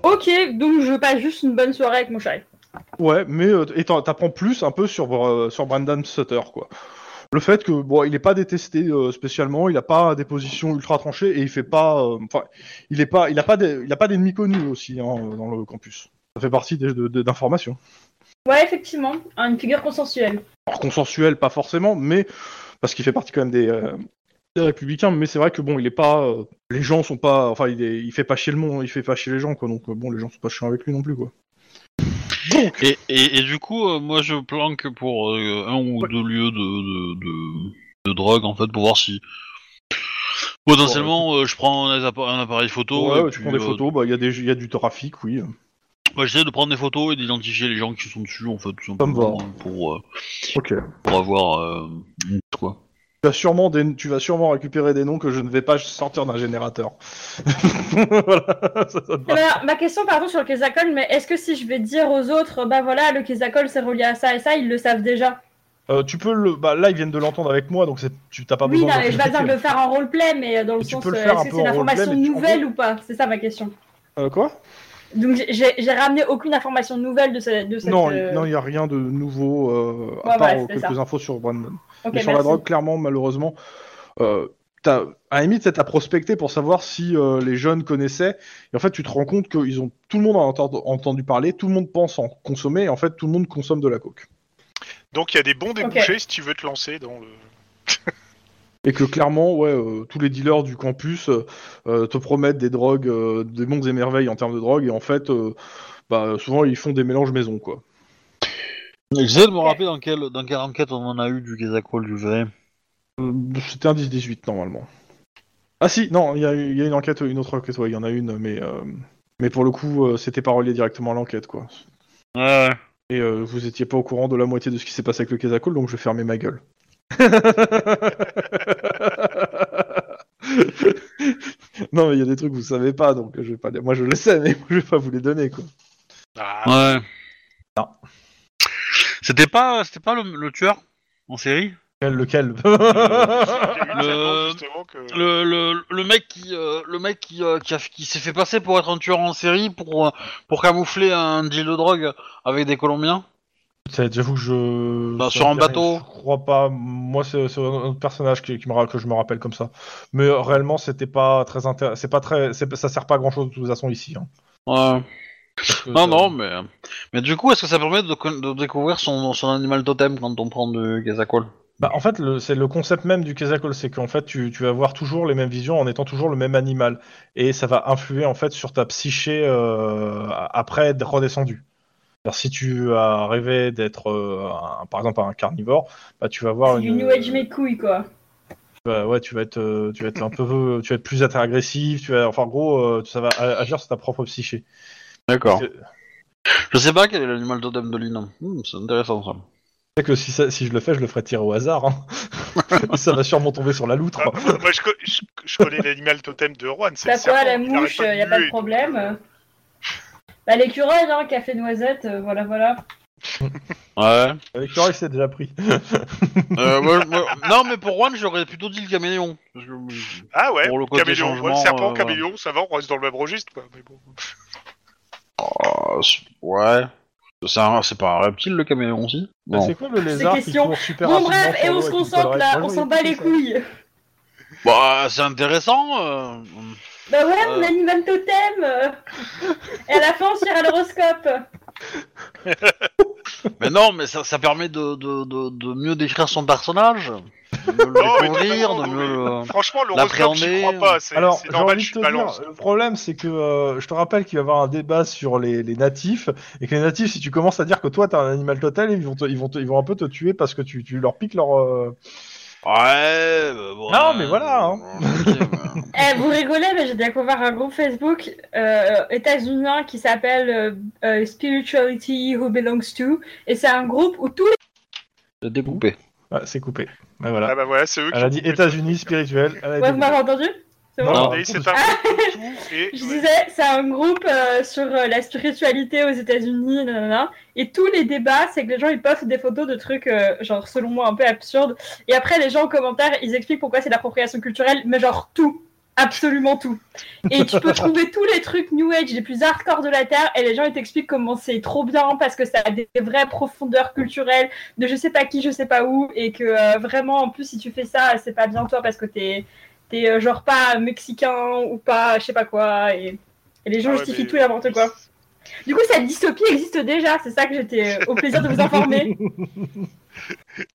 S8: Ok, donc je passe juste une bonne soirée avec mon chéri.
S1: Ouais, mais euh, et t'en- t'apprends plus un peu sur euh, sur Brandon Sutter quoi. Le fait que bon, il est pas détesté euh, spécialement, il a pas des positions ultra tranchées et il fait pas, euh, enfin, il est pas, il a pas, des- il a pas d'ennemis connus aussi hein, euh, dans le campus. Ça fait partie des- de- de- d'informations.
S4: Ouais, effectivement, une figure consensuelle.
S1: Alors consensuel, pas forcément, mais parce qu'il fait partie quand même des, euh, des républicains. Mais c'est vrai que bon, il est pas, euh, les gens sont pas, enfin, il, est- il fait pas chier le monde, il fait pas chier les gens quoi. Donc euh, bon, les gens sont pas chiants avec lui non plus quoi. Donc
S2: Et, et, et du coup, euh, moi je planque pour euh, un ou deux lieux de, de, de, de drogue en fait pour voir si. Potentiellement, euh, je prends un, appa- un appareil photo.
S1: ouais,
S2: et
S1: ouais, tu
S2: puis,
S1: prends des
S2: euh,
S1: photos, bah il y a des, il y a du trafic, oui.
S2: Bah, J'essaie de prendre des photos et d'identifier les gens qui sont dessus, en fait, tout
S9: Ça me va.
S2: simplement, pour, euh,
S9: Ok.
S2: pour avoir euh, une- quoi.
S9: Tu vas, sûrement des- tu vas sûrement récupérer des noms que je ne vais pas sortir d'un générateur. (laughs) voilà, ça, ça te
S4: Eh
S9: va.
S4: ben, ma question, pardon, sur le Kesakol, mais est-ce que si je vais dire aux autres, bah voilà, le Kesakol c'est relié à ça et ça, ils le savent déjà
S9: Euh, tu peux le. Bah, là, ils viennent de l'entendre avec moi, donc c'est- tu t'as pas
S4: Oui,
S9: besoin
S4: non,
S9: de.
S4: mais je vais pas dire de le faire en roleplay, mais dans le
S9: Mais tu
S4: sens,
S9: peux le
S4: euh,
S9: faire un
S4: est-ce que
S9: peu
S4: c'est une
S9: en roleplay,
S4: information
S9: mais tu- en
S4: nouvelle ou pas C'est ça ma question.
S9: Euh, quoi
S4: Donc j'ai- j'ai j'ai ramené aucune information nouvelle de, ce, de cette.
S9: Non,
S4: euh,
S9: il n'y a rien de nouveau, euh, à
S4: Ouais,
S9: part
S4: voilà,
S9: euh,
S4: c'est
S9: quelques
S4: ça.
S9: infos sur Brandon.
S4: ok,
S9: Mais sur la
S4: merci.
S9: drogue, clairement, malheureusement, euh, t'as, à la limite, c'est à prospecter pour savoir si euh, les jeunes connaissaient. Et en fait, tu te rends compte que ils ont, tout le monde a enten- entendu parler, tout le monde pense en consommer, et en fait, tout le monde consomme de la coke.
S3: Donc il y a des bons débouchés si tu veux te lancer dans le.
S9: Et que clairement, ouais, euh, tous les dealers du campus euh, euh, te promettent des drogues, euh, des mondes et merveilles en termes de drogue, et en fait, euh, bah, souvent, ils font des mélanges maison, quoi.
S2: J'essaie de me rappeler dans quelle, dans quelle enquête on en a eu du Kesakol du vrai.
S9: Euh, C'était un 10-18 normalement. Ah si, non, il y, a eu- il y a une enquête, une autre enquête, ouais, il y en a une, mais, euh, mais pour le coup, euh, c'était pas relié directement à l'enquête, quoi.
S2: Ouais, ouais.
S9: Et euh, vous étiez pas au courant de la moitié de ce qui s'est passé avec le Kesakol, donc je fermais ma gueule. (laughs) non, mais il y a des trucs que vous savez pas, donc je vais pas les... moi je le sais, mais je vais pas vous les donner, quoi.
S3: Ah,
S2: Ouais.
S9: Non.
S2: C'était pas, c'était pas le, le tueur en série
S9: Lequel
S2: (laughs) Euh,
S3: il y a eu tellement,
S2: Ah. Le-
S3: justement que.
S2: le, le, le mec qui euh, le mec qui, euh, qui, a- qui s'est fait passer pour être un tueur en série pour euh, pour camoufler un deal de drogue avec des Colombiens.
S1: C'est- J'avoue que je.
S2: Bah,
S1: ça
S2: sur un
S1: me dirait-
S2: bateau.
S1: Je crois pas. Moi, c'est c'est un autre personnage qui, qui me ra- que je me rappelle comme ça. Mais euh, réellement, c'était pas très intéressant. C'est pas très. c'est- Ça sert pas à grand chose de toute façon ici. hein.
S2: Ouais.
S1: Parce que
S2: Non
S1: ça-
S2: non mais mais du coup est-ce que ça permet de, con- de découvrir son, son animal totem quand on prend du gazakol
S1: Bah, en fait, le- c'est le concept même du Kesakol, c'est qu'en fait, tu, tu vas avoir toujours les mêmes visions en étant toujours le même animal, et ça va influer en fait sur ta psyché euh, après être redescendu. C'est-à-dire, Si tu as rêvé d'être, euh, un- par exemple, un carnivore, bah, tu vas avoir
S4: C'est du
S1: une-
S4: New Age mes couilles, quoi.
S1: bah ouais, tu vas être, euh, tu vas être un peu, tu vas être plus agressif, tu vas, enfin, en gros, euh, ça va a- agir sur ta propre psyché.
S2: D'accord.
S1: C'est-
S2: Je sais pas quel est l'animal totem de Lina. Hmm, c'est intéressant ça.
S1: C'est que si, ça- si je le fais, je le ferai tirer au hasard. hein. ça va sûrement tomber sur la loutre.
S3: Ah, moi, je, co- je- je connais l'animal totem de Rouen. c'est
S4: T'as
S3: le
S4: quoi,
S3: serpent,
S4: la
S3: il arrête
S4: mouche, il a pas de
S3: muer.
S4: problème. Bah, l'écureuil, hein, café noisette, euh, voilà, voilà.
S2: Ouais.
S1: Avec Corey, c'est déjà pris.
S2: Euh, moi, moi- non mais pour Juan j'aurais plutôt dit le caméléon. Parce que-
S3: Ah ouais,
S2: Pour le côté
S3: caméléon. Ouais,
S2: changement,
S3: serpent,
S2: euh,
S3: caméléon, ça va, on reste dans le même registre. Quoi. Mais bon.
S2: Ah, c'est- ouais. C'est un- c'est pas un reptile le caméléon aussi
S1: Bah,
S2: Non.
S1: C'est quoi le lézard qui
S4: question.
S1: court super
S4: Bon,
S1: rapidement
S4: bref,
S1: sur
S4: et on
S1: l'eau
S4: se
S1: avec une
S4: concentre
S1: collerette
S4: là,
S1: Moi,
S4: on
S1: je
S4: s'en
S1: voyais
S4: bat
S1: tout
S4: les
S1: ça.
S4: couilles.
S2: Bah c'est intéressant. euh.
S4: Bah voilà, mon
S2: Euh.
S4: animal totem
S1: (laughs)
S4: euh. Et à la fin, on se tire à l'horoscope
S2: Mais non, mais ça, ça permet de, de, de, de mieux décrire son personnage, de mieux
S3: Non, mais
S2: le
S3: de toute
S2: découvrir,
S3: façon,
S2: de
S3: non,
S2: mieux le...
S3: Franchement, l'horoscope, j'y
S2: L'appréhender,
S3: crois pas. C'est
S1: Alors,
S3: c'est
S1: j'ai
S3: normal,
S1: envie
S3: je
S1: de te
S3: suis
S1: dire,
S3: balance.
S1: le problème, c'est que euh, je te rappelle qu'il va y avoir un débat sur les, les natifs, et que les natifs, si tu commences à dire que toi, t'es un animal total, ils vont, te- ils vont, te- ils vont un peu te tuer parce que tu, tu leur piques leur. euh,
S2: Ouais, bah, bon,
S1: Non,
S2: euh,
S1: mais voilà, hein.
S2: ok, (laughs) bah.
S4: Eh, vous rigolez, mais j'ai découvert un groupe Facebook euh, états-unien qui s'appelle euh, euh, Spirituality Who Belongs To. Et c'est un groupe où tous les...
S2: J'ai découpé.
S1: ah, c'est coupé. Ah, voilà.
S3: Ah bah voilà, c'est eux
S1: Elle a dit
S3: qui. ont fait ça.
S1: États-unis spirituels. Elle a
S4: Ouais,
S1: dit-
S4: vous m'avez entendu C'est bon
S1: Non.
S3: Et
S2: euh,
S3: c'est un groupe et-
S4: Ah. (laughs) Je disais, c'est un groupe euh, sur euh, la spiritualité aux États-Unis, nanana. Et tous les débats, c'est que les gens ils postent des photos de trucs, euh, genre selon moi un peu absurdes. Et après, les gens en commentaire, ils expliquent pourquoi c'est de l'appropriation culturelle, mais genre tout, absolument tout. Et tu peux trouver tous les trucs New Age les plus hardcore de la terre, et les gens ils t'expliquent comment c'est trop bien parce que ça a des vraies profondeurs culturelles de je sais pas qui, je sais pas où, et que euh, vraiment en plus si tu fais ça, c'est pas bien toi parce que t'es t'es euh, genre pas mexicain ou pas je sais pas quoi et, et les gens
S3: Ah ouais,
S4: justifient
S3: mais-
S4: tout et n'importe quoi. Du coup cette dystopie existe déjà, c'est ça que j'étais euh, au plaisir de vous informer.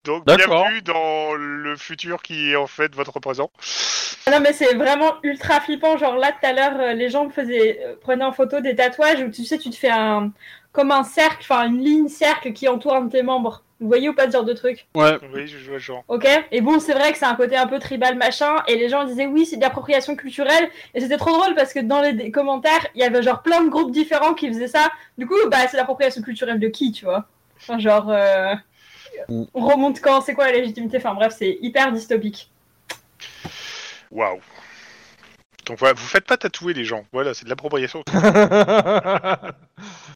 S3: Donc
S2: D'accord.
S3: bienvenue dans le futur qui est en fait votre présent.
S4: Ah non mais c'est vraiment ultra flippant, genre là tout à l'heure euh, les gens me faisaient euh, prenaient en photo des tatouages où tu sais tu te fais un comme un cercle, enfin une ligne cercle qui entoure un de tes membres. Vous voyez ou pas ce genre de truc
S2: Ouais.
S3: Oui, je vois le genre.
S4: Ok Et bon, c'est vrai que c'est un côté un peu tribal machin, et les gens disaient oui, c'est de l'appropriation culturelle, et c'était trop drôle parce que dans les dé- commentaires, il y avait genre plein de groupes différents qui faisaient ça. Du coup, bah, c'est l'appropriation culturelle de qui, tu vois Enfin, genre, euh,
S2: Mm.
S4: on remonte quand C'est quoi la légitimité Enfin, bref, c'est hyper dystopique.
S3: Waouh. Donc voilà, vous faites pas tatouer les gens. Voilà, c'est de l'appropriation.
S1: (laughs)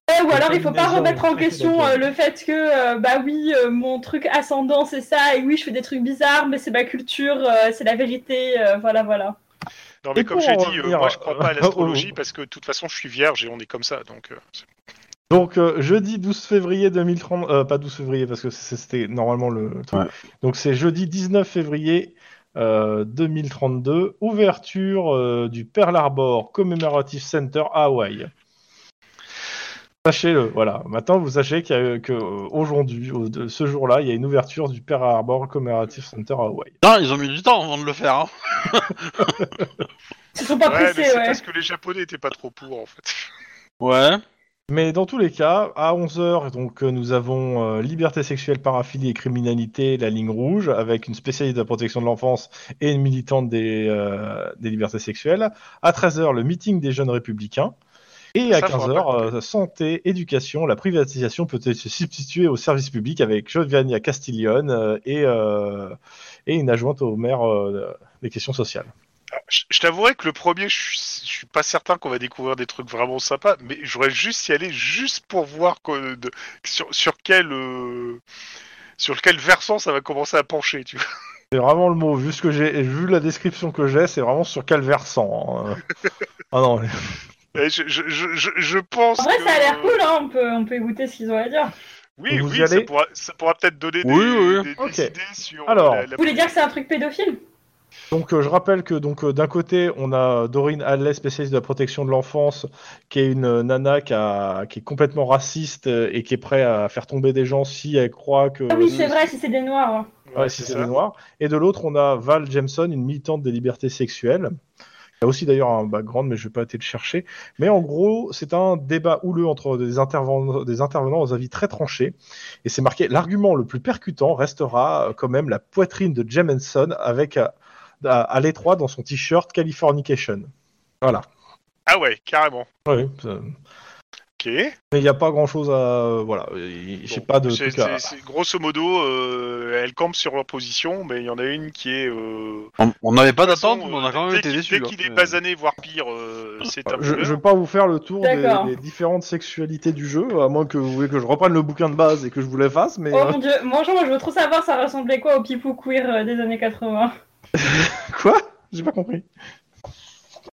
S4: Ouais, ou alors il faut pas
S1: Combinaison,
S4: remettre en
S1: ouais,
S4: question
S1: d'accord.
S4: euh, le fait que euh, bah oui euh, mon truc ascendant c'est ça et oui je fais des trucs bizarres mais c'est ma culture euh, c'est la vérité euh, voilà voilà
S3: Non mais
S1: Et
S3: comme
S1: pour
S3: j'ai
S1: en
S3: dit, euh,
S1: revenir,
S3: moi
S1: (laughs)
S3: je crois pas à
S1: euh,
S3: l'astrologie parce que de toute façon je suis vierge et on est comme ça. Donc euh, c'est-
S1: Donc euh, jeudi 12 février 2030, euh, pas 12 février parce que c'est- c'était normalement le le truc.
S2: Ouais.
S1: Donc c'est jeudi 19 février euh, 2032, ouverture euh, du Pearl Harbor Commemorative Center à Hawaï. Sachez-le, voilà. Maintenant, vous sachez qu'il y a, que euh, aujourd'hui, au- de- ce jour-là, il y a une ouverture du Pearl Harbor Commemorative Center à Hawaï.
S2: Non, ils ont mis du temps avant de le faire. Hein.
S4: ils se sont pas
S3: ouais, mais
S4: pressés
S3: c'est
S4: ouais
S3: parce que les Japonais étaient pas trop pour en fait. (laughs)
S2: Ouais.
S1: Mais dans tous les cas, à 11h, donc euh, nous avons euh, liberté sexuelle, paraphilie et criminalité, la ligne rouge, avec une spécialiste de la protection de l'enfance et une militante des, euh, des libertés sexuelles. À 13h, le meeting des jeunes républicains. Et
S3: Ça,
S1: à
S3: faudra pas
S1: 15h, santé, éducation, la privatisation peut être se substituer au service public avec Giovanni Castiglione euh, et, euh, et une adjointe au maire euh, des questions sociales.
S3: Je, je t'avouerai que le premier, je, suis- je suis pas certain qu'on va découvrir des trucs vraiment sympas, mais j'aurais juste y aller juste pour voir que- de- sur, sur quel euh, sur quel versant ça va commencer à pencher, tu vois.
S1: C'est vraiment le mot, vu, ce que j'ai, vu la description que j'ai, c'est vraiment sur quel versant. hein. ah non,
S3: Et je, je, je, je, je pense.
S4: en vrai
S3: que-
S4: ça a l'air cool hein on peut on peut écouter ce qu'ils ont à dire
S3: Oui,
S1: Vous
S3: oui,
S1: y
S3: ça
S1: allez
S3: pourra, ça pourra peut-être donner des,
S2: Oui, oui.
S3: des- des
S1: Ok.
S3: idées sur. euh,
S1: Alors.
S3: la- la-
S4: vous voulez dire que c'est un truc pédophile
S1: Donc euh, je rappelle que donc euh, d'un côté on a Dorine Allais, spécialiste de la protection de l'enfance, qui est une euh, nana qui, a- qui est complètement raciste euh, et qui est prête à faire tomber des gens si elle croit que
S4: ah oui c'est vrai si c'est des noirs hein.
S1: Ouais, si c'est des noirs. Et de l'autre on a Val Jameson, une militante des libertés sexuelles. Il y a aussi d'ailleurs un background, mais je vais pas été le chercher. Mais en gros, c'est un débat houleux entre des, interven- des intervenants aux avis très tranchés. Et c'est marqué l'argument le plus percutant restera euh, quand même la poitrine de Jameson avec euh, à, à l'étroit dans son t-shirt Californication. Voilà.
S3: Ah ouais, carrément.
S1: Oui, euh,
S3: Ok.
S1: mais il n'y a pas grand chose à. Voilà. y- y- J'ai
S3: Bon,
S1: pas de.
S3: c'est-
S1: truc à-
S3: c'est- c'est- Grosso modo, euh, elles campent sur leur position, mais il y en a une qui est. euh,
S2: On n'avait pas
S3: de toute
S2: d'attente,
S3: façon,
S2: mais on a quand
S3: euh,
S2: même
S3: dès
S2: été
S3: qu'il-
S2: déçus.
S3: Dès
S2: là.
S3: qu'il est basané, voire pire, euh, c'est un
S1: Ah, Je,
S3: peu.
S1: je vais pas vous faire le tour des,
S4: D'accord.
S1: des différentes sexualités du jeu, à moins que vous voulez que je reprenne le bouquin de base et que je vous le fasse, mais.
S4: oh
S1: euh,
S4: mon dieu bonjour moi je veux trop savoir ça ressemblait quoi au pipou queer euh, des années 80
S1: Quoi J'ai pas compris.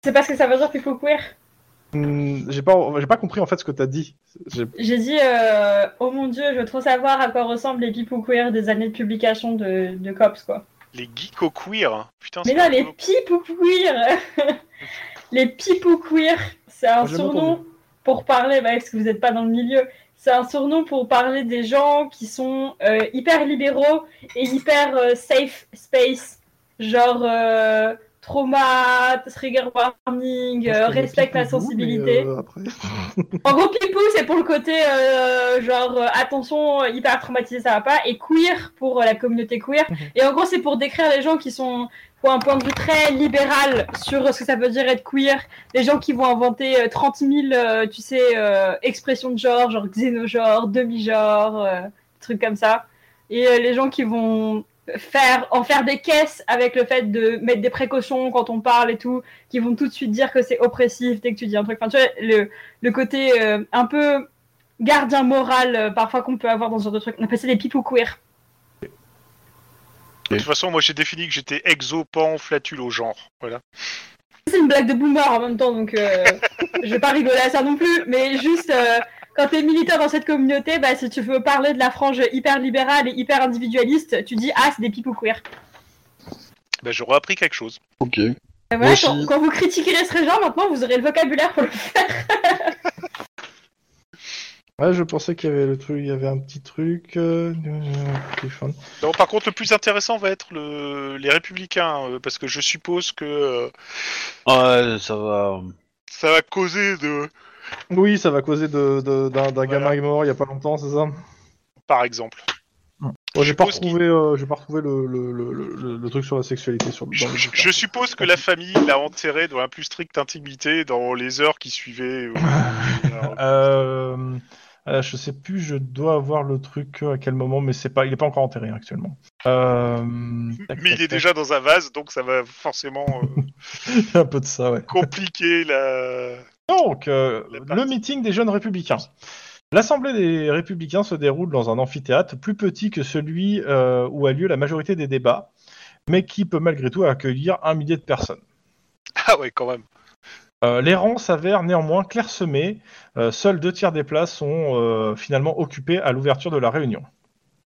S4: c'est parce que ça veut dire pipou queer
S1: Hmm, J'ai pas, j'ai pas compris en fait ce que t'as dit. J'ai-
S4: J'ai dit, euh, oh mon dieu, je veux trop savoir à quoi ressemblent les pipou queer des années de publication de, de Cops, quoi.
S3: Les geeks au queer. hein. Putain,
S4: Mais
S3: c'est
S4: non,
S3: pas
S4: les
S3: beau.
S4: pipou queer (laughs) Les pipou queer, c'est un
S1: J'ai jamais
S4: surnom
S1: entendu.
S4: pour parler, bah, parce que vous n'êtes pas dans le milieu, c'est un surnom pour parler des gens qui sont euh, hyper libéraux et hyper euh, safe space. Genre euh, trauma, trigger warning, euh,
S1: Parce que
S4: respecte la
S1: pipou, mais,
S4: sensibilité.
S1: euh, après-
S4: En gros, pipou, c'est pour le côté euh, genre euh, attention, euh, hyper traumatisé, ça va pas, et queer pour euh, la communauté queer. Et en gros, c'est pour décrire les gens qui sont, pour un point de vue très libéral sur euh, ce que ça veut dire être queer, les gens qui vont inventer euh, 30 000, euh, tu sais, euh, expressions de genre, genre xénogenre, demi-genre, euh, trucs comme ça. Et euh, les gens qui vont faire en faire des caisses avec le fait de mettre des précautions quand on parle et tout, qui vont tout de suite dire que c'est oppressif dès que tu dis un truc. Enfin, tu vois, le, le côté euh, un peu gardien moral euh, parfois qu'on peut avoir dans ce genre de truc. On appelle ça des pipou queer.
S3: De toute façon, moi j'ai défini que j'étais exopan flatule au genre. Voilà.
S4: C'est une blague de boomer en même temps, donc euh, je vais pas rigoler à ça non plus, mais juste euh, quand t'es militant dans cette communauté, bah, si tu veux parler de la frange hyper libérale et hyper individualiste, tu dis ah c'est des pipou queer.
S3: Bah, j'aurais appris quelque chose.
S2: Ok.
S4: Et voilà,
S2: Moi
S4: quand,
S2: aussi.
S4: quand vous critiquerez ce genre, maintenant vous aurez le vocabulaire pour le faire.
S1: Ouais, je pensais qu'il y avait le truc, il y avait un petit truc. euh, téléphone.
S3: Non, par contre, le plus intéressant va être le... les républicains, euh, parce que je suppose que euh,
S2: Ouais, ça va.
S3: ça va causer de.
S1: Oui, ça va causer de, de- d'un, d'un
S3: Voilà.
S1: gamin est mort il y a pas longtemps, c'est ça
S3: Par exemple.
S5: Moi, j'ai
S3: Je
S5: pas
S3: suppose qu'il-
S5: retrouvé, euh, j'ai pas retrouvé le, le- le- le- le truc sur la sexualité. Sur, dans
S3: Je,
S5: le-
S3: je- je suppose que la famille l'a enterré dans la plus stricte intimité dans les heures qui suivaient. euh, alors,
S1: (laughs) Euh, euh, je sais plus, je dois avoir le truc euh, à quel moment, mais c'est pas, il est pas encore enterré actuellement. Euh, (laughs) tac,
S3: mais
S1: tac,
S3: il est
S1: tac.
S3: déjà dans un vase, donc ça va forcément
S1: (laughs)
S3: euh,
S1: Il y a un peu de ça, ouais.
S3: compliquer la.
S1: Donc, euh,
S3: La
S1: le
S3: partie.
S1: meeting des jeunes républicains. L'Assemblée des républicains se déroule dans un amphithéâtre plus petit que celui euh, où a lieu la majorité des débats, mais qui peut malgré tout accueillir un millier de personnes.
S3: Ah ouais, quand même.
S1: Euh, les rangs s'avèrent néanmoins clairsemés, euh, seuls deux tiers des places sont euh, finalement occupées à l'ouverture de la réunion.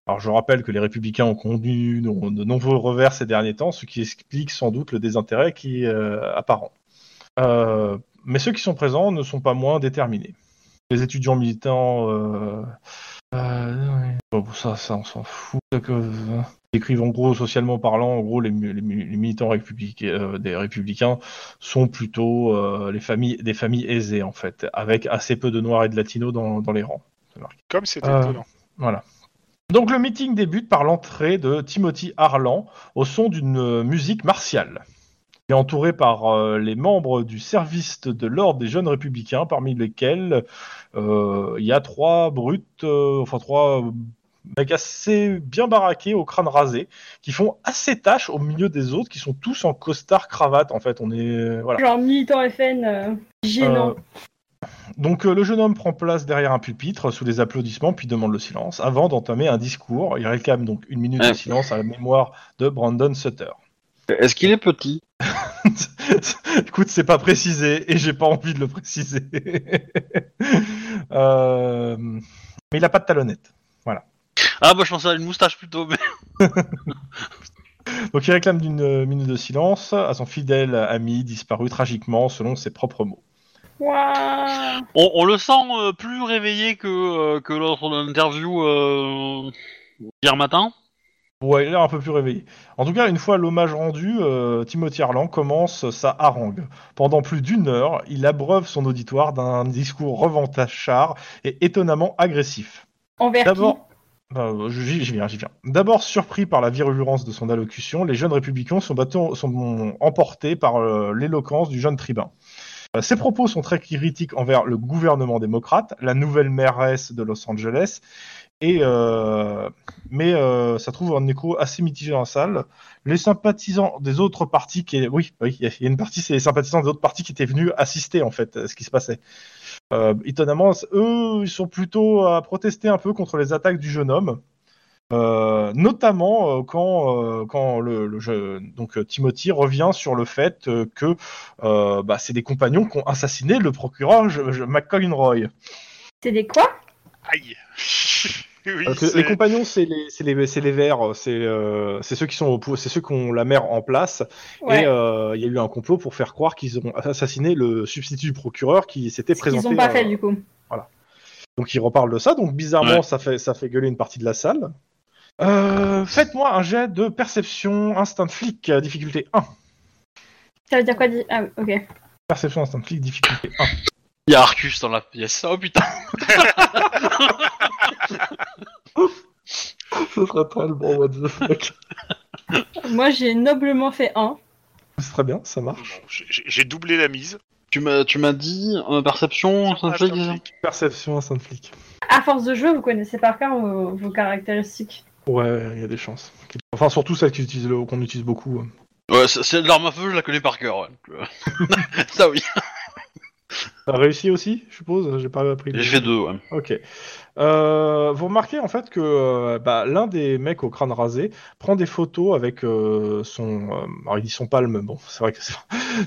S1: Alors je rappelle que les républicains ont connu de, de nombreux revers ces derniers temps, ce qui explique sans doute le désintérêt qui est euh, apparent. Euh, mais ceux qui sont présents ne sont pas moins déterminés. Les étudiants militants... euh, euh, ouais. Bon, ça, ça, on s'en fout. que- euh, Ils écrivent en gros, socialement parlant, en gros, les, mu- les mu- les militants républicains, euh, des républicains sont plutôt euh, les familles, des familles aisées, en fait, avec assez peu de noirs et de latinos dans, dans les rangs.
S3: Comme c'était
S1: Euh,
S3: étonnant.
S1: Voilà. Donc le meeting débute par l'entrée de Timothy Harlan au son d'une euh, musique martiale. Il est entouré par euh, les membres du service de l'ordre des jeunes républicains, parmi lesquels euh, il y a trois brutes, euh, enfin trois euh, mecs assez bien baraqués au crâne rasé, qui font assez tâche au milieu des autres, qui sont tous en costard cravate. En fait, on est voilà.
S10: Genre militant FN euh, gênant.
S1: Euh, donc euh, le jeune homme prend place derrière un pupitre sous les applaudissements puis demande le silence avant d'entamer un discours. Il réclame donc une minute de
S2: Ouais.
S1: silence à la mémoire de Brandon Sutter. (laughs)
S2: Est-ce qu'il est petit
S1: Écoute, c'est pas précisé et j'ai pas envie de le préciser. (laughs) Euh, Mais il a pas de talonnette.
S2: Ah bah je pensais à une moustache plutôt. Mais... (laughs)
S1: Donc il réclame d'une euh, minute de silence à son fidèle ami disparu tragiquement selon ses propres mots.
S10: Ouah.
S2: On, on le sent euh, plus réveillé que, euh, que lors de l'interview euh, hier matin.
S1: Ouais, il a l'air un peu plus réveillé. En tout cas, une fois l'hommage rendu, euh, Timothy Harlan commence sa harangue. Pendant plus d'une heure, il abreuve son auditoire d'un discours revantachard et étonnamment agressif.
S10: Envers qui
S1: D'abord, Euh, j'y j'y viens, j'y viens. D'abord surpris par la virulence de son allocution, les jeunes républicains sont, bateaux- sont emportés par euh, l'éloquence du jeune tribun. Euh, Ses propos sont très critiques envers le gouvernement démocrate, la nouvelle mairesse de Los Angeles, et euh, mais euh, ça trouve un écho assez mitigé dans la salle. Les sympathisants des autres partis, qui oui, oui, il y a une partie, c'est les sympathisants des autres partis qui étaient venus assister en fait à ce qui se passait. Euh, étonnamment, c- eux, ils sont plutôt à protester un peu contre les attaques du jeune homme. Euh, notamment euh, quand, euh, quand le, le jeu- donc euh, Timothy revient sur le fait euh, que euh, bah, c'est des compagnons qui ont assassiné le procureur je, je- McCoy-Roy.
S10: C'est des quoi
S3: Aïe. (laughs) oui,
S1: Parce que
S3: c'est-
S1: les compagnons, c'est les, c'est les, c'est les verts, c'est euh, c'est ceux qui sont au pou- c'est ceux qui ont la mer en place.
S10: Ouais.
S1: Et euh, il y a eu un complot pour faire croire qu'ils ont assassiné le substitut du procureur qui s'était
S10: Ce qu'ils
S1: présenté.
S10: ont pas
S1: euh,
S10: fait du coup.
S1: Donc il reparle de ça. Donc bizarrement,
S2: Ouais.
S1: ça, fait, ça fait gueuler une partie de la salle. Euh, Faites-moi un jet de perception instinct de flic, euh, difficulté 1.
S10: Ça veut dire quoi dit- Ah, ok.
S1: Perception instinct de flic, difficulté 1.
S2: Il y a Arcus dans la pièce. Oh putain.
S5: (laughs) Ce sera pas le bon what
S1: (laughs)
S5: the fuck.
S10: Moi, j'ai noblement fait un.
S1: C'est très bien, ça marche.
S3: Bon, j'ai- j'ai j'ai doublé la mise. Ah,
S2: Tu m'as tu m'as dit euh, perception. ça me fait-
S1: Perception instinct de flic.
S10: À force de jeu, vous connaissez par cœur vos, vos caractéristiques.
S1: Ouais, il y a des chances. Enfin, surtout celle qu'on utilise, qu'on utilise beaucoup. euh.
S2: Ouais, c'est c'est de l'arme à feu. Je la connais par cœur. ouais. euh, (laughs) ça oui.
S1: T'as réussi aussi, je suppose J'ai pas appris.
S2: J'ai fait deux. Ouais.
S1: Ok. Euh, vous remarquez en fait que euh, bah, l'un des mecs au crâne rasé prend des photos avec euh, son, euh, alors il dit son palme, bon, (laughs) c'est vrai que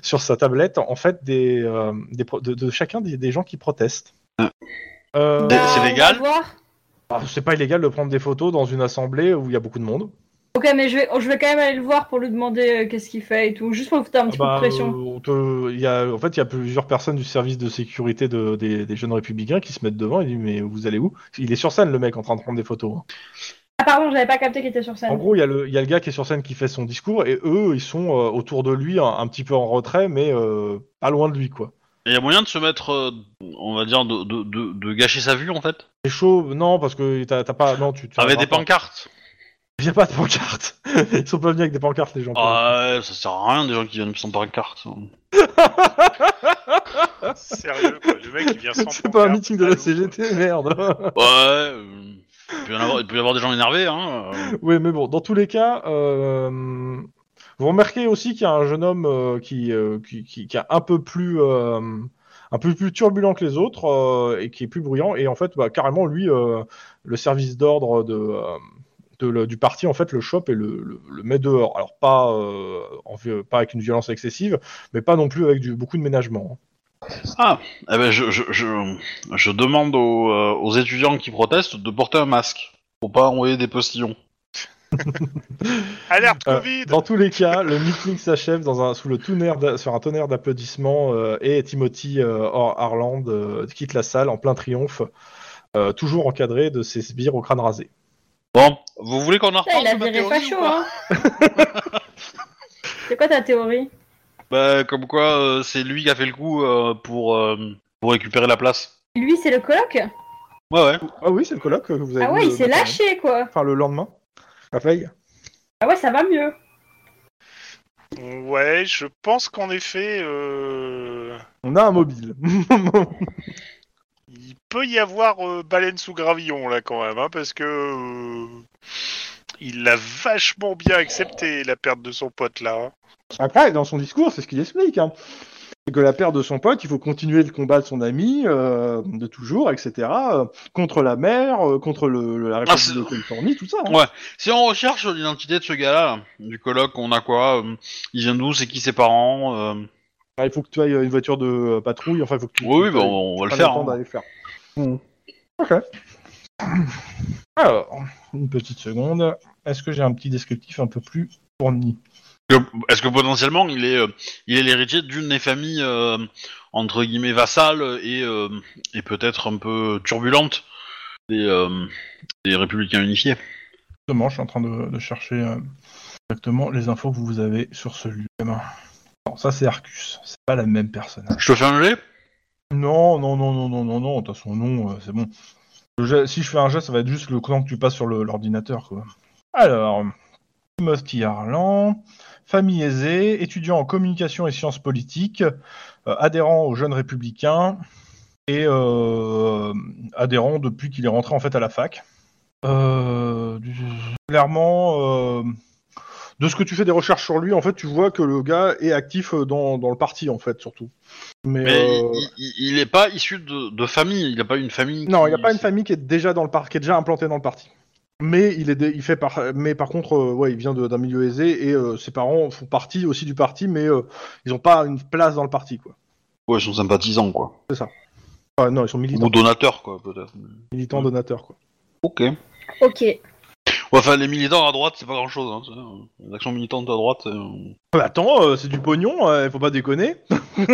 S1: sur sa tablette, en fait, des, euh, des pro- de, de chacun des, des gens qui protestent.
S2: Ah.
S1: Euh,
S2: Des- c'est
S10: on va
S2: légal
S10: voir.
S1: bah, c'est pas illégal de prendre des photos dans une assemblée où il y a beaucoup de monde.
S10: Ok, mais je vais, je vais quand même aller le voir pour lui demander euh, qu'est-ce qu'il fait et tout, juste pour lui foutre un petit
S1: Bah,
S10: coup de pression.
S1: euh, on te- il y a, en fait, il y a plusieurs personnes du service de sécurité de- des, des jeunes républicains qui se mettent devant et disent mais vous allez où Il est sur scène le mec en train de prendre des photos. hein.
S10: Ah, pardon, j'avais pas capté qu'il était sur
S1: En
S10: scène.
S1: gros, il y, a le- il y a le gars qui est sur scène qui fait son discours et eux, ils sont euh, autour de lui, un, un petit peu en retrait, mais euh, pas loin de lui, quoi.
S2: Il y a moyen de se mettre, euh, on va dire, de, de, de- de gâcher sa vue en fait
S1: C'est chaud, non, parce que t'as t'as pas. Non, tu. tu
S2: Avec des
S1: verras pas.
S2: pancartes
S1: Il y a pas de pancartes. (laughs) Ils sont pas venus avec des pancartes, les gens.
S2: Ah ouais, ça sert à rien des gens qui viennent sans pancarte.
S3: Sérieux, quoi. le mec il vient
S1: (laughs)
S3: sans.
S1: C'est pas un
S3: pancarte,
S1: meeting de la
S3: allô, quoi.
S1: CGT, merde.
S2: Ouais, euh, il, peut y en avoir, il peut y avoir des gens énervés. Hein.
S1: (laughs)
S2: euh.
S1: oui, mais bon, dans tous les cas, euh, vous remarquez aussi qu'il y a un jeune homme euh, qui, euh, qui, qui, qui est un peu plus. euh, un peu plus turbulent que les autres euh, et qui est plus bruyant et en fait bah, carrément lui euh, le service d'ordre de, euh, de le- du parti en fait le chope et le, le- le met dehors alors pas euh, en fait, pas avec une violence excessive mais pas non plus avec du, beaucoup de ménagement
S2: Eh ben, je, je, je, je demande aux, euh, aux étudiants qui protestent de porter un masque pour pas envoyer des postillons.
S3: Alerte
S1: Euh,
S3: Covid
S1: Dans tous les cas, le meeting s'achève dans un, sous le tonnerre d'a- sur un tonnerre d'applaudissements euh, et Timothy euh, Har- Harland euh, quitte la salle en plein triomphe, euh, toujours encadré de ses sbires au crâne rasé.
S2: Bon, vous voulez qu'on en
S10: Putain,
S2: reparle
S10: il a
S2: de ma
S10: viré
S2: théorie ou
S10: facho,
S2: pas
S10: hein C'est quoi ta théorie
S2: Bah, comme quoi, euh, c'est lui qui a fait le coup euh, pour, euh, pour récupérer la place.
S10: Lui, c'est le coloc
S2: Ouais, ouais.
S1: Ah oui, c'est le colloque que vous avez
S10: Ah
S1: vu
S10: ouais, il
S1: le
S5: euh,
S10: s'est
S1: matin,
S10: lâché, quoi
S1: Enfin, le lendemain, la veille.
S10: Ah ouais, ça va mieux
S3: Ouais, je pense qu'en effet, euh,
S1: On a un mobile.
S3: il peut y avoir euh, baleine sous gravillon là quand même, hein, parce que euh, il l'a vachement bien accepté la perte de son pote là. hein.
S5: (laughs) Après, dans son discours, c'est ce qu'il explique. Hein. C'est que la perte de son pote, il faut continuer le combat de son ami, euh, de toujours, etc. euh, contre la mer, euh, contre le, le- la République
S2: c'est-
S5: de Californie, tout ça. hein.
S2: Ouais. Si on recherche l'identité de ce gars-là, du colloque, on a quoi euh, Il vient d'où C'est qui ses parents euh,
S5: Ah, il faut que tu ailles à une voiture de euh, patrouille, enfin, il faut que tu...
S2: Oui, oui,
S5: tu-
S2: bah, on, on
S5: tu
S2: va le
S5: prennes
S2: faire.
S5: temps
S2: hein.
S5: d'aller le faire.
S1: Alors, une petite seconde. Est-ce que j'ai un petit descriptif un peu plus fourni
S2: Que- Est-ce que potentiellement il est, euh, il est l'héritier d'une des familles euh, entre guillemets vassales et, euh, et peut-être un peu turbulente des, euh, des républicains unifiés
S1: Justement, je suis en train de, de chercher euh, exactement les infos que vous avez sur ce lieu. Non, ça c'est Arcus. C'est pas la même personne.
S2: Je te fais un jet
S1: Non, non, non, non, non, non, non, t'as son nom, euh, c'est bon. Le jet- si je fais un jet, ça va être juste le temps que tu passes sur le- l'ordinateur, quoi. Alors, Timothy Harlan, famille aisée, étudiant en communication et sciences politiques, euh, adhérent aux jeunes républicains et euh, adhérent depuis qu'il est rentré en fait à la fac. Euh, du- clairement, euh, de ce que tu fais des recherches sur lui, en fait, tu vois que le gars est actif euh, dans, dans le parti, en fait, surtout. Mais,
S2: Mais
S1: euh,
S2: il, il- il est pas issu de, de famille, il a pas une famille.
S1: non, il
S2: n'y
S1: n'y a pas une famille qui est déjà dans le par- qui est déjà implantée dans le parti. Mais il est, dé- il fait par, mais par contre, euh, ouais, il vient de- d'un milieu aisé et euh, ses parents font partie aussi du parti, mais euh, ils n'ont pas une place dans le parti, quoi.
S2: Ouais, ils sont sympathisants quoi.
S1: Enfin, non, ils sont militants,
S2: Ou donateurs quoi, peut-être.
S1: militants donateurs, quoi.
S2: Ok.
S4: Ok.
S2: Ouais, enfin, les militants à droite, c'est pas grand chose. Hein, c'est- les actions militantes à droite. euh,
S1: Ah bah attends, euh, c'est du pognon, euh, faut pas déconner.
S2: Oui,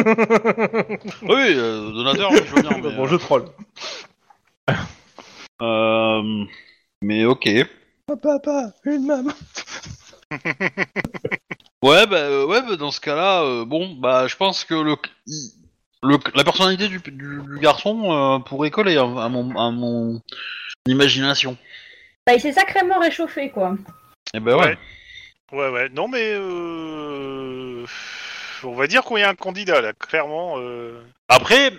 S2: euh, donateur, oui, je
S1: (laughs)
S2: veux bien. Mais,
S1: bon,
S10: euh,
S1: je troll.
S2: euh, mais ok.
S5: Un papa, une maman.
S2: Ouais, bah, euh, ouais, bah, dans ce cas-là, euh, bon, bah, je pense que le, il- le- la personnalité du, du- du garçon euh, pourrait coller à, à mon, à mon imagination.
S10: Bah, il s'est sacrément réchauffé, quoi
S1: Eh
S2: Et ben ouais.
S3: Ouais. Ouais, ouais, non mais euh, on va dire qu'on y a un candidat là, clairement. euh,
S2: Après,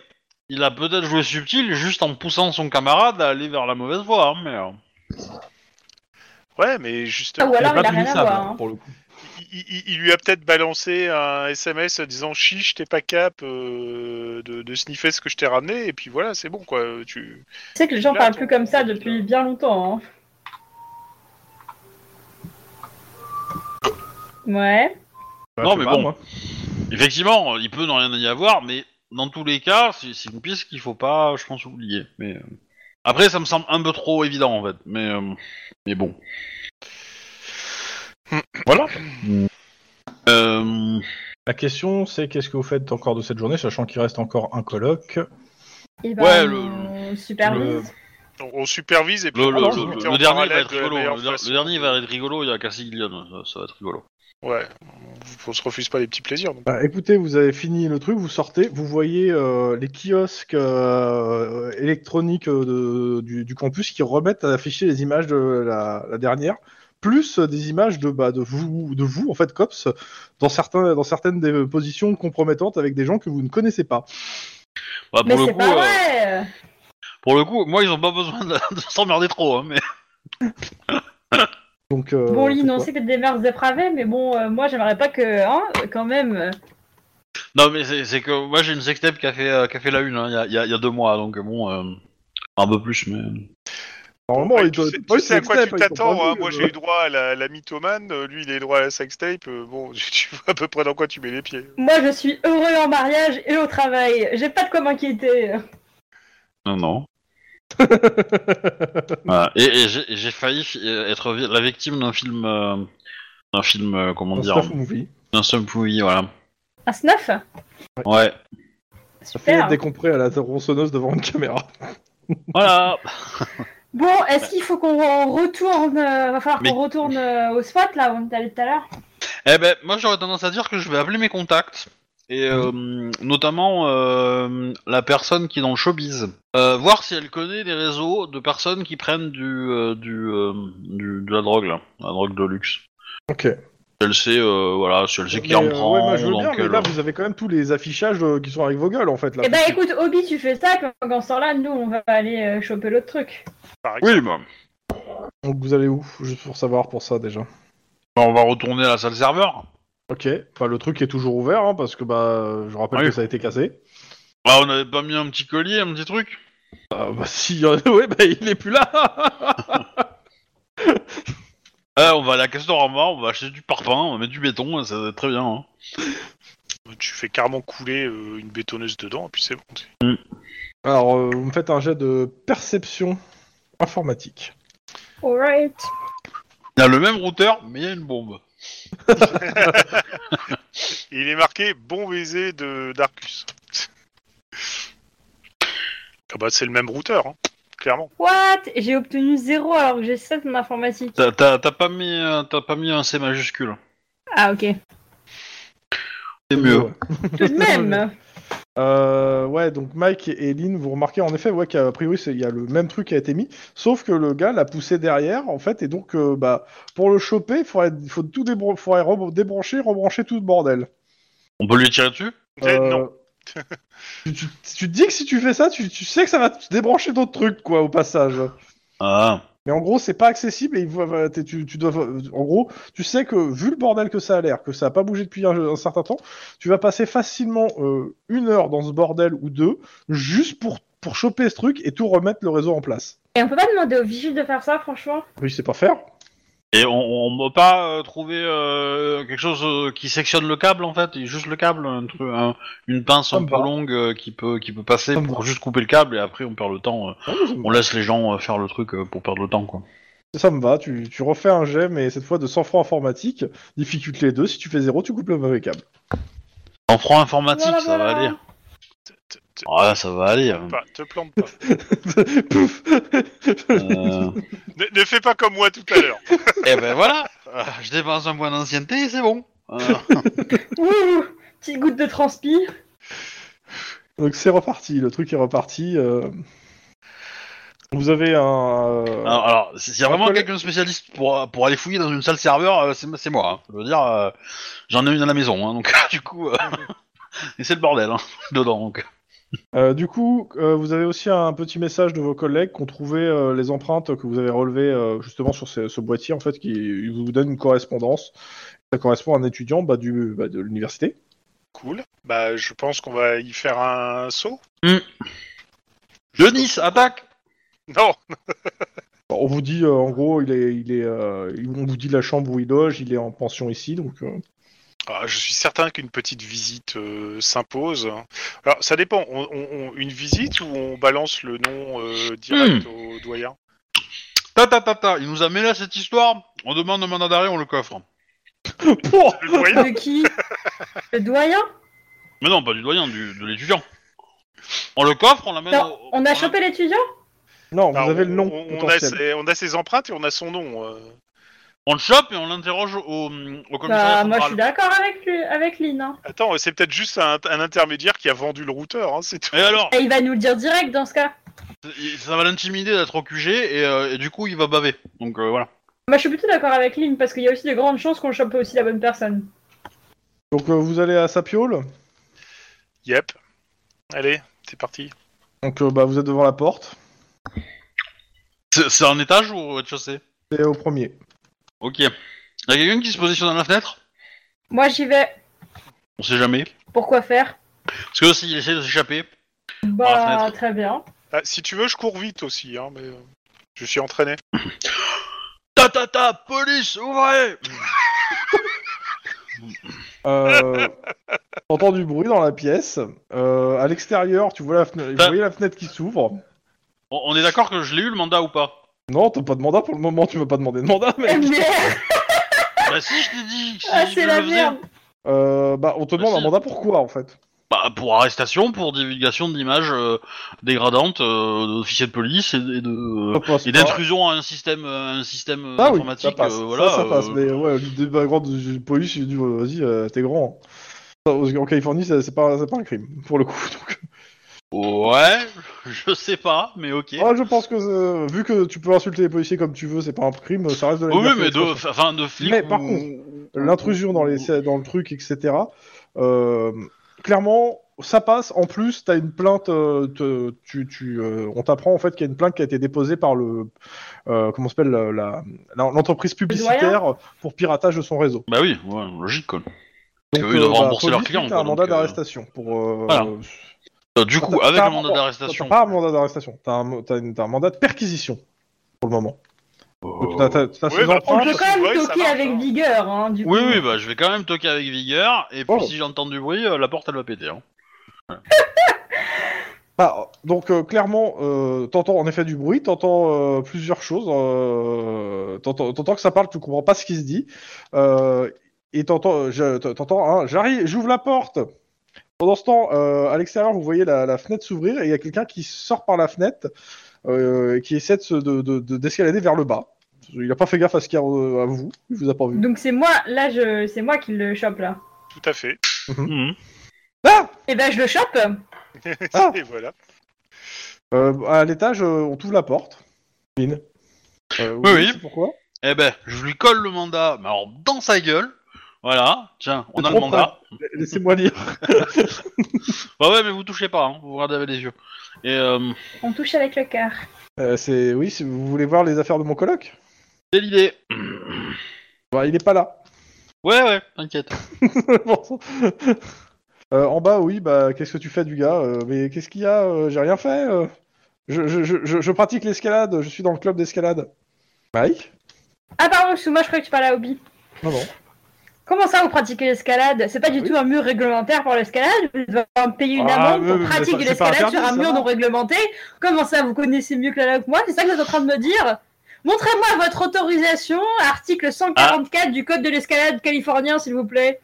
S2: il a peut-être joué subtil juste en poussant son camarade à aller vers la mauvaise voie. hein, mais, euh,
S3: Ouais, mais justement.
S10: Ah, ou alors,
S1: C'est
S10: il a
S1: pas
S10: rien à
S1: punissable,
S10: voir, hein.
S1: pour le coup.
S3: il, il- il lui a peut-être balancé un SMS en disant chiche, t'es pas cap euh, de, de sniffer ce que je t'ai ramené, et puis voilà, c'est bon quoi. Tu...
S10: Tu sais que les gens
S3: Là,
S10: parlent
S3: ton-
S10: plus comme ça depuis bien longtemps, hein Ouais.
S1: Bah, je
S2: Non,
S1: sais
S2: mais
S1: pas,
S2: bon.
S1: moi.
S2: Effectivement, il peut ne rien y avoir, mais dans tous les cas, c'est c'est une piste qu'il faut pas, je pense, oublier. Mais euh, après, ça me semble un peu trop évident en fait. Mais euh, mais bon. voilà. Euh,
S1: La question, c'est qu'est-ce que vous faites encore de cette journée, sachant qu'il reste encore un colloque.
S4: Eh
S10: Et
S4: ben,
S10: bah,
S2: Ouais, le-
S10: on supervise.
S3: On, on supervise et puis
S2: le,
S3: on
S2: le-
S3: se
S2: le-
S3: met
S2: le
S3: en
S2: dernier
S3: parallèle
S2: va être
S3: de la
S2: rigolo.
S3: meilleure
S2: Le, der-
S3: façon.
S2: le dernier va être rigolo. Il y a Cassiglione, ça, ça va être rigolo.
S3: Ouais, on se refuse pas les petits plaisirs. donc.
S1: Bah, écoutez, vous avez fini le truc, vous sortez, vous voyez euh, les kiosques euh, électroniques euh, de- du, du campus qui remettent à afficher les images de la, la dernière, plus euh, des images de, bah, de, vous, de vous, en fait, cops, dans, certains, dans certaines des positions compromettantes avec des gens que vous ne connaissez pas.
S2: Bah,
S4: Mais
S2: pour, le
S4: c'est
S2: coup,
S4: pas
S2: euh,
S4: vrai
S2: pour le coup, moi, ils ont pas besoin de, (laughs) de s'emmerder trop. Hein, mais...
S1: Donc, euh,
S4: Bon, Lynn,
S1: c'est
S4: on
S1: quoi
S4: sait que t'es des mœurs dépravées, mais bon, euh, moi, j'aimerais pas que, hein, quand même. euh,
S2: Non, mais c'est c'est que moi, j'ai une sextape qui a fait, euh, qui a fait la une hein, il y, a, il y a- il y a deux mois. Donc, bon, euh, un peu plus, mais.
S1: Normalement,
S3: Ouais,
S1: Oh, il
S3: tu
S1: doit-
S3: sais, tu
S1: ouais,
S3: sais à
S1: c'est
S3: quoi tu
S1: Snap, hein, ils sont
S3: t'attends.
S1: pas
S3: hein.
S1: nuls,
S3: Moi,
S1: euh.
S3: j'ai eu droit à la, la mythomane, euh, lui, il a eu droit à la sextape. euh, Bon, (laughs) tu vois à peu près dans quoi tu mets les pieds. euh,
S4: Moi, je suis heureux en mariage et au travail. J'ai pas de quoi m'inquiéter.
S2: Non, non. Voilà. Et, et j'ai- et j'ai failli fi- euh, être vi- la victime d'un film. euh, d'un film, euh, comment
S1: Un
S2: dire
S1: stuff movie.
S2: D'un snuff movie, voilà.
S4: Un snuff
S2: Ouais.
S1: (laughs) Ça fait
S4: Super.
S1: être décompré à la tronçonneuse devant une caméra.
S2: (laughs) Voilà
S4: Bon, est-ce qu'il faut qu'on retourne, euh, va falloir
S2: Mais-
S4: qu'on retourne euh, au spot là où on est allé tout à l'heure
S2: Eh ben, moi j'aurais tendance à dire que je vais appeler mes contacts. Et euh, notamment euh, la personne qui est dans le showbiz. Euh, voir si elle connaît des réseaux de personnes qui prennent du, euh, du, euh, du- de la drogue, là. La drogue de luxe.
S1: Ok.
S2: Si elle sait, euh, voilà, si elle sait qui
S1: Mais,
S2: en
S1: euh,
S2: prend,
S1: ouais, moi, je veux
S2: dans
S1: bien, mais
S2: quel-
S1: là, vous avez quand même tous les affichages euh, qui sont avec vos gueules, en fait. Là,
S4: Eh ben, écoute, Obi, tu fais ça, puis en sort là, nous, on va aller euh, choper l'autre truc.
S3: Par exemple.
S2: Oui, bah,
S1: Donc vous allez où Juste pour savoir pour ça déjà.
S2: bah, on va retourner à la salle serveur.
S1: Ok, enfin, le truc est toujours ouvert hein, parce que bah je rappelle
S2: Oui.
S1: que ça a été cassé.
S2: Ah, on n'avait pas mis un petit collier, un petit truc
S1: Ah, bah si, (laughs) euh, ouais, bah il est plus là
S2: Euh, on va aller à Castorama, on va acheter du parpaing, on va mettre du béton, ça va être très bien. hein.
S3: Tu fais carrément couler euh, une bétonneuse dedans, et puis c'est bon.
S1: Alors euh, vous me faites un jet de perception informatique.
S4: Alright.
S2: Il y a le même routeur, mais il y a une bombe.
S3: Et il est marqué bon baiser de d'Arcus. (laughs) ah bah, c'est le même routeur, hein, clairement.
S4: What J'ai obtenu zéro alors que j'ai 7 en informatique.
S2: T'as- T'as t'as pas, mis, euh, t'as pas mis un C majuscule.
S4: Ah, ok.
S2: C'est mieux.
S1: Ouais.
S4: Tout (laughs) de même
S1: Euh, ouais, donc Mike et et Lynn, vous remarquez en effet ouais, qu'a priori c'est- il y a le même truc qui a été mis, sauf que le gars l'a poussé derrière en fait, et donc euh, bah pour le choper, il faudrait, faut tout débran- faudrait re- débrancher, rebrancher tout le bordel.
S2: On peut lui tirer dessus
S1: Euh,
S3: Eh, non.
S1: tu, tu- tu te dis que si tu fais ça, tu, tu sais que ça va te débrancher d'autres trucs, quoi, au passage.
S2: Ah.
S1: Mais en gros, c'est pas accessible et il va- va- t'es- tu, tu dois. euh, En gros, tu sais que vu le bordel que ça a l'air, que ça a pas bougé depuis un, un certain temps, tu vas passer facilement euh, une heure dans ce bordel ou deux juste pour, pour choper ce truc et tout remettre le réseau en place.
S4: Et on peut pas demander au vigile de faire ça, franchement
S1: Oui, c'est pas faire.
S2: Et on, on peut pas euh, trouver euh, quelque chose euh, qui sectionne le câble en fait, et juste le câble, un truc, un- une pince
S1: Ça
S2: un
S1: me
S2: peu
S1: va.
S2: longue euh, qui peut qui peut passer
S1: Ça me
S2: pour juste couper le câble et après on perd le temps. euh,
S1: Ah, mais ça me-
S2: on laisse les gens euh, faire le truc euh, pour perdre le temps quoi.
S1: Ça me va. Tu, tu refais un jet, mais cette fois de 100 francs informatique. Difficulté 2. Si tu fais 0, tu coupes le mauvais câble. (laughs)
S2: En franc informatique,
S4: Voilà,
S2: ça va
S4: voilà.
S2: aller.
S3: Te, te- te-
S2: Ah, ça va aller. euh.
S3: pas, te plante pas.
S1: Pouf
S2: Euh,
S3: ne, ne fais pas comme moi tout à l'heure.
S2: (laughs) Eh ben voilà, Euh, je dépense un point d'ancienneté et c'est bon. Euh,
S4: Ouh Petite goutte de (laughs) transpi.
S1: Donc c'est reparti, le truc est reparti. euh. Vous avez un. euh,
S2: alors, alors, s'il y a vraiment
S1: Après,
S2: quelqu'un de spécialiste pour, euh, pour aller fouiller dans une salle serveur, euh, c'est c'est moi. hein. Je veux dire, euh, j'en ai une à la maison, hein, donc (laughs) du coup, euh, et c'est le bordel hein, (laughs) dedans. Donc.
S1: euh, du coup, euh, vous avez aussi un petit message de vos collègues qui ont trouvé euh, les empreintes que vous avez relevées euh, justement sur ce, ce boîtier en fait qui il vous donne une correspondance. Ça correspond à un étudiant bah, du, bah, de l'université.
S3: Cool. Bah, je pense qu'on va y faire un saut.
S2: Denis, attaque
S3: Non,
S1: Bon, on vous dit euh, en gros, il est, il est, euh, il- on vous dit la chambre où il loge, il est en pension ici donc.
S3: (laughs)
S1: euh,
S3: Ah, je suis certain qu'une petite visite euh, s'impose. Alors, ça dépend. On, on- on- une visite ou on balance le nom euh,
S1: Hmm.
S3: direct au doyen
S2: Ta ta ta ta, il nous a mêlé à cette histoire, on demande au mandat on le coffre.
S1: Pouah
S3: Le doyen
S4: De qui Le doyen
S2: Mais non, pas du doyen, du, de l'étudiant. On le coffre, on l'amène.
S4: Non,
S2: au-
S4: on a chopé l'étudiant
S1: non, (laughs) vous
S3: Ah,
S1: avez
S3: on-
S1: le nom.
S3: On, on a
S1: potentiel.
S3: ses, on a ses empreintes et on a son nom. euh.
S2: On le chope et on l'interroge au, au
S4: Bah,
S2: commissariat
S4: moi, je suis
S2: central.
S4: d'accord avec lui, avec Lynn. hein.
S3: Attends, c'est peut-être juste un, un intermédiaire qui a vendu le routeur, hein, c'est tout.
S2: Et alors,
S4: Et il va nous le dire direct dans ce cas.
S2: il- ça va l'intimider d'être au QG et, euh, et du coup il va baver. Donc euh, voilà.
S4: Moi, je suis plutôt d'accord avec Lynn parce qu'il y a aussi de grandes chances qu'on chope aussi la bonne personne.
S1: Donc euh, vous allez à Sapiole.
S3: Yep. Allez, c'est parti.
S1: Donc euh, bah, vous êtes devant la porte.
S2: C'est c'est un étage ou au rez-de-chaussée
S1: C'est au premier.
S2: Ok. Y a quelqu'un qui se positionne dans la fenêtre
S4: Moi, j'y vais.
S2: On sait jamais.
S4: Pourquoi faire
S2: Parce que s'il essaie de s'échapper, la
S4: Bah,
S2: fenêtre.
S4: très bien.
S3: Ah, si tu veux, je cours vite aussi, hein, mais euh, je suis entraîné.
S2: ta ta ta, police, ouvrez
S1: Euh, (laughs) T'entends du bruit dans la pièce. Euh, à l'extérieur, tu vois la fenêtre, vous
S2: Bah.
S1: voyez la fenêtre qui s'ouvre.
S2: On on est d'accord que je l'ai eu le mandat ou pas
S1: Non, t'as pas de mandat pour le moment. Tu veux pas demander de mandat,
S4: Eh,
S1: mec.
S3: (laughs)
S4: merde
S2: Bah si, je t'ai dit si
S4: Ah,
S2: je
S4: c'est
S2: le
S4: la
S2: faisais.
S4: merde
S1: Euh, bah, on te demande
S2: Bah,
S1: un
S2: si.
S1: mandat pour quoi en fait
S2: Bah, pour arrestation, pour divulgation d'images euh, dégradantes euh, d'officiers de police et, et de...
S1: Ça passe
S2: et
S1: pas.
S2: d'intrusion à un système, à un système euh,
S1: Ah Bah, oui, ça
S2: informatique,
S1: passe.
S2: euh, voilà.
S1: ça, ça passe.
S2: euh,
S1: Mais ouais, le background de police, il dit vas-y, euh, t'es grand. Ça, En Californie, ça- c'est pas, c'est pas un crime pour le coup. donc.
S2: Ouais, (laughs) je sais pas, mais ok.
S1: Ah, je pense que euh, vu que tu peux insulter les policiers comme tu veux, c'est pas un crime. Ça reste de la
S2: oui,
S1: liberté
S2: mais de,
S1: d'expression.
S2: enfin, de flic.
S1: Mais par
S2: ou-
S1: contre, l'intrusion dans, les- dans le truc, etc. euh, clairement, ça passe. En plus, t'as une plainte. euh, te- tu, tu, euh, on t'apprend en fait qu'il y a une plainte qui a été déposée par le euh, comment s'appelle la- la- la- l'entreprise publicitaire pour piratage de son réseau.
S2: Bah oui, ouais, logique quoi.
S1: Donc,
S2: Parce que eux, Ah ils doivent
S1: bah,
S2: rembourser leurs
S1: police,
S2: clients,
S1: T'as un
S2: quoi,
S1: mandat
S2: donc, euh,
S1: d'arrestation pour. euh,
S2: Voilà.
S1: euh,
S2: Euh, du coup,
S1: t'as-
S2: avec
S1: t'as
S2: le
S1: un
S2: mandat
S1: mandat-
S2: d'arrestation.
S1: T'as pas un mandat d'arrestation. T'as un, t'as une- t'as un mandat de perquisition pour le moment.
S2: Oh. Euh,
S1: Donc, t'as- t'as- t'as
S3: Ouais,
S1: ces
S3: bah,
S4: On
S1: empreintes.
S3: Ouais,
S4: peut quand même
S3: ouais, ça
S4: toquer
S3: marche,
S4: avec
S3: hein.
S4: vigueur, hein, du
S2: Oui,
S4: coup.
S2: oui, bah je vais quand même toquer avec vigueur, et puis
S1: Oh.
S2: si j'entends du bruit, euh, la porte elle va péter. Hein.
S1: Bah, donc euh, clairement, euh, t'entends en effet du bruit, t'entends euh, plusieurs choses, euh, t'entends t'entends que ça parle, tu comprends pas ce qui se dit, euh, et t'entends, euh, je- t'entends, hein, j'arrive, j'ouvre la porte. Pendant ce temps, euh, à l'extérieur, vous voyez la, la fenêtre s'ouvrir et il y a quelqu'un qui sort par la fenêtre, euh, qui essaie de se- de- de- de- d'escalader vers le bas. Il a pas fait gaffe à ce qu'il y a euh, à vous, il vous a pas vu.
S4: Donc c'est moi, là, je... c'est moi qui le chope, là.
S3: Tout à fait.
S1: Ah
S4: Et ben, je le chope
S1: Ah.
S3: (laughs) Et voilà.
S1: Euh, à l'étage, euh, on t'ouvre la porte. Mine. Euh, vous
S2: Oui,
S1: voyez
S2: oui.
S1: c'est Pourquoi
S2: Eh ben, je lui colle le mandat, mais alors dans sa gueule. Voilà, tiens, on
S1: C'est
S2: a le
S1: trop
S2: mandat.
S1: Laissez-moi lire.
S2: Bah ouais, mais vous touchez pas, hein, vous regardez avec les yeux. Et euh,
S4: On touche avec le cœur.
S1: Euh, c'est oui, si vous voulez voir les affaires de mon coloc,
S2: c'est l'idée.
S1: Bah, il est pas là. (laughs)
S2: Ouais, ouais, t'inquiète.
S1: Bon. Euh, en bas, oui, bah qu'est-ce que tu fais du gars Euh, Mais qu'est-ce qu'il y a Euh, J'ai rien fait. euh. Je, je- je- je- je pratique l'escalade. Je suis dans le club d'escalade. Mike
S4: Ah, pardon, sous moi, je croyais que tu parlais à Obi.
S1: Non, non.
S4: Comment ça, vous pratiquez l'escalade C'est pas du
S1: Oui.
S4: tout un mur réglementaire pour l'escalade Vous devez payer une
S1: Ah,
S4: amende
S1: mais- mais
S4: pour pratiquer
S1: c'est- c'est pas
S4: l'escalade sur un
S1: interdit, ça
S4: mur
S1: va.
S4: non réglementé Comment ça, vous connaissez mieux que la loi que moi C'est ça que vous êtes en train de me dire Montrez-moi votre autorisation, article 144 du Code de l'escalade californien, s'il vous plaît.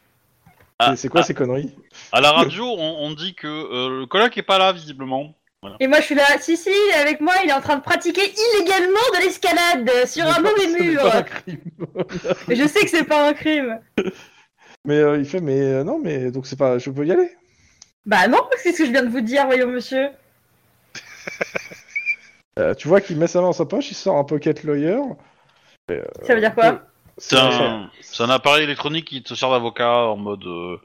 S2: Ah,
S1: C'est- c'est quoi
S2: ah.
S1: ces conneries
S2: À la radio, on, on dit que euh, le coloc est pas là, visiblement.
S4: Et moi, je suis là, si, si, avec moi, il est en train de pratiquer illégalement de l'escalade sur un mauvais
S1: Ce n'est
S4: mur.
S1: pas un crime. (laughs)
S4: Mais Je sais que c'est pas un crime.
S1: Mais euh, il fait, mais euh, non, mais donc c'est pas, je peux y aller.
S4: Bah non, c'est ce que je viens de vous dire, voyons monsieur.
S1: Euh, tu vois qu'il met sa main dans sa poche, il sort un pocket lawyer.
S4: Ça veut dire
S1: Euh,
S4: quoi
S2: C'est un, c'est un appareil électronique qui te sert d'avocat en mode, euh,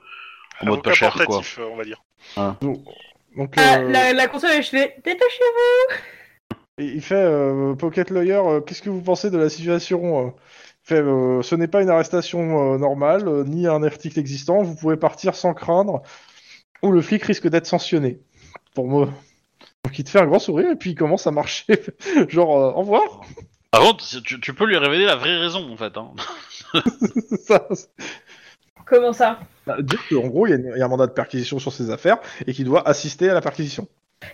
S2: en mode
S3: Avocat
S2: pas cher, quoi.
S3: portatif, euh, on va dire.
S1: Donc,
S4: Ah,
S1: euh,
S4: la, la console, je fais détachez
S1: Et il fait euh, Pocket Lawyer, euh, qu'est-ce que vous pensez de la situation euh Il fait euh, ce n'est pas une arrestation euh, normale, euh, ni un article existant, vous pouvez partir sans craindre, ou le flic risque d'être sanctionné. Pour moi. Donc il te fait un grand sourire et puis il commence à marcher, (laughs) genre euh, au revoir. (laughs)
S2: Par contre, c'est- tu, tu peux lui révéler la vraie raison, en fait. Hein.
S1: C'est ça.
S4: Comment ça
S1: Bah, dire que, en gros, il y a une- il y, a un mandat de perquisition sur ses affaires et qu'il doit assister à la perquisition.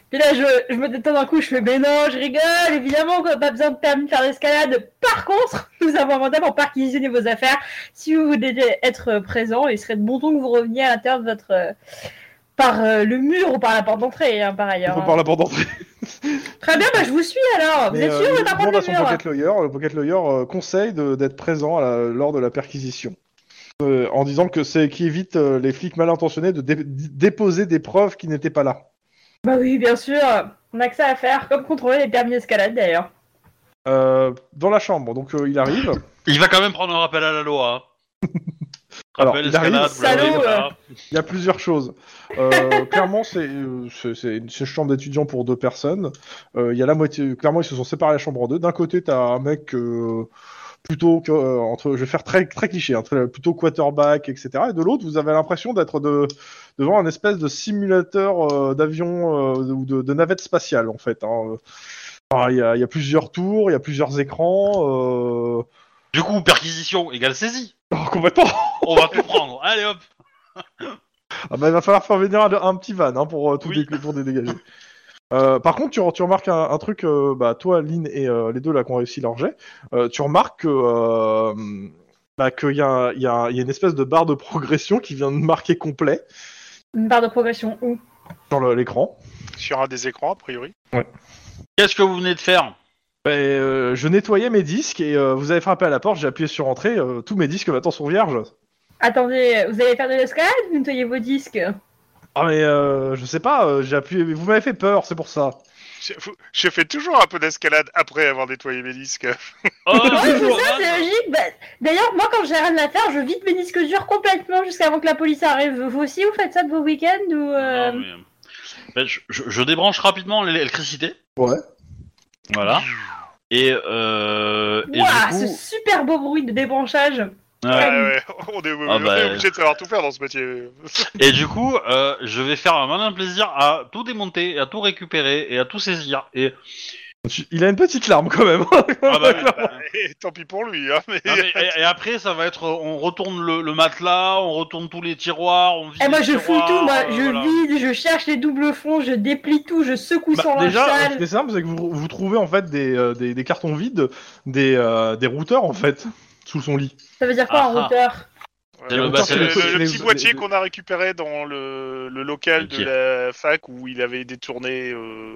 S4: Puis là, je, je me détends d'un coup, je fais mais non, je rigole, évidemment, quoi, pas besoin de permis de faire l'escalade. Par contre, nous avons un mandat pour perquisitionner vos affaires. Si vous voulez être présent, il serait de bon ton que vous reveniez à l'intérieur de votre. euh, par euh, le mur ou par la porte d'entrée, hein, par ailleurs.
S1: On
S4: hein.
S1: parle à bord d'entrée.
S4: Très bien, bah, je vous suis alors. Vous
S1: Mais,
S4: êtes
S1: euh,
S4: sûr
S1: il
S4: de
S1: demande à
S4: prendre
S1: son
S4: les murs
S1: pocket lawyer. Le pocket lawyer euh, conseille de- d'être présent à la- lors de la perquisition. Euh, en disant que c'est qui évite euh, les flics mal intentionnés de dé- déposer des preuves qui n'étaient pas là.
S4: Bah oui, bien sûr. On a que ça à faire, comme contrôler les permis d'escalade d'ailleurs.
S1: Euh, dans la chambre, donc euh, il arrive.
S2: Il va quand même prendre un rappel à la loi. hein.
S1: (laughs) Alors,
S2: rappel,
S1: il arrive,
S2: escalade, vous l'avez,
S4: salaud, euh.
S2: voilà.
S1: Il y a plusieurs choses. Euh, (laughs) clairement, c'est euh, c'est- c'est une c'est une chambre d'étudiants pour deux personnes. Euh, Il y a la moitié. Clairement, ils se sont séparés la chambre en deux. D'un côté, t'as un mec euh, plutôt que euh, entre. Je vais faire très très cliché. hein, très- plutôt quarterback, etc. Et de l'autre, vous avez l'impression d'être de, devant un espèce de simulateur euh, d'avion euh, ou de, de navette spatiale en fait. hein. Alors, Il y, a, il y a plusieurs tours, il y a plusieurs écrans. Euh...
S2: Du coup, perquisition égale saisie.
S1: oh, complètement.
S2: On va tout prendre. Allez hop.
S1: Ah bah, il va falloir faire venir un, un petit van hein, pour, euh, tout
S2: Oui.
S1: dé- pour dé- dégager. Euh, par contre, tu, re- tu remarques un, un truc, euh, bah, toi, Lynn et euh, les deux là qui ont réussi leur jet, euh, tu remarques que euh, bah, qu'il y, a un- il y a un- il y a une espèce de barre de progression qui vient de marquer complet
S4: Une barre de progression où
S1: sur le- l'écran.
S3: Sur un des écrans, a priori.
S2: Qu'est-ce que vous venez de
S4: (laughs)
S2: faire
S1: Et, euh, je nettoyais mes disques et euh, vous avez frappé à la porte, j'ai appuyé sur entrée, euh, tous mes disques maintenant sont vierges.
S4: Attendez, vous allez faire de l'escalade ou nettoyer vos disques
S1: Ah mais euh, je sais pas, euh, j'ai appuyé, vous m'avez fait peur, c'est pour ça.
S3: Je, vous- je fais toujours un peu d'escalade après avoir nettoyé mes disques.
S2: Oh,
S4: Ouais, c'est
S2: toujours,
S4: ça,
S2: hein.
S4: c'est logique. Bah, D'ailleurs, moi, quand j'ai rien à faire, je vide mes disques durs complètement jusqu'avant que la police arrive. Vous aussi, vous faites ça de vos week-ends ou euh,
S2: Non, mais, euh, ben, je, je- je débranche rapidement l'électricité.
S1: Ouais.
S2: Voilà. Et, euh, et
S4: Ouah,
S2: du
S4: ce
S2: coup,
S4: super beau bruit de débranchage.
S2: Ouais.
S3: Ah ouais, on est, on est
S2: bah.
S3: obligé de savoir tout faire dans ce
S2: (laughs)
S3: métier.
S2: et du coup, euh, je vais faire un malin plaisir à tout démonter, à tout récupérer et à tout saisir. Et
S1: Tu- Il a une petite larme quand même.
S2: Ah bah
S1: (laughs)
S2: oui, bah,
S3: Et tant pis pour lui, hein, mais...
S2: non, mais- et, et après, ça va être, euh, on retourne le, le matelas, on retourne tous les tiroirs, on vide.
S4: Et Eh, moi,
S2: les
S4: je fouille
S2: tiroirs,
S4: tout. Moi,
S2: euh,
S4: je
S2: voilà.
S4: vide, je cherche les doubles fonds, je déplie tout, je secoue
S1: Bah,
S4: son linge
S1: déjà, euh, ce
S4: sale.
S1: qui est simple, c'est que vous, vous trouvez en fait des, euh, des, des cartons vides, des, euh, des routeurs en fait, sous son lit.
S4: Ça veut dire quoi,
S2: Ah,
S4: un
S2: ah.
S4: routeur
S3: Ouais,
S2: C'est
S3: le,
S2: le- bah, c'est
S3: le-
S2: le-
S3: le
S1: les-
S3: petit
S1: les-
S3: boîtier
S1: les-
S3: qu'on a récupéré dans le, le local
S2: Ok.
S3: de la fac où il avait détourné. euh,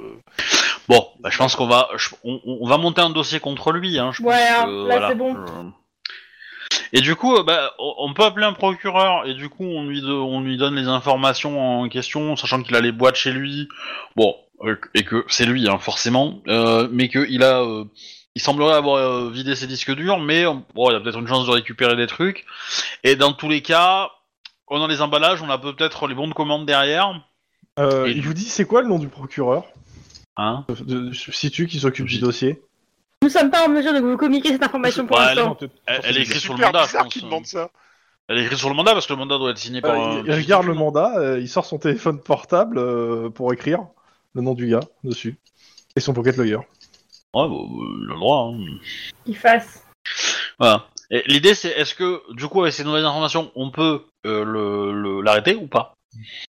S2: Bon, bah, je pense qu'on va, je- on, on- on va monter un dossier contre lui. Hein, je pense
S4: Ouais, hein,
S2: que,
S4: là,
S2: voilà,
S4: c'est bon.
S2: je- Et du coup, euh, bah, on on peut appeler un procureur et du coup, on lui, do- on lui donne les informations en question, sachant qu'il a les boîtes chez lui. Bon, euh, et que c'est lui, hein, forcément, euh, mais qu'il a, euh, il semblerait avoir euh, vidé ses disques durs, mais on- bon, il y a peut-être une chance de récupérer des trucs. Et dans tous les cas, on a les emballages, on a peut-être les bons de commande derrière.
S1: Euh,
S2: Et-
S1: il vous dit c'est quoi le nom du procureur
S2: Hein
S1: de, de- de- situ qui s'occupe du
S2: J-
S1: dossier
S4: Nous sommes pas en mesure de vous communiquer cette information pour
S2: Ouais,
S3: Bah,
S4: l'instant.
S2: elle, elle écrit sur le
S3: super
S2: mandat, je
S3: bizarre
S2: pense. hein.
S3: qui demande ça.
S2: Elle est écrite sur le mandat parce que le mandat doit être signé par.
S1: Euh,
S2: un-
S1: il, il regarde le mandat, euh, il sort son téléphone portable euh, pour écrire le nom du gars dessus et son pocket lawyer.
S2: Ouais, bah, euh, il a le droit. hein.
S4: Qu'il fasse.
S2: Voilà. Et L'idée c'est est-ce que du coup avec ces nouvelles informations on peut euh, le- le- l'arrêter ou pas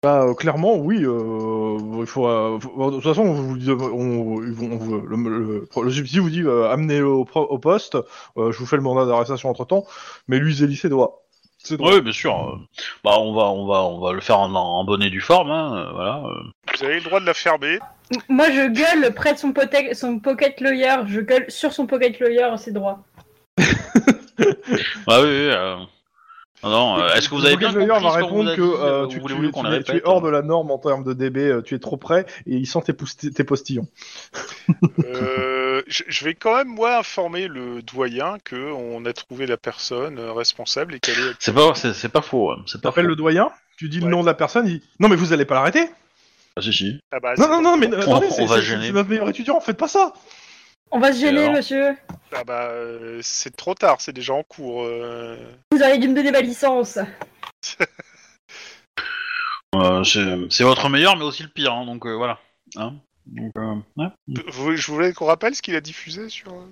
S1: Bah, euh, clairement, oui. euh, il faut, euh, faut- de toute façon, on vous, on- on vous- le, le, le substitut vous dit euh, amenez-le au, pro- au poste. euh, je vous fais le mandat d'arrestation entre temps, mais lui, Zélie, c'est doigts. C'est droit.
S2: Oui, bien sûr. euh, Bah on va on va on va le faire en, en bonne et due forme. Hein, euh, voilà. euh.
S3: Vous avez le droit de la
S2: (laughs)
S3: fermer.
S4: M- Moi, je gueule près de son, pote- son pocket lawyer. Je gueule sur son pocket lawyer, c'est droit.
S2: Bah oui. oui, euh. Non, non, euh, est-ce que vous avez bien
S1: Booker Lawyer
S2: compris
S1: va
S2: ce qu'on vous
S1: répondre
S2: a
S1: que
S2: dit euh,
S1: euh,
S2: ou
S1: tu, tu-
S2: voulez-vous qu'on euh
S1: tu
S2: les
S1: es- tu es
S2: répète
S1: hors de la norme en termes de DB, euh, tu es trop près et il sent tes, pousti- tes postillons.
S3: Euh, je, je vais quand même, moi, informer le doyen que on a trouvé la personne euh, responsable et qu'elle est.
S2: C'est pas c'est c'est pas faux. ouais, C'est pas faux.
S1: T'appelles le doyen, tu dis le
S3: Ouais.
S1: nom de la personne, il dit non mais vous allez pas l'arrêter
S2: Ah, si, si.
S3: Ah bah,
S1: Non
S3: c'est-
S1: non non mais euh,
S2: On-
S1: attendez,
S2: on
S1: c'est
S2: va
S1: c'est-
S2: gêner.
S1: c'est notre meilleur étudiant, faites pas ça.
S4: On va se
S2: Et
S4: gêner,
S2: alors
S4: monsieur.
S3: ah bah, euh, c'est trop tard, c'est déjà en cours. euh.
S4: Vous auriez dû me donner ma licence.
S3: Ah,
S2: Euh, c'est c'est votre meilleur mais aussi le pire. hein, donc euh, voilà. Hein donc, euh, ouais.
S3: Vous- Je voulais qu'on rappelle ce qu'il a diffusé sur.
S4: (laughs)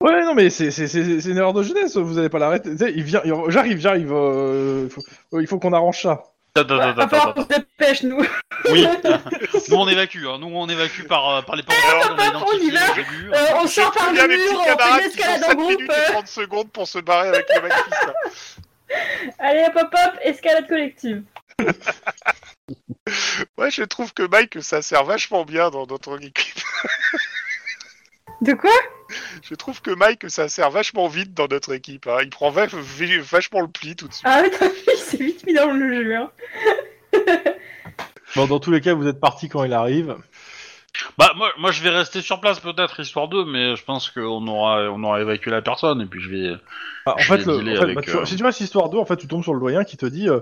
S1: Ouais non mais c'est c'est- c'est- c'est une erreur de jeunesse, vous allez pas l'arrêter. Tu sais, Il vient, il- j'arrive, j'arrive, euh, faut- euh, il faut qu'on arrange ça.
S2: Attends,
S4: Va
S2: attends,
S3: bah,
S4: va
S2: attends,
S4: falloir
S2: attends.
S4: qu'on se dépêche, nous. (laughs)
S2: Oui, Ah. nous on évacue, hein. nous on évacue par, euh, par les parents.
S3: Alors,
S2: on a
S4: hop, Eh, on y
S2: identifié
S4: va.
S2: au début.
S4: Euh, on sort par
S3: Il y
S4: le
S3: a mes petits
S4: mur, on fait de
S3: camarades qui ont
S4: l'escalade en
S3: 5
S4: groupe. Euh,
S3: minutes et 30 secondes pour se barrer avec le magnifique.
S4: (laughs) Allez, hop, hop, hop, escalade collective.
S3: Ouais, je trouve que Mike, ça sert vachement bien dans, dans ton équipe. (laughs)
S4: De quoi
S3: Je trouve que Mike, ça sert vachement vite dans notre équipe. hein. Il prend va- v- vachement le pli tout de suite.
S4: Ah ouais, t'as vu, il s'est vite mis dans le jeu. Hein.
S1: Bon, dans tous les cas, vous êtes parti quand il arrive.
S2: Bah moi, moi je vais rester sur place peut-être histoire d'eux, mais je pense qu'on aura on aura évacué la personne et puis je vais.
S1: Ah, en
S2: Je
S1: fait,
S2: l'ai
S1: le-
S2: dealé
S1: en fait,
S2: avec,
S1: bah, tu-
S2: euh,
S1: si tu vois cette histoire 2, en fait, tu tombes sur le doyen qui te dit euh,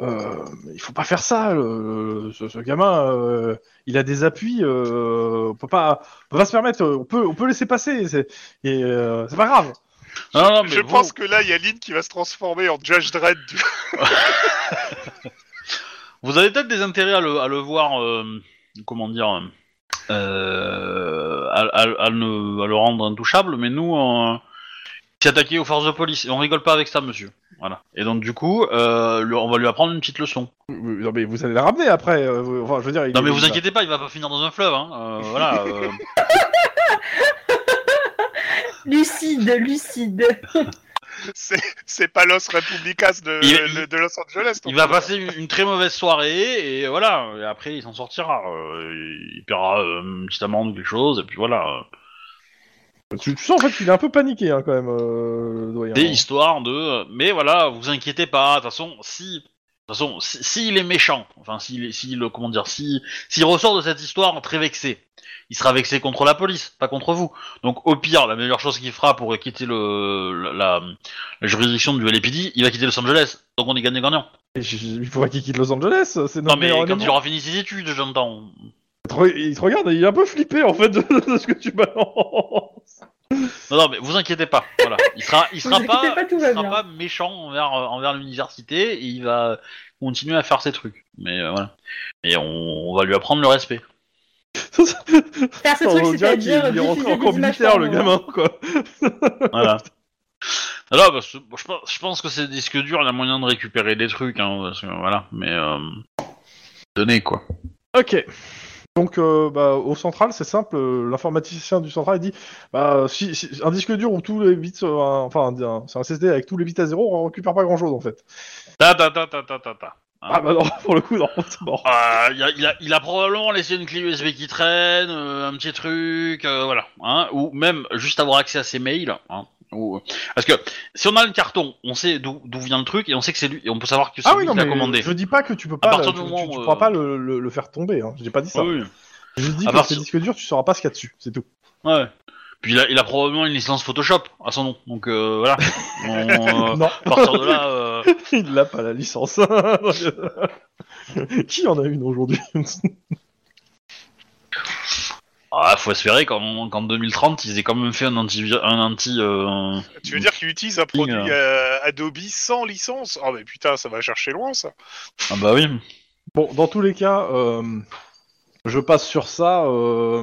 S1: euh, il faut pas faire ça, le- le- ce, ce gamin, euh, il a des appuis, euh, on, peut pas, on peut pas se permettre, euh, on peut, on peut laisser passer, c'est et, euh, c'est pas grave.
S2: Non, non, mais
S3: Je
S2: vous-
S3: pense que là, il y a Lynn qui va se transformer en Judge Dredd. du-
S2: Vous avez peut-être des intérêts à le, à le voir, euh, comment dire, euh, à, à- à le, à le rendre intouchable, mais nous, on s'est attaqué aux forces de police, et on rigole pas avec ça, monsieur. Voilà. Et donc, du coup, euh, lui- on va lui apprendre une petite leçon.
S1: Euh, Non, mais vous allez le ramener après, euh, vous- enfin, je veux dire. il
S2: Non,
S1: est-
S2: mais vous
S1: il-
S2: inquiétez pas, il va pas finir dans un fleuve, hein. euh, voilà. euh.
S4: Lucide, lucide.
S3: (laughs) C'est c'est pas Los Republicas de,
S2: Il-
S3: de- de Los Angeles. ton
S2: il va
S3: truc.
S2: passer une, une très mauvaise soirée, et voilà. Et après, il s'en sortira. euh, il paiera euh, une petite amende ou quelque chose, et puis voilà. euh.
S1: Tu, tu sens en fait qu'il est un peu paniqué hein, quand même, euh, le doyen.
S2: des histoires de. euh, Mais voilà, vous inquiétez pas. De toute façon, si, de toute façon, si, s'il est méchant, enfin, s'il, est- s'il, comment dire, si, s'il ressort de cette histoire très vexé, il sera vexé contre la police, pas contre vous. Donc, au pire, la meilleure chose qu'il fera pour quitter le, la, la- la juridiction du LAPD, il va quitter Los Angeles. Donc, on est gagnant-gagnant.
S1: Et je- je- Il faudrait qu'il quitte Los Angeles, c'est
S2: Non,
S1: notre
S2: mais
S1: meilleur
S2: quand
S1: élément.
S2: il aura fini ses études, j'entends.
S1: Il te re- Il te regarde, il est un peu flippé en fait de, de ce que tu (laughs) balances.
S2: Non, non, mais vous inquiétez pas. Voilà, il sera, il sera
S4: Vous inquiétez
S2: pas,
S4: pas, tout
S2: il
S4: va
S2: sera
S4: bien.
S2: pas méchant envers, euh, envers l'université. et Il va continuer à faire ses trucs. Mais euh, voilà. Et on, on va lui apprendre le respect.
S4: Faire ce
S1: On
S4: truc,
S1: dirait qu'il
S4: c'est-à-dire
S1: est rentré
S4: diffuser
S1: en
S4: des
S1: camp
S4: images
S1: militaire, le
S4: porno.
S1: gamin, quoi.
S4: (laughs)
S2: Voilà. Alors, parce que, bon, je, pense, je pense que ces disques durs, il y a moyen de récupérer des trucs. Hein, parce que, voilà. Mais euh, donnez quoi.
S1: Ok. Donc, euh, bah, au central, c'est simple. euh, L'informaticien du central il dit bah, si, si- un disque dur où tous les bits, euh, un- enfin, un- un- c'est un SSD avec tous les bits à zéro, on récupère pas grand chose en fait.
S2: Ta ta ta ta ta ta ta.
S1: Ah, bah non, pour le coup, non, c'est mort.
S2: Ah, il, a, il a- il a probablement laissé une clé USB qui traîne, euh, un petit truc, euh, voilà. hein, ou même juste avoir accès à ses mails. hein, ou- parce que si on a le carton, on sait d'où d'où vient le truc et on sait que c'est lui, et on peut savoir que c'est
S1: Ah oui,
S2: lui
S1: non,
S2: qui l'a
S1: mais
S2: commandé.
S1: je dis pas que tu peux pas,
S2: partir
S1: tu,
S2: du
S1: tu-
S2: moment
S1: tu
S2: où,
S1: pourras
S2: euh,
S1: pas le, le- le faire tomber. Hein. J'ai pas dit ça.
S2: Ah oui,
S1: Je dis
S2: À
S1: que
S2: partir-
S1: ces disques durs, tu sauras pas ce qu'il y a dessus, c'est tout.
S2: ouais. Puis il a, il a probablement une licence Photoshop à son nom, donc euh,
S1: (laughs)
S2: voilà. On, euh,
S1: non,
S2: à partir de là, euh,
S1: (laughs) il l'a pas la licence. (laughs) Qui en a une aujourd'hui
S2: ah, faut espérer qu'en qu'en 2030, ils aient quand même fait un anti, un anti. euh,
S3: Tu veux dire qu'il utilise un produit
S2: hein.
S3: euh, Adobe sans licence Oh, mais putain, ça va chercher loin ça.
S2: Ah bah oui.
S1: Bon, dans tous les cas, euh, je passe sur ça. euh,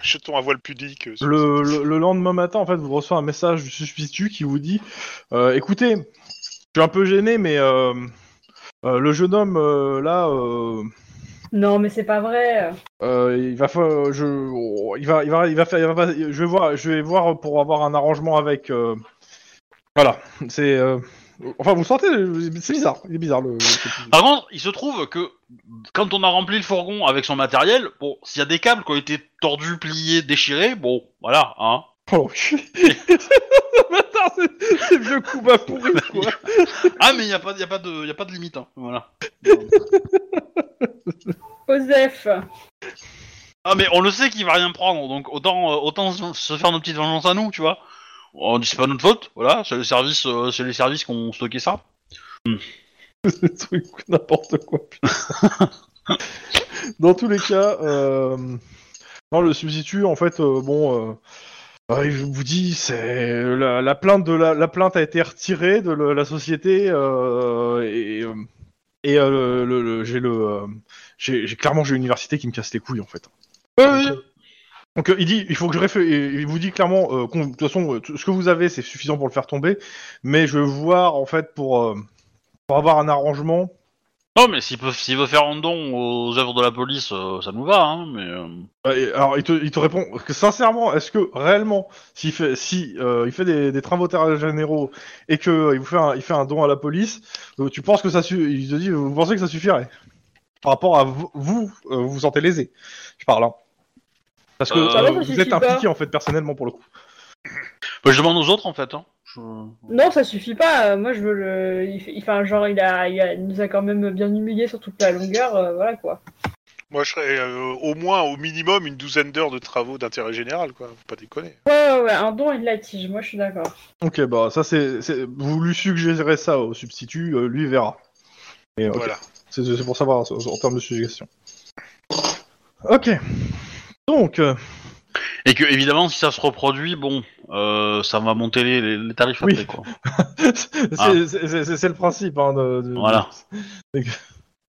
S3: Jetons à voile pudique. euh, sur
S1: Le,
S3: cette-
S1: le- le lendemain matin, en fait, vous recevez un message du substitut qui vous dit euh, Écoutez, je suis un peu gêné, mais euh, euh, le jeune homme euh, là, euh,
S4: Non, mais c'est pas vrai.
S1: euh, il va fa- je, oh, il va, il va, il va faire, il va- je vais voir, je vais voir pour avoir un arrangement avec. euh, voilà, c'est. euh, enfin, vous sentez, c'est bizarre, il est bizarre le. le-
S2: Par contre, il se trouve que quand on a rempli le fourgon avec son matériel, bon, s'il y a des câbles qui ont été tordus, pliés, déchirés, bon, voilà, hein.
S1: Oh, (laughs) je- Bâtard, c'est c'est vieux coup bas pourri quoi.
S2: Ah, mais il n'y a, pas- y a, pas de- y a pas de limite, hein, voilà.
S4: Osef.
S2: Ah, mais on le sait qu'il va rien prendre, donc autant, euh, autant se se faire nos petites vengeances à nous, tu vois. On dit c'est pas notre faute, voilà, c'est le service, euh, c'est les services qui ont stocké ça.
S1: Le truc n'importe quoi. putain. Dans tous les cas, euh, non, le substitut, en fait, euh, bon, euh, euh, il vous dit, c'est la, la plainte de la, la plainte a été retirée de le- la société euh, et euh, et euh, le- le- le- j'ai le euh, j'ai j'ai- clairement j'ai l'université qui me casse les couilles en fait. Donc euh, il dit, il faut que je réfléchisse. Il vous dit clairement, euh, qu'on- de toute façon, euh, tout ce que vous avez, c'est suffisant pour le faire tomber. Mais je veux voir en fait pour euh, pour avoir un arrangement.
S2: Non, mais s'il peut, s'il veut faire un don aux œuvres de la police, euh, ça nous va, hein, mais... euh,
S1: Euh, et- Alors il te, il te répond que sincèrement, est-ce que réellement, s'il fait si euh, il fait des, des trains votaires généraux et que euh, il vous fait un, il fait un don à la police, euh, tu penses que ça su- Il te dit, vous pensez que ça suffirait par rapport à vous, vous, euh, vous vous sentez lésé. Je parle. hein. Parce que
S2: Euh,
S1: euh,
S2: ouais,
S4: Ah ça
S1: vous
S4: suffit
S1: êtes
S4: pas.
S1: impliqué en fait personnellement pour le coup.
S2: Bah, je demande aux autres en fait. Hein. Je-
S4: Non, ça suffit pas. euh, Moi, je veux le. Il, fait- il- enfin, genre, il, a, il, a- il nous a quand même bien humiliés sur toute la longueur. euh, voilà quoi.
S3: Moi, je serais euh, au moins, au minimum, une douzaine d'heures de travaux d'intérêt général, quoi. Faut pas déconner.
S4: Ouais, ouais, ouais, un don et de la tige. Moi, je suis d'accord.
S1: Ok, bah ça c'est, c'est- vous lui suggérez ça au substitut, euh, lui verra. Et, ok.
S3: Voilà.
S1: C'est, c'est pour savoir en- en termes de suggestion. Ok. Donc, euh,
S2: Et que évidemment, si ça se reproduit, bon, euh, ça va monter les, les- les tarifs
S1: Oui.
S2: après. Quoi.
S1: c'est,
S2: Ah.
S1: c'est- c'est- c'est- c'est le principe. hein, de, de-
S2: Voilà.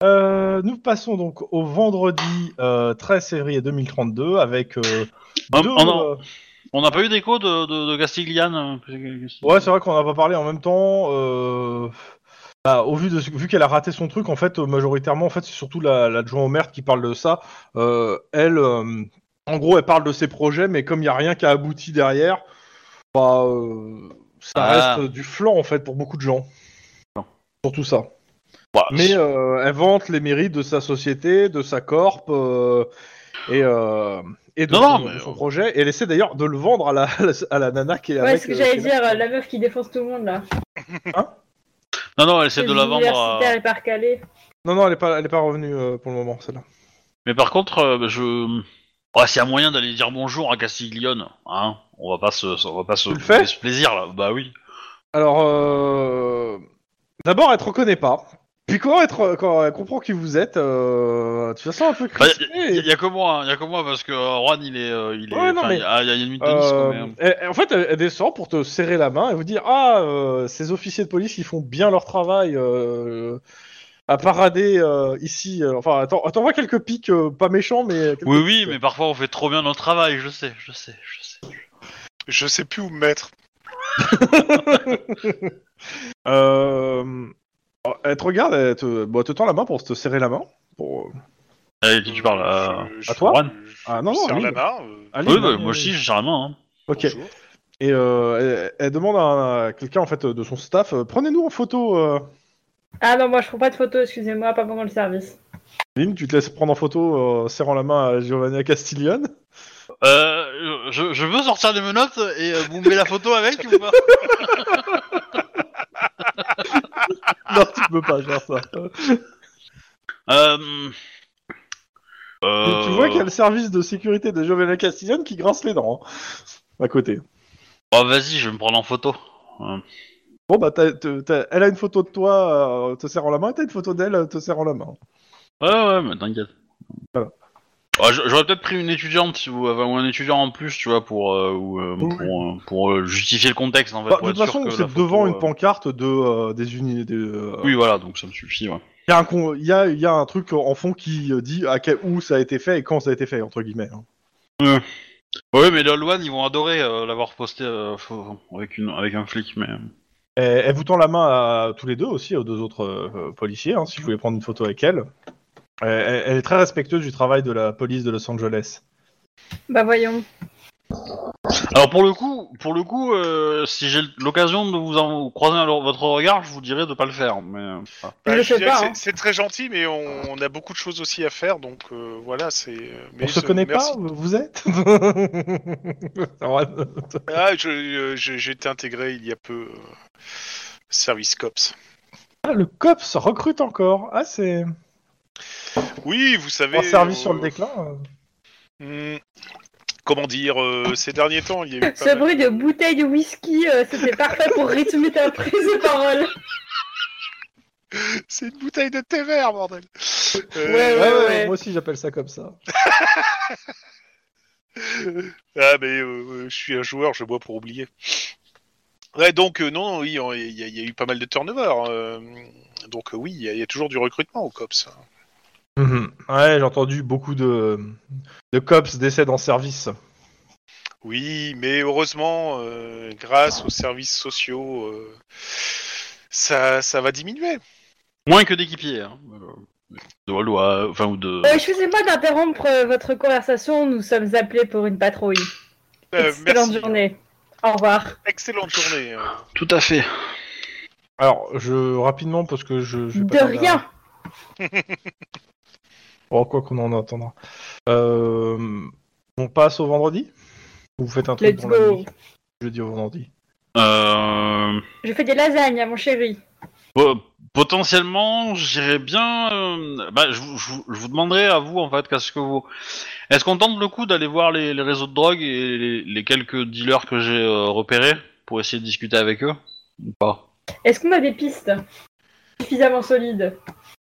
S1: Euh, nous passons donc au vendredi euh, 13 février 2032 avec. euh,
S2: Hum,
S1: (laughs) deux,
S2: on a-
S1: euh,
S2: on n'a pas eu d'écho de, de, de Castigliane. euh, Castigliane.
S1: Ouais, c'est vrai qu'on n'a pas parlé en même temps. euh, bah, au vu de ce- vu qu'elle a raté son truc, en fait, euh, majoritairement, en fait, c'est surtout la- l'adjoint au maire qui parle de ça. Euh, elle, euh, en gros, elle parle de ses projets, mais comme il n'y a rien qui a abouti derrière, bah, euh, ça
S2: Ah.
S1: reste du flanc en fait pour beaucoup de gens.
S2: Non.
S1: Surtout ça.
S2: Bah,
S1: Mais euh, elle vante les mérites de sa société, de sa corp euh, et, euh, et de,
S2: Non,
S1: son,
S2: non, mais- euh,
S1: de son projet. Et elle essaie d'ailleurs de le vendre à la, (laughs) à la nana qui est
S4: Ouais,
S1: avec.
S4: ce que
S1: euh,
S4: j'allais
S1: qui est là.
S4: dire, euh, la meuf qui défonce tout le monde là. Euh,
S2: Non, non, elle essaie de la vendre. euh, à-
S4: L'universitaire est par Calais.
S1: Non, non, elle est pas, elle est pas revenue euh, pour le moment, celle-là.
S2: Mais par contre, euh, bah, je. Ouais, s'il y a moyen d'aller dire bonjour à Castiglione, hein, on va pas se, on va pas se,
S1: Tu le fais
S2: se plaisir là. Bah oui.
S1: Alors, euh... d'abord, elle te reconnaît pas. Puis quand elle, te re- quand elle comprend qui vous êtes, euh... tu la sens un peu
S2: Bah,
S1: crispée.
S2: y, y- y a que moi, hein, y a que moi parce que euh, Juan il est, euh, il est.
S1: Ouais, non,
S2: enfin,
S1: mais-
S2: y a, y a une nuit de tennis, quoi,
S1: Euh,
S2: mais, euh,
S1: elle- elle- en fait, elle elle descend pour te serrer la main et vous dire Ah, euh, ces officiers de police, ils font bien leur travail euh, à parader euh, ici. Euh, Enfin, attends, t'envoies quelques pics, euh, pas méchants, mais. quelques
S2: Oui,
S1: pics,
S2: oui,
S1: euh.
S2: mais parfois on fait trop bien notre travail, je sais, je sais, je sais.
S3: Je sais plus où me mettre.
S1: Euh, Elle te regarde, elle te, bon, elle te tend la main pour te serrer la main. Pour... euh,
S2: Avec qui tu parles euh,
S3: Je- je-
S1: à toi
S2: Juan
S3: je-
S1: Ah, non,
S3: je
S1: non,
S3: serre
S1: lui.
S3: la main. euh,
S1: Allez,
S2: Oui,
S1: allez,
S2: bah,
S1: allez,
S2: moi aussi, généralement. Hein.
S1: Ok.
S3: bonjour. Bah,
S1: Et euh, elle, elle demande à, à quelqu'un en fait de son staff, euh, prenez-nous en photo. euh.
S4: Ah non, moi, je prends pas de photos, excusez-moi, pas pendant le service.
S1: Lynn, tu te laisses prendre en photo, euh, serrant la main à Giovanna Castiglione.
S2: Euh, je, je veux sortir des menottes et euh, vous me mettez la photo avec ou pas
S1: non, tu peux pas faire ça.
S2: euh...
S1: Mais
S2: euh,
S1: Tu vois qu'il y a le service de sécurité de Giovanna Castiglione qui grince les dents hein, à côté.
S2: Oh, vas-y, je vais me prendre en photo. Euh,
S1: Bon bah, t'as- t'as- t'as- elle a une photo de toi euh, te serrant la main, et t'as une photo d'elle euh, te serrant la main.
S2: Ouais, ouais, mais t'inquiète.
S1: Voilà.
S2: Ouais, j'a- J'aurais peut-être pris une étudiante si vous avez ou un étudiant en plus, tu vois, pour euh, ou, euh,
S1: Oui.
S2: pour, euh, pour, euh, justifier le contexte en fait.
S1: Bah,
S2: pour
S1: de
S2: être
S1: toute
S2: sûr
S1: façon,
S2: que la
S1: c'est
S2: photo,
S1: devant
S2: euh,
S1: une pancarte de euh, des unités.
S2: Oui, voilà, donc ça me suffit. Ouais.
S1: Il y, a un con- il y a, il y a un truc en fond qui euh, dit à quel, où ça a été fait et quand ça a été fait entre guillemets. hein.
S2: Bah Oui, mais le One, ils vont adorer euh, l'avoir posté euh, faux- avec une avec un flic, mais.
S1: Elle, elle vous tend la main à tous les deux aussi, aux deux autres euh, policiers, hein, si vous voulez prendre une photo avec elle. Elle, elle- elle est très respectueuse du travail de la police de Los Angeles.
S4: Bah voyons.
S2: Alors pour le coup, pour le coup, euh, si j'ai l'occasion de vous en croiser un- votre regard, je vous dirais de pas le faire. Mais euh, voilà.
S4: Je le
S3: Bah, je
S4: fais
S3: dirais
S4: pas,
S3: que c'est-
S4: hein.
S3: C'est très gentil, mais on, on a beaucoup de choses aussi à faire, donc euh, voilà, c'est. mais
S1: On se
S3: ce-
S1: connaît
S3: merci.
S1: pas, vous êtes (laughs)
S3: Ah, je- euh, je- j'ai été intégré il y a peu. euh, Service Cops.
S1: Ah, Le COPS recrute encore. Ah, c'est
S3: Oui, vous savez.
S1: un service
S3: euh,
S1: sur le déclin. euh.
S3: hmm, comment dire, euh, ces derniers temps, il y a eu. pas
S4: (laughs) Ce
S3: mal
S4: bruit de bouteille de whisky, euh, c'était parfait pour rythmer ta prise de
S3: (laughs)
S4: parole.
S3: (laughs) C'est une bouteille de thé vert, bordel. Euh,
S4: Ouais, ouais, ouais.
S1: Moi aussi, j'appelle ça comme ça.
S3: Ah, mais euh, je suis un joueur, je bois pour oublier. Ouais, donc, euh, non, oui, on- il y, a- il y a eu pas mal de turnover. euh, donc, euh, oui, il y, a- il y a toujours du recrutement au COPS. hein.
S1: Mhm. Ouais, j'ai entendu beaucoup de, de COPS décèdent en service.
S3: Oui, mais heureusement, euh, grâce aux services sociaux, euh, ça, ça va diminuer.
S2: moins que d'équipiers. Hein. Euh, De Walois, enfin ou de.
S4: Euh, Excusez-moi d'interrompre euh, votre conversation, nous sommes appelés pour une patrouille.
S3: Euh,
S4: Excellente
S3: merci.
S4: journée. Au revoir.
S3: Excellente journée. euh.
S2: Tout à fait.
S1: Alors, je rapidement parce que je. je vais pas
S4: De
S1: tarder à- Oh,
S4: rien.
S1: Bon, quoi qu'on en attendra. Euh,
S11: On passe au vendredi Ou vous faites un truc
S4: Let's
S11: pour la
S4: go.
S11: nuit Jeudi au vendredi.
S2: Euh,
S4: Je fais des lasagnes à mon chéri.
S2: po- potentiellement, j'irais bien. euh, bah, je, vous- je vous- je vous demanderai à vous en fait qu'est-ce que vous. Est-ce qu'on tente le coup d'aller voir les, les réseaux de drogue et les, les quelques dealers que j'ai euh, repérés pour essayer de discuter avec eux ou pas
S4: Est-ce qu'on a des pistes suffisamment solides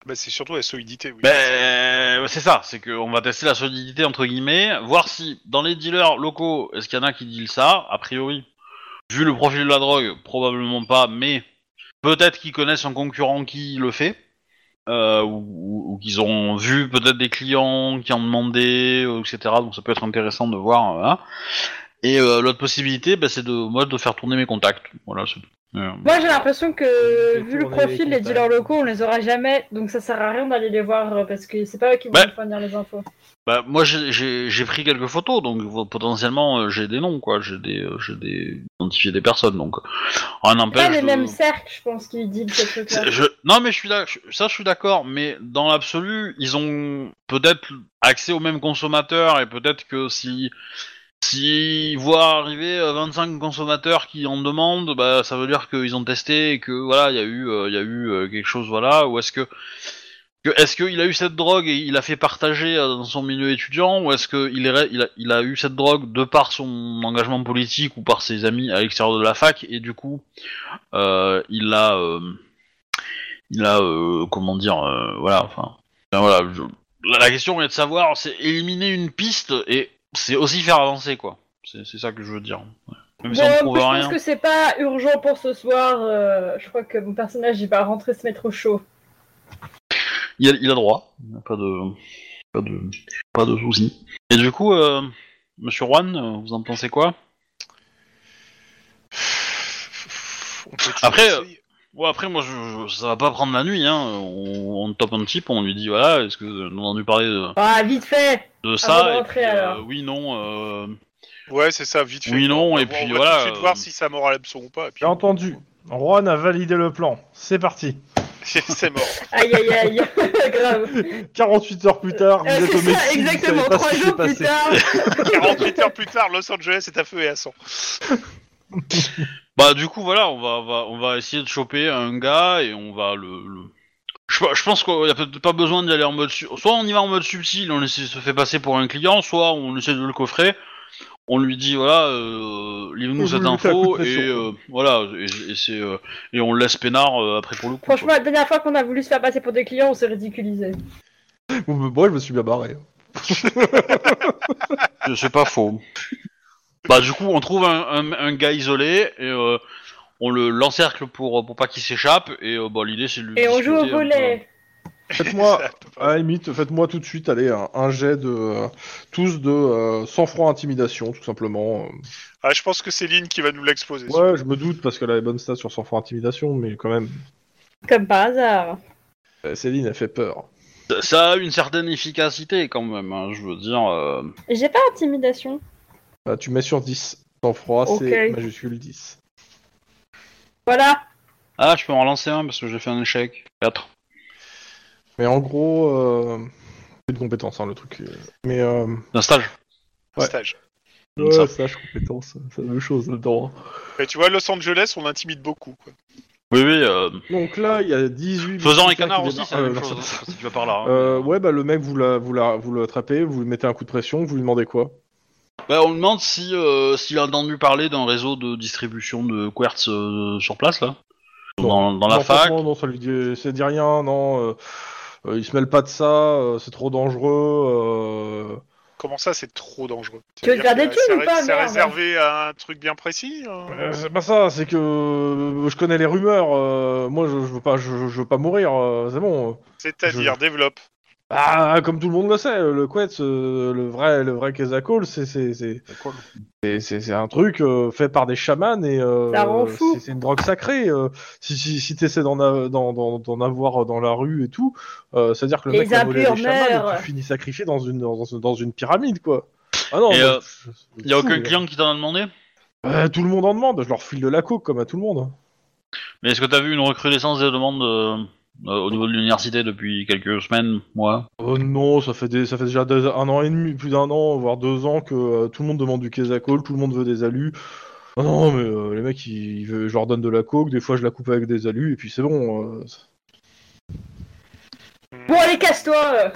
S3: Bah, c'est surtout la solidité, oui.
S2: Ben, c'est ça, c'est qu'on va tester la solidité entre guillemets, voir si dans les dealers locaux, est-ce qu'il y en a qui dealent ça A priori, vu le profil de la drogue, probablement pas, mais peut-être qu'ils connaissent un concurrent qui le fait, euh, ou, ou- ou qu'ils ont vu peut-être des clients qui en demandaient, euh, etc. Donc ça peut être intéressant de voir. euh, hein. Et euh, l'autre possibilité, ben, c'est de moi de faire tourner mes contacts. Voilà, c'est tout. Euh,
S4: Moi, j'ai l'impression que,
S12: J'ai
S4: vu le
S12: tourné les
S4: profil, les,
S12: contacts.
S4: dealers locaux, on les aura jamais, donc ça sert à rien d'aller les voir euh, parce que c'est pas eux qui vont
S2: Ouais.
S4: nous fournir les infos.
S2: Bah, moi j'ai- j'ai j'ai pris quelques photos donc vo- potentiellement euh, j'ai des noms quoi, j'ai des euh, j'ai des identifié des personnes donc rien
S4: C'est pas
S2: n'empêche.
S4: les
S2: de-
S4: mêmes cercles, je pense, qui dealent ce
S2: bah, C'est-
S4: truc-là.
S2: je- Non mais je suis là, je- ça je suis d'accord mais dans l'absolu ils ont peut-être accès aux mêmes consommateurs et peut-être que si si voient arriver euh, 25 consommateurs qui en demandent bah ça veut dire qu'ils ont testé et que voilà il y a eu euh, il y a eu euh, quelque chose voilà ou est-ce que que- Est-ce qu'il a eu cette drogue et il a fait partager euh, dans son milieu étudiant ou est-ce qu'il est, il a, il a eu cette drogue de par son engagement politique ou par ses amis à l'extérieur de la fac et du coup euh, il a euh, il a euh, comment dire euh, voilà enfin ben voilà je- la- la question est de savoir c'est éliminer une piste et c'est aussi faire avancer quoi c'est c'est ça que je veux dire Ouais. même si
S4: Bon,
S2: on
S4: moi,
S2: prouve
S4: je
S2: rien
S4: pense Euh, que c'est pas urgent pour ce soir. euh, je crois que mon personnage, il va rentrer se mettre au chaud.
S2: il a, il a droit, Il a pas de, pas de, pas de soucis. Et du coup, euh, Monsieur Juan, euh, vous en pensez quoi
S3: On peut toujours
S2: Après, euh,
S3: essayer.
S2: Ouais, après moi, je, je- ça va pas prendre la nuit. Hein. On, on top un type, on lui dit voilà, est-ce que vous avez entendu parler de,
S4: Ah, vite fait
S2: de
S4: de
S2: ça et
S4: rentrer,
S2: puis, euh,
S4: alors.
S2: Oui, non. euh,
S3: Ouais, c'est ça, vite fait.
S2: Oui, non,
S3: On va
S2: et
S3: voir-
S2: puis
S3: on va
S2: voilà,
S3: Tout de suite
S2: euh,
S3: voir si ça mord à l'hameçon ou pas. et puis-
S11: J'ai
S3: (laughs)
S11: entendu. Juan a validé le plan. C'est parti.
S3: c'est mort.
S4: Aïe aïe aïe, (laughs) grave.
S11: 48 heures plus tard, vous
S4: Euh,
S11: êtes au
S4: c'est
S11: Mexique.
S4: ça,
S11: vous
S4: exactement,
S11: savez pas ce
S4: trois
S11: qui s'est
S4: jours plus
S11: passé.
S4: tard.
S3: (laughs)
S4: (laughs)
S3: 48 heures plus tard, Los Angeles est à feu et à sang.
S2: Bah du coup voilà, on va, on va, on va essayer de choper un gars et on va le. le- Je, je pense qu'il n'y a peut-être pas besoin d'y aller en mode. su- Soit on y va en mode subtil, on essaie- se fait passer pour un client, soit on essaie de le coffrer. On lui dit voilà, euh,
S11: Et
S2: livre-nous
S11: vous
S2: cette
S11: lui mettez un coup
S2: info
S11: de pression,
S2: et euh, voilà et, et c'est euh, et on le laisse peinard euh, après pour le coup. quoi.
S4: Franchement, la dernière fois qu'on a voulu se faire passer pour des clients, on s'est ridiculisé.
S1: Moi, je me suis bien barré. hein.
S2: C'est- C'est pas faux. Bah du coup on trouve un, un- un gars isolé et euh, on le l'encercle pour pour pas qu'il s'échappe et euh, bah, l'idée c'est de lui
S4: Et on joue
S2: discuter
S4: au
S2: un peu.
S4: volet. (laughs)
S1: Faites-moi,
S3: Ça peut pas-
S1: à la limite, faites-moi tout de suite, allez, un, un jet de. euh, tous de euh, sang-froid intimidation, tout simplement.
S3: Ah, je pense que c'est Lynn qui va nous l'exposer.
S1: Ouais, je me doute, parce qu'elle a les bonnes stats sur sang-froid intimidation, mais quand même,
S4: Comme par hasard.
S1: euh, Céline, elle fait peur.
S2: Ça- Ça a une certaine efficacité quand même, hein, je veux dire. euh,
S4: J'ai pas intimidation.
S1: Bah, tu mets sur 10. Sang-froid, c'est
S4: Ok.
S1: majuscule 10.
S4: Voilà.
S2: Ah, je peux en relancer un parce que j'ai fait un échec. 4.
S1: Mais en gros, euh... c'est de compétence, hein, le truc. euh, Mais. Euh...
S2: D'un stage.
S3: Un stage.
S2: Donc ça.
S1: stage, compétence, c'est la même chose hein. dedans.
S3: Et tu vois, Los Angeles, on intimide beaucoup. Quoi.
S2: Oui, oui. euh,
S1: Donc là, il y a 18.
S2: Faisant et
S1: Mexicains
S2: canard
S1: qui
S2: aussi,
S1: débarquent-
S2: c'est la
S1: euh,
S2: même
S1: non,
S2: chose.
S1: ça-
S2: hein, si tu vas par là. hein.
S1: Euh, ouais, bah le mec, vous la, vous la, vous l'attrapez, vous lui mettez un coup de pression, vous lui demandez quoi
S2: Bah, on demande si euh, s'il a entendu parler d'un réseau de distribution de quartz euh, sur place là. Dans, dans la
S1: non,
S2: fac.
S1: franchement, Non, ça lui dit, ça dit rien, non. euh, euh, il se mêle pas de ça, euh, c'est trop dangereux. euh,
S3: Comment ça, c'est trop dangereux
S4: Tu veux
S3: C'est-à-dire
S4: garder
S3: que
S4: tout
S3: c'est
S4: ou
S3: ré-
S4: pas,
S3: C'est
S4: merde
S3: réservé à un truc bien précis hein
S1: euh, c'est pas ça, c'est que euh, je connais les rumeurs. euh, moi, je, je veux pas, je, je veux pas mourir. euh, c'est bon.
S3: C'est-à-dire, développe.
S1: Ah, comme tout le monde le sait, le Quetz, euh, le vrai, le vrai Kezakol, c'est c'est c'est c'est- c'est c'est un truc euh, fait par des chamans et euh,
S4: Ça rend fou.
S1: c'est- c'est une drogue sacrée. euh, si si si t'essaies d'en a- d'en d'en- d'en avoir dans la rue et tout, euh, c'est à dire que le
S4: Les
S1: mec a volé des
S4: impurs
S1: chamans et
S4: meurent.
S1: tu finis sacrifié dans une dans, une- dans une pyramide quoi. Ah non,
S2: Et,
S1: moi,
S2: euh,
S1: je- je-
S2: Il y a
S1: fou,
S2: aucun
S1: mais-
S2: client qui t'en a demandé
S1: Euh, tout le monde en demande. Je leur file de la coke comme à tout le monde.
S2: Mais est-ce que t'as vu une recrudescence des demandes euh, euh, au niveau de l'université depuis quelques semaines, mois.
S1: Euh, non, ça fait, des, ça fait déjà deux- un an et demi, plus d'un an, voire deux ans que euh, tout le monde demande du quesacol, tout le monde veut des alus. Ah non, mais euh, les mecs, ils, ils veulent- je leur donne de la coke, des fois je la coupe avec des alus, et puis c'est bon. euh,
S10: Bon, allez, casse-toi euh.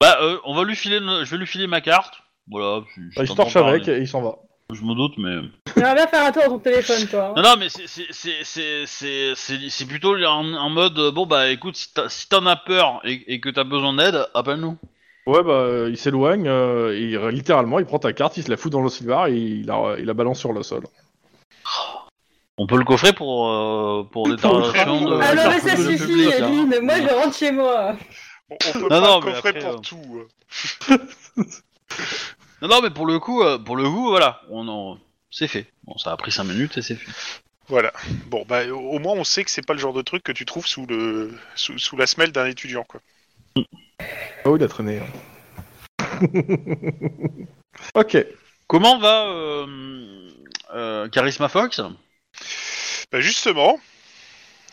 S2: Bah, euh, on va lui filer, no- je vais lui filer ma carte. Voilà. si-
S1: bah, il se
S2: t'entends
S1: torche
S2: parler.
S1: avec et il s'en va.
S2: Je me doute, mais.
S10: J'aimerais bien faire un tour à ton téléphone, toi. hein.
S2: Non, non, mais c'est- c'est- c'est- c'est c'est- c'est- c'est plutôt en, en mode euh, bon, bah écoute, si t'as- si t'en as peur et, et que t'as besoin d'aide, appelle-nous.
S1: Ouais, bah, euh, il s'éloigne, euh, et il- littéralement, il prend ta carte, il se la fout dans le silvar et il la, il la balance sur le sol.
S2: On peut le coffrer pour, euh, pour détérioration de.
S10: Alors, Ah, mais
S2: de-
S10: ça
S2: de
S10: suffit,
S2: public, hein.
S10: Adeline. Moi, je rentre chez moi.
S3: On, on peut
S2: Non,
S3: pas
S2: non,
S3: le
S2: mais
S3: coffrer
S2: après,
S3: pour
S2: euh,
S3: tout. euh.
S2: Non, non, mais pour le coup, euh, pour le coup, voilà, on en... c'est fait. Bon, ça a pris 5 minutes et c'est fait.
S3: Voilà. Bon, bah, au au moins, on sait que c'est pas le genre de truc que tu trouves sous, le... sous, sous la semelle d'un étudiant. Quoi.
S1: Oh, il a traîné. hein. (laughs) ok.
S2: Comment va euh, euh, Charisma Fox
S3: Bah, justement,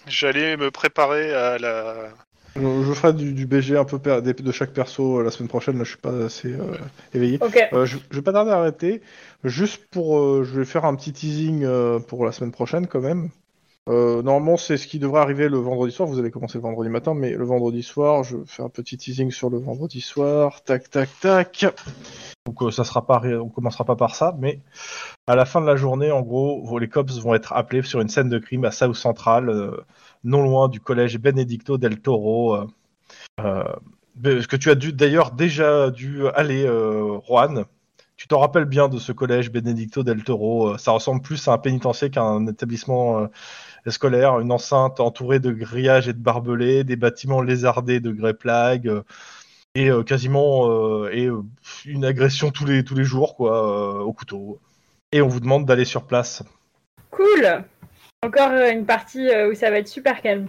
S3: j'allais me préparer à la.
S1: Je, je ferai du, du BG un peu per- des- de chaque perso euh, la semaine prochaine, là je suis pas assez euh, éveillé.
S10: Ok.
S1: Euh, je, je vais pas tarder à arrêter. Juste pour, euh, je vais faire un petit teasing euh, pour la semaine prochaine quand même. Euh, normalement, c'est ce qui devrait arriver le vendredi soir. Vous allez commencer le vendredi matin, mais le vendredi soir, je fais un petit teasing sur le vendredi soir. Tac, tac, tac. Donc, euh, ça sera pas, ré- on commencera pas par ça, mais à la fin de la journée, en gros, vos- les cops vont être appelés sur une scène de crime à South Central, euh, non loin du collège Benedicto del Toro. euh, euh, ce que tu as dû d'ailleurs déjà dû aller, euh, Juan. Tu t'en rappelles bien de ce collège Benedicto del Toro. euh, Ça ressemble plus à un pénitencier qu'à un établissement euh, scolaire, une enceinte entourée de grillages et de barbelés, des bâtiments lézardés de grès plague, euh, et euh, quasiment euh, et, euh, une agression tous les, tous les jours quoi, euh, au couteau. Et on vous demande d'aller sur place.
S10: Cool. Encore euh, une partie euh, où ça va être super calme.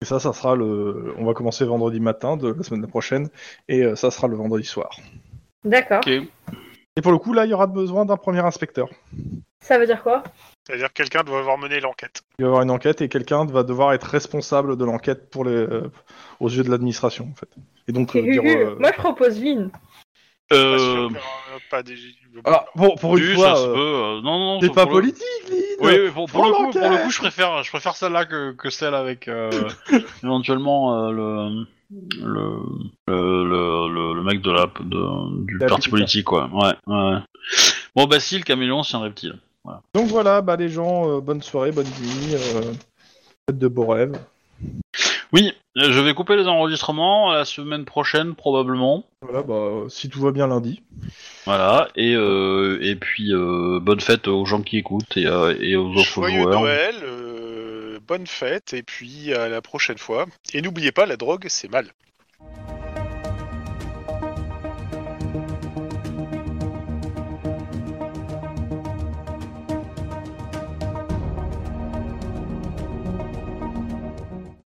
S1: Et ça, ça sera le. On va commencer vendredi matin de la semaine prochaine, et euh, ça sera le vendredi soir.
S10: D'accord.
S1: Et pour le coup, là, il y aura besoin d'un premier inspecteur.
S10: Ça veut dire quoi
S3: C'est-à-dire que quelqu'un doit avoir mené l'enquête.
S1: Il va y avoir une enquête et quelqu'un va devoir être responsable de l'enquête pour les, euh, aux yeux de l'administration, en fait. Et donc,
S10: Et
S1: euh, dire,
S10: Huhu,
S1: euh,
S10: Moi, je propose Lynn.
S3: Pas
S2: euh,
S3: sûr qu'il y aura pas des-
S1: Alors, bon, pour une
S2: oui,
S1: fois,
S2: ça se
S1: euh,
S2: peut. euh, non, non, non.
S1: t'es
S2: ça-
S1: pas
S2: pour le-
S1: politique, Lynn
S2: Oui,
S3: Euh,
S2: oui, pour, pour
S1: Prends
S2: le coup, pour le
S1: l'enquête
S2: coup, je préfère, je préfère celle-là que, que celle
S3: (laughs)
S2: avec euh, éventuellement euh, le, le, le, le, le- le mec de la, de- du
S1: La
S2: parti
S1: putain.
S2: politique, quoi. Ouais, ouais. Bon, bah si, le caméléon, c'est un reptile.
S1: Donc voilà, bah, les gens, euh, bonne soirée, bonne nuit, euh, faites de beaux rêves.
S2: Oui, euh, je vais couper les enregistrements la semaine prochaine probablement.
S1: Voilà, bah, euh, si tout va bien lundi.
S2: Voilà, et, euh, et puis euh, bonne fête aux gens qui écoutent et, euh, et aux autres
S3: Joyeux
S2: joueurs.
S3: Noël, euh, bonne fête, et puis à la prochaine fois. Et n'oubliez pas, la drogue, c'est mal.